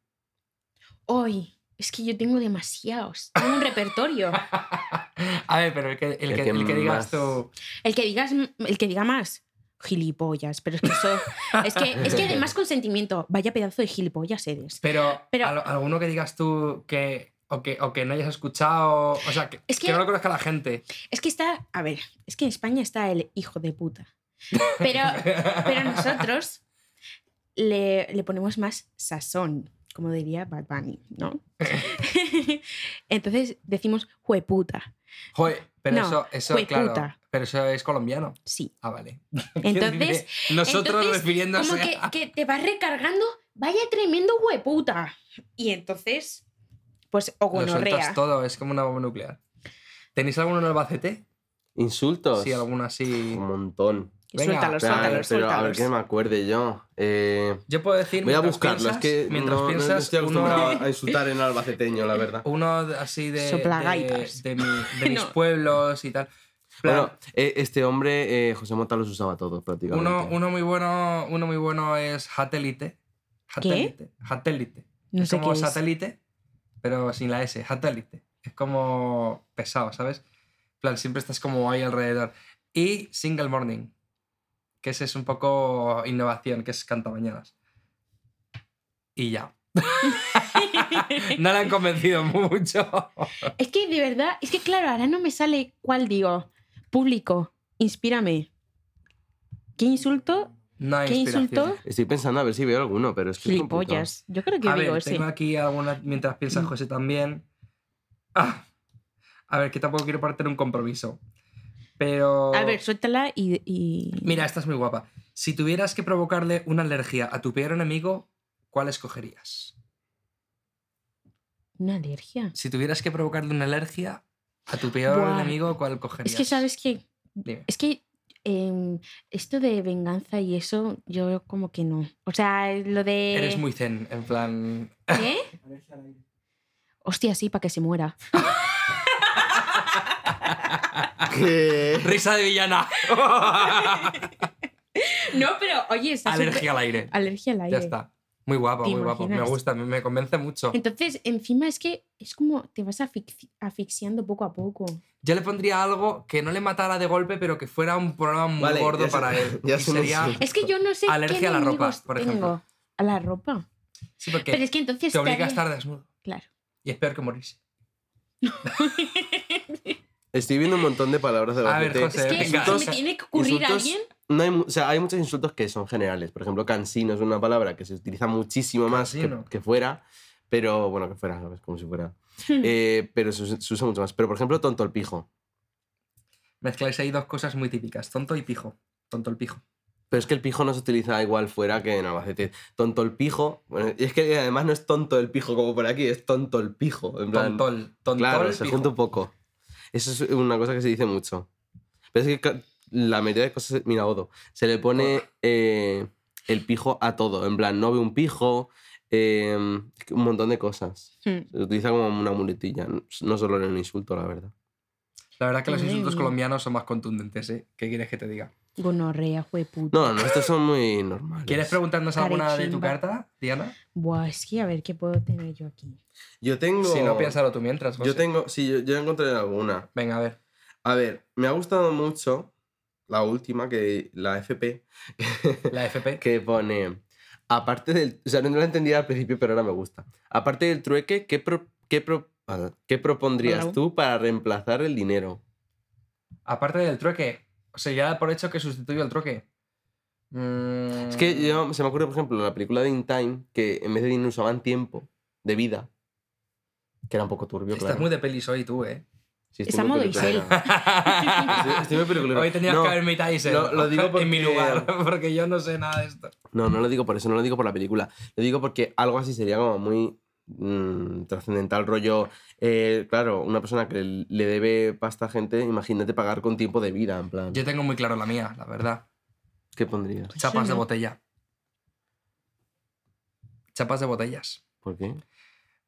Speaker 4: Hoy. Es que yo tengo demasiados. Tengo un repertorio.
Speaker 1: A ver, pero el que, el
Speaker 3: El
Speaker 1: que,
Speaker 3: que
Speaker 1: el que digas
Speaker 3: más-
Speaker 1: tú.
Speaker 4: El que digas, el que diga más, gilipollas. Pero es que eso. Es que, es que además con sentimiento. Vaya pedazo de gilipollas eres.
Speaker 1: Pero,
Speaker 4: Pero-
Speaker 1: al- alguno que digas tú que. O que, o que no hayas escuchado. O sea, que,
Speaker 4: Es
Speaker 1: que
Speaker 4: que-
Speaker 1: no lo conozca la gente.
Speaker 4: Es que está. A ver, es que en España está el hijo de puta. Pero, pero nosotros le, le ponemos más sazón, como diría Bad Bunny, ¿no? Entonces decimos jueputa.
Speaker 1: Joder, pero
Speaker 4: No,
Speaker 1: eso, eso claro.
Speaker 4: jueputa.
Speaker 1: Pero eso es colombiano.
Speaker 4: Sí.
Speaker 1: Ah, vale.
Speaker 4: Entonces-
Speaker 1: Nosotros
Speaker 4: Entonces,
Speaker 1: refiriéndose.
Speaker 4: Como que,
Speaker 1: a-
Speaker 4: que te vas recargando, vaya tremendo hueputa. Y entonces, pues, o
Speaker 1: Lo
Speaker 4: gonorrea.
Speaker 1: sueltas todo, es como una bomba nuclear. ¿Tenéis alguno en Albacete?
Speaker 3: Insultos.
Speaker 1: Sí, alguno así.
Speaker 3: Un montón.
Speaker 1: Venga,
Speaker 4: Suéltalos,
Speaker 3: Pero, a ver,
Speaker 4: suéltalos,
Speaker 3: pero a ver
Speaker 4: suéltalos.
Speaker 3: que me acuerde yo. Eh,
Speaker 1: Yo puedo decir.
Speaker 3: voy a
Speaker 1: mientras
Speaker 3: buscarlo, es
Speaker 1: piensas-
Speaker 3: que
Speaker 1: mientras
Speaker 3: no, no
Speaker 1: piensas,
Speaker 3: estoy acostumbrado
Speaker 1: uno,
Speaker 3: a insultar en albaceteño, la verdad.
Speaker 1: uno de- así de. de,
Speaker 4: Soplagaitas.
Speaker 1: de mi- de mis
Speaker 4: No.
Speaker 1: pueblos y tal. Plan,
Speaker 3: Bueno, eh, este hombre, eh, José Mota, los usaba todos prácticamente.
Speaker 1: uno, uno muy bueno, uno muy bueno es Hatelite. Hatelite. Hatelite.
Speaker 4: No
Speaker 1: es
Speaker 4: sé
Speaker 1: como
Speaker 4: qué es.
Speaker 1: satélite, pero sin la S, satélite. Es como pesado, ¿sabes? En plan, siempre estás como ahí alrededor. Y Single Morning, que ese es un poco innovación, que es canta mañanas. Y ya. no la han convencido mucho.
Speaker 4: Es que de verdad, es que claro, ahora no me sale cuál digo. Público, inspírame. ¿Qué insulto?
Speaker 1: No hay
Speaker 4: ¿Qué
Speaker 1: inspiración.
Speaker 4: insulto?
Speaker 3: Estoy pensando a ver si veo alguno, pero es que. es
Speaker 4: Gilipollas. Yo creo que
Speaker 1: A
Speaker 4: digo
Speaker 1: ver,
Speaker 4: ese.
Speaker 1: tengo aquí alguna mientras piensas
Speaker 4: Mm.
Speaker 1: José también. Ah, a ver, que tampoco quiero partir un compromiso. Pero.
Speaker 4: A ver, suéltala y. y-
Speaker 1: Mira, esta es muy guapa. Si tuvieras que provocarle una alergia a tu peor enemigo, ¿cuál escogerías?
Speaker 4: Una alergia.
Speaker 1: Si tuvieras que provocarle una alergia a tu peor
Speaker 4: Buah.
Speaker 1: enemigo, ¿cuál cogerías?
Speaker 4: Es que, ¿sabes qué?
Speaker 1: Dime.
Speaker 4: Es que em, esto de venganza y eso, yo como que no. O sea, lo de.
Speaker 1: Eres muy zen, en plan.
Speaker 4: ¿Qué? Hostia, sí, para que se muera.
Speaker 3: un punto. ¿Qué?
Speaker 1: ¡Risa de villana!
Speaker 4: No, pero oye, está súper-
Speaker 1: alergia al aire.
Speaker 4: Alergia al aire.
Speaker 1: Ya está. Muy guapa,
Speaker 4: ¿Te
Speaker 1: muy guapa. Me
Speaker 4: imaginas?
Speaker 1: gusta, me, me convence mucho.
Speaker 4: Entonces, encima es que es como te vas afixi- asfixiando poco a poco.
Speaker 1: Yo le pondría algo que no le matara de golpe, pero que fuera un problema muy
Speaker 3: Vale,
Speaker 1: gordo
Speaker 3: ya sé-
Speaker 1: para él.
Speaker 3: ya
Speaker 1: Y
Speaker 3: sé, no
Speaker 1: sería.
Speaker 3: sé.
Speaker 4: Es que yo no sé qué
Speaker 1: Alergia a la
Speaker 4: enemigos
Speaker 1: ropa, por
Speaker 4: tengo.
Speaker 1: ejemplo.
Speaker 4: A la ropa.
Speaker 1: Sí, porque
Speaker 4: Pero es que entonces
Speaker 1: te obliga a
Speaker 4: estaría-
Speaker 1: estar desnudo.
Speaker 4: Claro.
Speaker 1: Y es peor que morirse.
Speaker 3: Estoy viendo un montón de palabras de
Speaker 1: A ver,
Speaker 3: albacete.
Speaker 1: José,
Speaker 4: Es que
Speaker 1: venga.
Speaker 4: eso me tiene que ocurrir
Speaker 3: Insultos-
Speaker 4: alguien.
Speaker 3: No hay, mu- o sea, hay muchos insultos que son generales. Por ejemplo, cansino es una palabra que se utiliza muchísimo más que,
Speaker 1: Cansino.
Speaker 3: que fuera. Pero, bueno, que fuera, ¿sabes? Como si fuera. Eh, pero se, usa- se usa mucho más. Pero, por ejemplo, tonto el pijo.
Speaker 1: Mezcláis ahí dos cosas muy típicas, tonto y pijo. Tonto el pijo.
Speaker 3: Pero es que el pijo no se utiliza igual fuera que en Albacete. Tonto el pijo. Bueno, y es que además no es tonto el pijo como por aquí, es tonto el pijo. En plan,
Speaker 1: Tontol. Tontol
Speaker 3: claro,
Speaker 1: el
Speaker 3: se
Speaker 1: pijo.
Speaker 3: junta un poco. Eso es una cosa que se dice mucho. Pero es que ca- la mayoría de cosas. Mira, Odo. Se le pone eh, el pijo a todo. En plan, no ve un pijo. eh, es que un montón de cosas.
Speaker 4: Hmm.
Speaker 3: Se utiliza como una muletilla. No solo en un insulto, la verdad.
Speaker 1: La verdad que los
Speaker 4: Madre
Speaker 1: insultos
Speaker 4: mía.
Speaker 1: colombianos son más contundentes, ¿eh? ¿Qué quieres que te diga?
Speaker 3: Pues,
Speaker 4: Gonorrea, jueputa.
Speaker 3: No, no, estos son muy normales.
Speaker 1: ¿Quieres preguntarnos alguna de tu
Speaker 4: Carechimba.
Speaker 1: carta, Diana?
Speaker 3: ah,
Speaker 1: Mm, Ah. ¿eh?
Speaker 3: mm, eh,
Speaker 4: Pues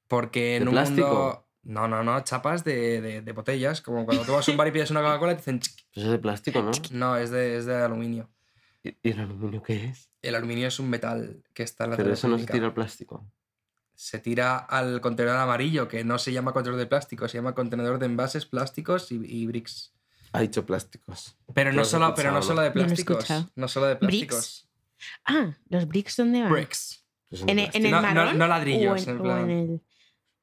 Speaker 1: Porque en
Speaker 3: ¿De
Speaker 1: un
Speaker 3: plástico?
Speaker 1: mundo. No, no, no, chapas de, de- de botellas. Como cuando tú vas a un bar y pides una Coca-Cola y te dicen. "Chic".
Speaker 3: Pues es de plástico, ¿no?
Speaker 1: No, es de, es de aluminio.
Speaker 3: ¿Y y el aluminio qué es?
Speaker 1: El aluminio es un metal que está en la
Speaker 3: Pero eso no se
Speaker 1: terapéutica.
Speaker 3: tira al plástico.
Speaker 1: Se tira al contenedor amarillo, que no se llama contenedor de plástico, se llama contenedor de envases, plásticos y, y bricks.
Speaker 3: Ha dicho plásticos.
Speaker 1: Pero
Speaker 3: Lo
Speaker 1: no,
Speaker 3: has
Speaker 1: solo, pero no
Speaker 3: escuchado,
Speaker 1: solo de
Speaker 4: Yo lo he
Speaker 1: plásticos.
Speaker 4: escuchado.
Speaker 1: No solo de
Speaker 4: ¿Bricks?
Speaker 1: plásticos.
Speaker 4: Ah, ¿los bricks dónde van?
Speaker 1: Bricks.
Speaker 3: Pues
Speaker 4: ¿En, el- en el
Speaker 1: No, no-
Speaker 4: marrón?
Speaker 1: no ladrillos,
Speaker 4: o en,
Speaker 1: en
Speaker 4: o
Speaker 1: plan-
Speaker 4: en el...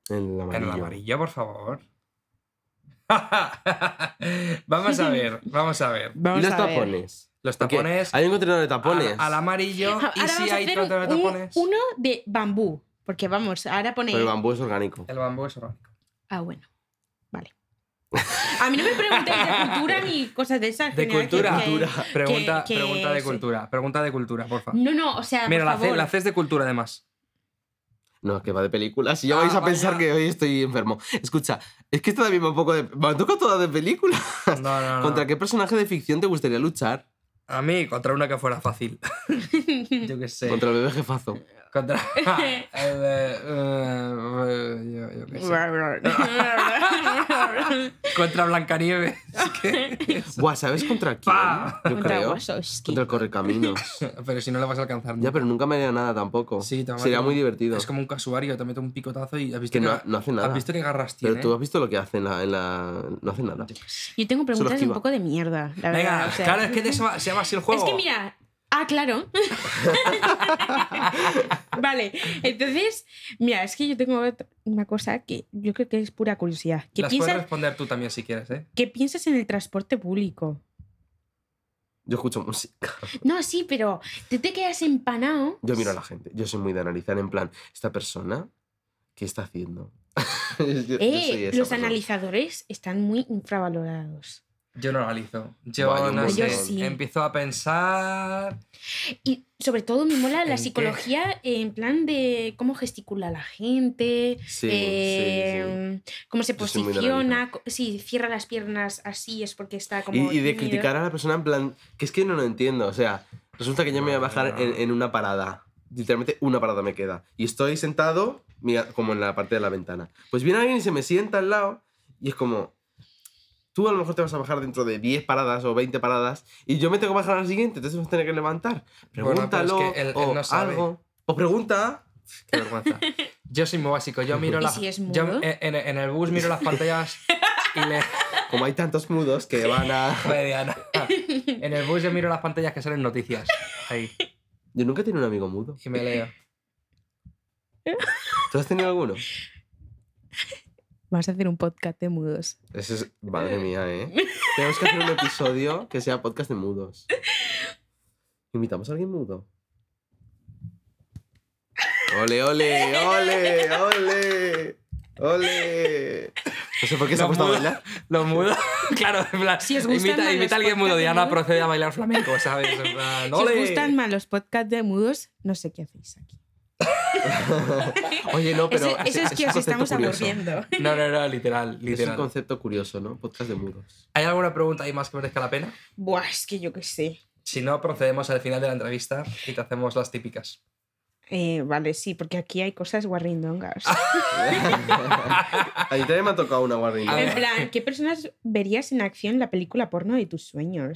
Speaker 3: En el
Speaker 1: En
Speaker 3: amarillo.
Speaker 1: el amarillo, por favor. vamos a ver, vamos a ver.
Speaker 3: ¿Y
Speaker 4: Vamos
Speaker 3: los
Speaker 4: a ver.
Speaker 3: tapones?
Speaker 1: Los
Speaker 3: Porque
Speaker 1: tapones.
Speaker 3: Hay un contenedor de tapones.
Speaker 1: Al, al amarillo.
Speaker 4: Ahora
Speaker 1: Ah, ¿Y
Speaker 4: vamos
Speaker 1: si
Speaker 4: a
Speaker 1: hay
Speaker 4: hacer
Speaker 1: otro de
Speaker 4: un-
Speaker 1: tapones?
Speaker 4: uno de bambú. Porque vamos, ahora pone...
Speaker 3: Pero el bambú es orgánico.
Speaker 1: El bambú es orgánico.
Speaker 4: Ah, bueno. Vale. A mí no me preguntáis de cultura ni cosas de esas.
Speaker 1: De
Speaker 4: general, que-
Speaker 1: cultura.
Speaker 4: que-
Speaker 1: Pregunta,
Speaker 4: que-
Speaker 1: pregunta de
Speaker 4: sí.
Speaker 1: cultura. Pregunta de cultura, porfa.
Speaker 4: No, no, o sea,
Speaker 1: Mira,
Speaker 4: por
Speaker 1: la,
Speaker 4: favor.
Speaker 1: haces de cultura, además.
Speaker 3: No, es que va de películas. Si ya
Speaker 1: Ah,
Speaker 3: vais a
Speaker 1: vaya.
Speaker 3: pensar que hoy estoy enfermo. Escucha, es que esto también va un poco de. Me toca toda de películas.
Speaker 1: No, no, no.
Speaker 3: ¿Contra qué personaje de ficción te gustaría luchar?
Speaker 1: A mí, contra una que fuera fácil. Yo qué sé.
Speaker 3: Contra el bebé jefazo.
Speaker 1: Contra. Eh, eh, eh, yo- yo qué sé. Contra Blancanieves. ¿Qué?
Speaker 3: Buah, ¿sabes contra quién?
Speaker 1: Pa.
Speaker 3: Yo
Speaker 4: Contra
Speaker 3: creo.
Speaker 4: Wazowski.
Speaker 3: Contra el correcaminos.
Speaker 1: Pero si no la vas a alcanzar.
Speaker 3: Ya, pero nunca me haría nada tampoco.
Speaker 1: Sí, te va a
Speaker 3: Sería
Speaker 1: matar.
Speaker 3: muy divertido.
Speaker 1: Es como un casuario, te mete un picotazo y has visto
Speaker 3: que no,
Speaker 1: ga-
Speaker 3: no hace nada.
Speaker 1: ¿Has visto qué garras tiene?
Speaker 3: Pero tú has visto lo que hace en la. en la- No hace nada.
Speaker 4: Yo tengo preguntas un
Speaker 3: esquiva.
Speaker 4: poco de mierda, la
Speaker 1: Venga,
Speaker 4: verdad. o sea.
Speaker 1: claro, es que de eso va- se llama así el juego.
Speaker 4: Es que mira, ah, claro. vale, entonces, mira, es que yo tengo otra- una cosa que yo creo que es pura curiosidad. ¿Qué
Speaker 1: Las puedes
Speaker 4: piensas,
Speaker 1: responder tú también si quieres, ¿eh?
Speaker 4: ¿Qué piensas en el transporte público?
Speaker 3: Yo escucho música.
Speaker 4: No, sí, pero tú te quedas empanado.
Speaker 3: Yo miro a la gente. Yo soy muy de analizar en plan, esta persona, ¿qué está haciendo? Yo- yo soy
Speaker 4: Eh,
Speaker 3: esa
Speaker 4: los
Speaker 3: persona.
Speaker 4: analizadores están muy infravalorados.
Speaker 1: Yo no lo analizo. Yo
Speaker 3: Buah, yo
Speaker 1: no
Speaker 3: un
Speaker 1: sé.
Speaker 4: montón. Yo sí.
Speaker 1: Empiezo a pensar.
Speaker 4: Y sobre todo me mola
Speaker 1: ¿En
Speaker 4: la
Speaker 1: qué?
Speaker 4: psicología en plan de cómo gesticula la gente,
Speaker 3: Sí, sí, sí.
Speaker 4: eh, cómo se
Speaker 3: Yo soy muy
Speaker 4: posiciona,
Speaker 3: analítica.
Speaker 4: co- si cierra las piernas así es porque está como...
Speaker 3: Y, y de
Speaker 4: tímido.
Speaker 3: criticar a la persona en plan, que es que no lo entiendo. O sea, resulta que yo me voy a bajar en, en una parada. Literalmente una parada me queda. Y estoy sentado, mira, como en la parte de la ventana. Pues viene alguien y se me sienta al lado y es como... Tú a lo mejor te vas a bajar dentro de 10 paradas o 20 paradas y yo me tengo que bajar a la siguiente, entonces vas a tener que levantar.
Speaker 1: Bueno, pero es
Speaker 3: Pregúntalo
Speaker 1: que él- él
Speaker 3: o
Speaker 1: no sabe.
Speaker 3: algo. O pregunta
Speaker 1: Qué vergüenza. Yo soy muy básico. Yo miro
Speaker 4: ¿Y
Speaker 1: las.
Speaker 4: si es
Speaker 1: yo
Speaker 4: mudo?
Speaker 1: en, en- en el bus miro las pantallas y le.
Speaker 3: Como hay tantos mudos que van a...
Speaker 1: Joder, Diana. En el bus yo miro las pantallas que salen noticias. Ahí.
Speaker 3: Yo nunca he tenido un amigo mudo.
Speaker 1: Y me leo.
Speaker 3: ¿Tú has tenido alguno?
Speaker 4: Vamos a hacer un podcast de mudos.
Speaker 3: Eso es... Madre mía, ¿eh? Tenemos que hacer un episodio que sea podcast de mudos. ¿Invitamos a alguien mudo? ¡Ole, ole, ole, ole! ¡Ole! No sé por qué se ha
Speaker 1: Los
Speaker 3: puesto a
Speaker 1: mudos-
Speaker 3: bailar.
Speaker 1: Los mudos. Claro, en plan.
Speaker 4: Si os gustan
Speaker 1: invita
Speaker 4: más
Speaker 1: invita a
Speaker 4: los
Speaker 1: alguien mudo.
Speaker 4: podcasts de
Speaker 1: Diana
Speaker 4: mudos.
Speaker 1: procede a bailar flamenco, ¿sabes? En plan,
Speaker 4: Si
Speaker 1: "Ole".
Speaker 4: os gustan más los podcasts de mudos, no sé qué hacéis aquí.
Speaker 3: Oye, no, pero...
Speaker 4: eso, eso es que
Speaker 3: un
Speaker 4: os
Speaker 3: concepto
Speaker 4: estamos
Speaker 3: curioso.
Speaker 4: aburriendo.
Speaker 1: No, no, no, literal,
Speaker 3: Es un
Speaker 1: literal.
Speaker 3: concepto curioso, ¿no? Podcast de mudos.
Speaker 1: ¿Hay alguna pregunta ahí más que merezca la pena?
Speaker 4: Buah, es que yo qué sé.
Speaker 1: Si no, procedemos al final de la entrevista y te hacemos las típicas.
Speaker 4: Eh, vale, sí, porque aquí hay cosas guarrindongas.
Speaker 3: A mí también me ha tocado una guarrina.
Speaker 1: A ver.
Speaker 4: En plan, ¿qué personas verías en acción en la película porno de tus sueños?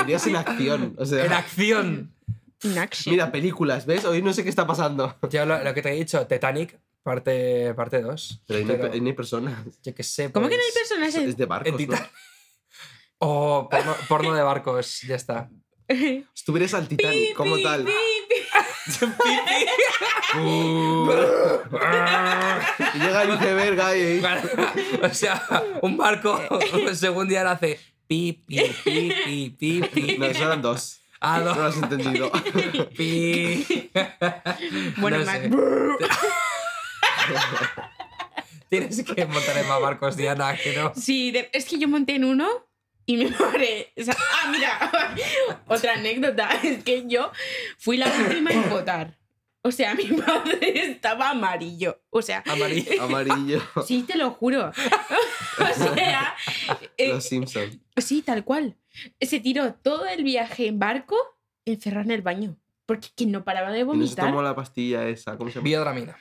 Speaker 3: Dirías en acción. O sea,
Speaker 1: ¡En acción!
Speaker 4: In action.
Speaker 3: Mira, películas, ¿ves? Hoy no sé qué está pasando.
Speaker 1: Yo lo, lo que te he dicho, Titanic, parte 2. Parte dos.
Speaker 3: Pero ahí no hay,
Speaker 1: Pero
Speaker 3: pe- ahí no hay personas.
Speaker 1: yo que sé.
Speaker 4: ¿Cómo que no hay
Speaker 1: pues,
Speaker 4: personas
Speaker 3: Es
Speaker 4: en...
Speaker 3: de
Speaker 1: en
Speaker 3: barcos. ¿no?
Speaker 1: Titanic. O porno, porno de barcos, ya está.
Speaker 3: Estuvieras al Titanic como tal. Y llega el iceberg ahí.
Speaker 1: o sea, un barco, según día hace pi, pi, pi, pi, pi, pi.
Speaker 3: No, eso eran dos.
Speaker 1: Ah,
Speaker 3: No
Speaker 1: no.
Speaker 3: lo has entendido.
Speaker 1: Pi.
Speaker 4: Bueno,
Speaker 1: No
Speaker 4: Mac-
Speaker 1: sé. Tienes que montar en más barcos, Diana, que no.
Speaker 4: Sí, de- es que yo monté en uno y me paré. O sea, ah, mira, otra anécdota. Es que yo fui la última en votar. O sea, mi padre estaba amarillo. O sea,
Speaker 1: Amarillo.
Speaker 3: Amarillo.
Speaker 4: sí, te lo juro. O sea, eh,
Speaker 3: Los Simpsons.
Speaker 4: sí, tal cual. Se tiró todo el viaje en barco encerrado en el baño. Porque que no paraba
Speaker 3: Y
Speaker 4: de
Speaker 3: no se
Speaker 4: vomitar.
Speaker 3: tomó la pastilla esa. ¿Cómo se llama?
Speaker 1: Biodramina.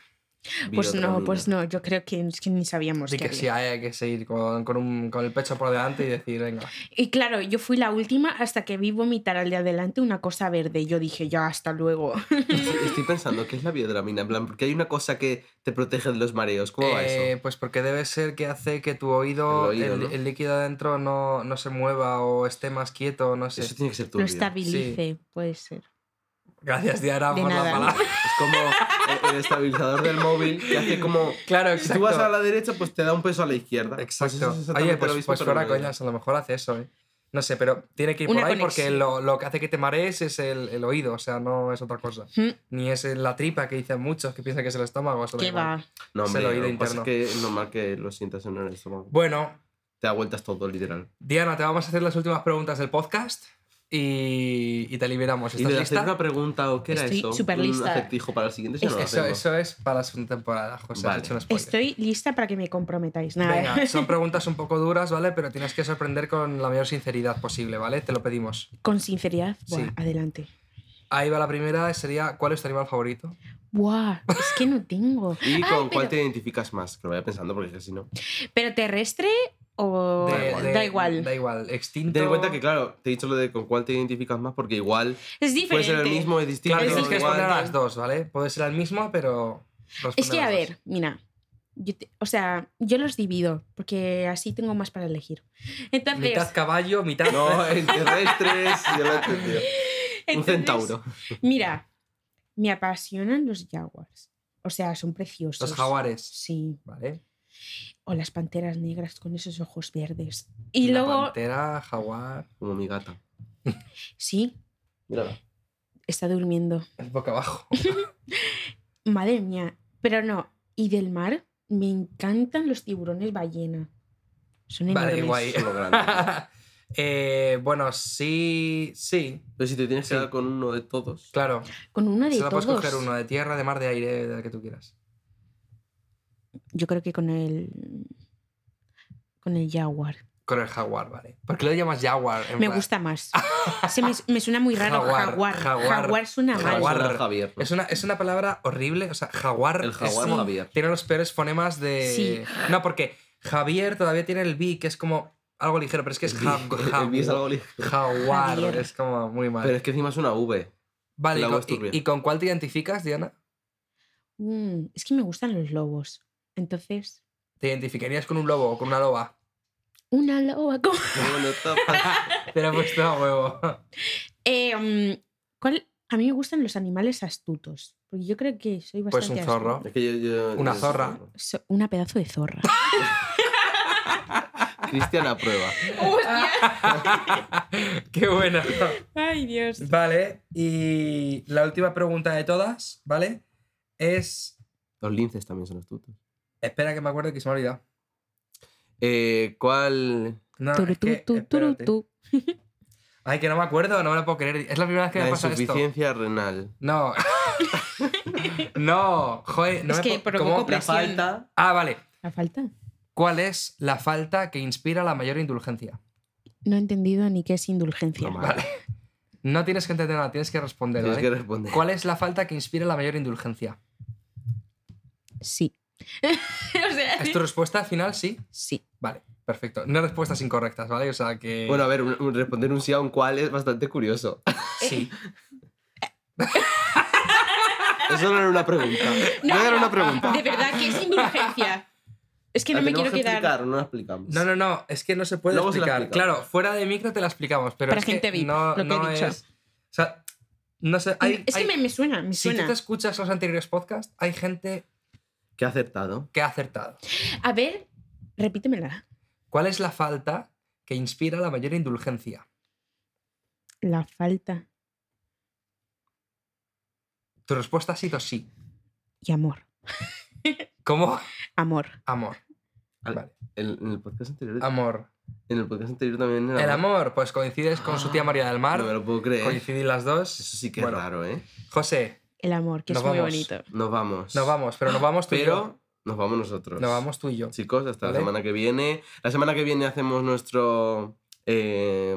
Speaker 4: Pues no, pues no, yo creo que, es que ni sabíamos
Speaker 1: Sí
Speaker 4: qué
Speaker 1: que sí,
Speaker 4: había.
Speaker 1: hay que seguir con, con, un- con el pecho por delante y decir, venga.
Speaker 4: Y claro, yo fui la última hasta que vi vomitar al de adelante una cosa verde. Yo dije, ya, hasta luego.
Speaker 3: Estoy, estoy pensando, ¿qué es la biodramina? En plan, porque hay una cosa que te protege de los mareos. ¿Cómo va
Speaker 1: Eh,
Speaker 3: eso?
Speaker 1: pues porque debe ser que hace que tu oído,
Speaker 3: El
Speaker 1: el,
Speaker 3: oído, ¿no?
Speaker 1: el líquido adentro no, no se mueva o esté más quieto, pues no sé.
Speaker 3: Eso tiene que ser turbio.
Speaker 4: Lo estabilice, puede ser.
Speaker 1: Gracias, Diara,
Speaker 4: De
Speaker 1: por la
Speaker 4: nada.
Speaker 1: palabra.
Speaker 3: Es como el, el estabilizador del móvil que hace como...
Speaker 1: Claro,
Speaker 3: Si
Speaker 1: exacto.
Speaker 3: tú vas a la derecha, pues te da un peso a la izquierda. Pues eso
Speaker 1: Exacto.
Speaker 3: es exactamente
Speaker 1: Oye,
Speaker 3: lo
Speaker 1: pues,
Speaker 3: mismo,
Speaker 1: pues
Speaker 3: pero
Speaker 1: fuera
Speaker 3: en realidad.
Speaker 1: coñas, a lo mejor hace eso, ¿eh? No sé, pero tiene que ir
Speaker 4: Una
Speaker 1: por ahí porque
Speaker 4: conexión.
Speaker 1: lo, lo que hace que te marees es el, el oído, o sea, no es otra cosa.
Speaker 4: Mm,
Speaker 1: Ni es la tripa que dicen muchos que piensan que es el estómago. eso da
Speaker 4: ¿Qué
Speaker 1: igual.
Speaker 4: va?
Speaker 3: No,
Speaker 1: Es
Speaker 3: hombre,
Speaker 1: el oído
Speaker 3: lo que pasa es
Speaker 1: interno.
Speaker 3: que es normal que lo sientas en el estómago.
Speaker 1: Bueno,
Speaker 3: Te da vueltas todo, literal.
Speaker 1: Diana, te vamos a hacer las últimas preguntas del podcast y, y te liberamos.
Speaker 3: Y
Speaker 1: ¿Estás
Speaker 3: de hacer
Speaker 1: lista?
Speaker 3: una pregunta o qué era
Speaker 4: Estoy
Speaker 3: eso. Un
Speaker 4: superlista.
Speaker 3: acertijo para el siguiente. Ya no lo
Speaker 1: Eso,
Speaker 3: hacemos.
Speaker 1: eso es para la segunda temporada, José. has
Speaker 3: Vale.
Speaker 1: hecho un spoiler.
Speaker 4: Estoy lista para que me comprometáis. Nada. ¿eh?
Speaker 1: Venga, son preguntas un poco duras, ¿vale? Pero tienes que sorprender con la mayor sinceridad posible, ¿vale? Te lo pedimos.
Speaker 4: Con sinceridad, buah,
Speaker 1: Sí.
Speaker 4: adelante.
Speaker 1: Ahí va la primera, sería ¿cuál es tu animal favorito?
Speaker 4: Buah, es que no tengo.
Speaker 3: ¿Y con cuál
Speaker 4: Ay, pero-
Speaker 3: te identificas más? Que lo vaya pensando porque si no.
Speaker 4: ¿Pero terrestre o
Speaker 1: De- de-
Speaker 4: Oh, da igual?
Speaker 1: Da igual. Extinto.
Speaker 3: Ten en cuenta que, claro, te he dicho lo de con cuál te identificas más porque igual
Speaker 4: Es
Speaker 3: puede
Speaker 4: diferente.
Speaker 3: ser el mismo, es distinto.
Speaker 1: Claro,
Speaker 4: Es
Speaker 1: tienes que
Speaker 3: igual.
Speaker 1: responder a las dos, ¿vale? Puede ser el mismo, pero.
Speaker 4: Es
Speaker 1: responde
Speaker 4: que,
Speaker 1: a
Speaker 4: a
Speaker 1: las dos.
Speaker 4: ver, mira, yo te- o sea, yo los divido porque así tengo más para elegir. Entonces,
Speaker 1: Mitad caballo, mitad.
Speaker 3: No, el terrestre es. Ya lo he entendido. Un
Speaker 4: entonces,
Speaker 3: centauro.
Speaker 4: Mira, me apasionan los jaguars. O sea, son preciosos.
Speaker 1: Los jaguares.
Speaker 4: Sí,
Speaker 1: ¿Vale?
Speaker 4: o las panteras negras con esos ojos verdes. Y
Speaker 1: La
Speaker 4: luego,
Speaker 1: Pantera, jaguar.
Speaker 3: Como mi gata.
Speaker 4: sí,
Speaker 3: Mírala.
Speaker 4: está durmiendo.
Speaker 1: El boca abajo.
Speaker 4: Madre mía, pero no. Y del mar, me encantan los tiburones ballena. Son enormes.
Speaker 1: Vale, guay.
Speaker 3: Son lo grande.
Speaker 1: Eh, bueno, sí. Sí,
Speaker 3: Pero si te tienes que
Speaker 1: Sí.
Speaker 3: dar con uno de todos.
Speaker 1: claro.
Speaker 4: Con uno de
Speaker 1: Solo
Speaker 4: todos.
Speaker 1: puedes coger uno de tierra, de mar, de aire, del que tú quieras.
Speaker 4: Yo creo que con el. Con el jaguar.
Speaker 1: Con el jaguar, ¿vale? ¿Por qué lo llamas jaguar? En
Speaker 4: Me
Speaker 1: plan,
Speaker 4: gusta más. Se me, me suena muy raro.
Speaker 1: Jaguar,
Speaker 4: Jaguar. Jaguar,
Speaker 1: jaguar,
Speaker 4: suena mal.
Speaker 1: Jaguar.
Speaker 3: Suena a Javier. ¿no?
Speaker 1: Es una, es una palabra horrible, o sea, jaguar.
Speaker 3: El
Speaker 1: es
Speaker 3: jaguar
Speaker 1: como-
Speaker 3: Javier.
Speaker 1: Tiene los peores fonemas de.
Speaker 4: Sí.
Speaker 1: No, porque Javier todavía tiene el B, que es como algo ligero, pero es que es
Speaker 3: El bi-
Speaker 1: ja-
Speaker 3: el bi es
Speaker 1: ja-
Speaker 3: algo li-
Speaker 1: jaguar.
Speaker 4: Javier.
Speaker 1: Es como muy mal.
Speaker 3: Pero es que encima es una V.
Speaker 1: vale, y
Speaker 3: la
Speaker 1: con,
Speaker 3: voz turbia.
Speaker 1: y, y con cuál te identificas, Diana?
Speaker 4: Mm, es que me gustan los lobos. Entonces,
Speaker 1: ¿Te identificarías con un lobo o con una loba?
Speaker 4: una loba. ¿cómo?
Speaker 3: Bueno, está pa-
Speaker 1: Te lo he puesto a huevo.
Speaker 4: Eh, mm, ¿cuál? A mí me gustan los animales astutos. Porque yo creo que soy
Speaker 1: Pues
Speaker 4: bastante.
Speaker 1: un zorro.
Speaker 4: astuta.
Speaker 3: Es que yo- yo-
Speaker 1: Una
Speaker 3: yo-
Speaker 1: zorra.
Speaker 4: So- una pedazo de zorra.
Speaker 3: Cristian aprueba.
Speaker 1: ¡Qué buena!
Speaker 4: Ah, Ay, Dios.
Speaker 1: Vale, y la última pregunta de todas, ¿vale? Es.
Speaker 3: Los linces también son astutos.
Speaker 1: Espera que me acuerdo que se me ha olvidado.
Speaker 3: Eh, ¿Cuál?
Speaker 1: No,
Speaker 4: Turu,
Speaker 1: es que-
Speaker 4: tu, tu, turu,
Speaker 1: espérate.
Speaker 4: tu.
Speaker 1: Ay, que no me acuerdo, no me lo puedo creer. Es la primera vez que
Speaker 3: La
Speaker 1: me pasa esto.
Speaker 3: insuficiencia renal.
Speaker 1: No. no, joder, no
Speaker 4: Es
Speaker 1: me
Speaker 4: que
Speaker 1: po-
Speaker 4: provoco
Speaker 1: ¿cómo?
Speaker 4: pre- Presión. falta-
Speaker 1: Ah, vale.
Speaker 4: ¿La falta?
Speaker 1: ¿Cuál es la falta que inspira la mayor indulgencia?
Speaker 4: No he entendido ni qué es indulgencia.
Speaker 3: No,
Speaker 1: Vale. No tienes que entender nada, tienes que responder,
Speaker 3: Tienes
Speaker 1: ¿vale?
Speaker 3: que responder.
Speaker 1: ¿Cuál es la falta que inspira la mayor indulgencia?
Speaker 4: Sí. o sea,
Speaker 1: ¿Es tu respuesta final? Sí.
Speaker 4: sí.
Speaker 1: Vale, perfecto. No respuestas incorrectas, ¿vale? O sea que.
Speaker 3: Bueno, a ver, un- un- responder un sí a un cuál es bastante curioso.
Speaker 1: sí.
Speaker 3: Eso no era una pregunta. No, era una pregunta.
Speaker 4: De verdad que es indulgencia. Es que
Speaker 3: La
Speaker 4: no me
Speaker 3: tenemos
Speaker 4: quiero
Speaker 3: que
Speaker 4: quedar.
Speaker 3: explicar o no la explicamos.
Speaker 1: No, no, no, es que no se puede
Speaker 3: Luego se la
Speaker 1: explicar.
Speaker 3: explicamos.
Speaker 1: Claro, fuera de micro te la explicamos, pero
Speaker 4: Para
Speaker 1: es que
Speaker 4: gente VIP,
Speaker 1: no,
Speaker 4: lo que he
Speaker 1: no
Speaker 4: dicho.
Speaker 1: es. O sea, no sé. Hay,
Speaker 4: es que
Speaker 1: hay-
Speaker 4: me, me suena, me
Speaker 1: si tú
Speaker 4: suena.
Speaker 1: te escuchas los anteriores podcasts, hay gente
Speaker 3: Que ha acertado.
Speaker 1: que ha acertado.
Speaker 4: A ver, repítemela.
Speaker 1: ¿Cuál es la falta que inspira la mayor indulgencia?
Speaker 4: La falta
Speaker 1: Tu respuesta ha sido sí.
Speaker 4: y amor.
Speaker 1: ¿Cómo?
Speaker 4: Amor.
Speaker 1: Amor.
Speaker 3: Al-
Speaker 1: Vale.
Speaker 3: En, en el podcast anterior.
Speaker 1: Amor.
Speaker 3: En el podcast anterior también era.
Speaker 1: El amor, pues coincides con su tía María del
Speaker 3: No me
Speaker 1: Mar.
Speaker 3: lo puedo creer.
Speaker 1: Coincidís las dos.
Speaker 3: Eso sí que
Speaker 1: Bueno,
Speaker 3: es raro, ¿eh?
Speaker 1: José,
Speaker 4: El amor, que
Speaker 1: Nos
Speaker 4: es muy
Speaker 1: vamos.
Speaker 4: bonito.
Speaker 3: Nos vamos.
Speaker 1: nos vamos, pero nos vamos tú y yo.
Speaker 3: Pero nos vamos nosotros.
Speaker 1: Nos vamos tú y yo.
Speaker 3: Chicos, hasta
Speaker 1: ¿Vale?
Speaker 3: la semana que viene. La semana que viene hacemos nuestro eh,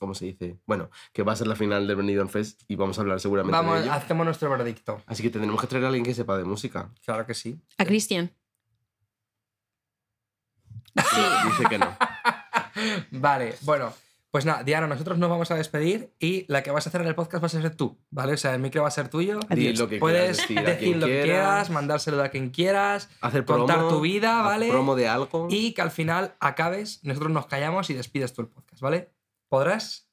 Speaker 3: ¿Cómo se dice? Bueno, que va a ser la final del Benidorm Fest y vamos a hablar seguramente
Speaker 1: Vamos,
Speaker 3: de ello.
Speaker 1: hacemos nuestro veredicto.
Speaker 3: Así que tendremos que traer a alguien que sepa de música.
Speaker 1: Claro que sí.
Speaker 4: A Cristian.
Speaker 3: Dice que no.
Speaker 1: Vale, bueno, pues nada, Diana, nosotros nos vamos a despedir y la que vas a hacer en el podcast vas a ser tú, ¿vale? O sea, el micro va a ser tuyo.
Speaker 3: Di
Speaker 4: Adiós.
Speaker 3: lo que
Speaker 1: Puedes
Speaker 3: quieras decir, a
Speaker 1: decir
Speaker 3: quien
Speaker 1: lo que
Speaker 3: quieras,
Speaker 1: quieras, mandárselo a quien quieras
Speaker 3: hacer promo,
Speaker 1: contar tu vida,
Speaker 3: haz
Speaker 1: ¿vale?
Speaker 3: promo de algo.
Speaker 1: y que al final acabes, nosotros nos callamos y despides tú el podcast, ¿vale? ¿Podrás?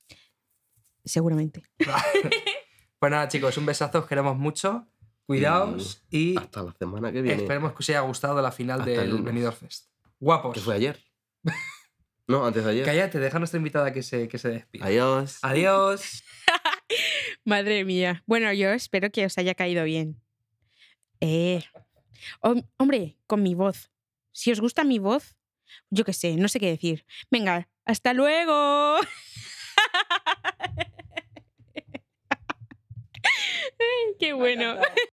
Speaker 4: Seguramente.
Speaker 1: Pues nada, chicos, un besazo, os queremos mucho, cuidaos y
Speaker 3: Mm, Hasta la semana que viene.
Speaker 1: esperemos que os haya gustado la final
Speaker 3: Hasta el
Speaker 1: del
Speaker 3: lunes.
Speaker 1: Benidorm Fest. Guapos.
Speaker 3: Que fue ayer. No, antes de ayer.
Speaker 1: Cállate, deja a nuestra invitada que se, que se despida.
Speaker 3: Adiós.
Speaker 1: Adiós.
Speaker 4: Madre mía. Bueno, yo espero que os haya caído bien. Eh. Hom- hombre, con mi voz. Si os gusta mi voz, yo qué sé, no sé qué decir. Venga, hasta luego. Ay, qué bueno.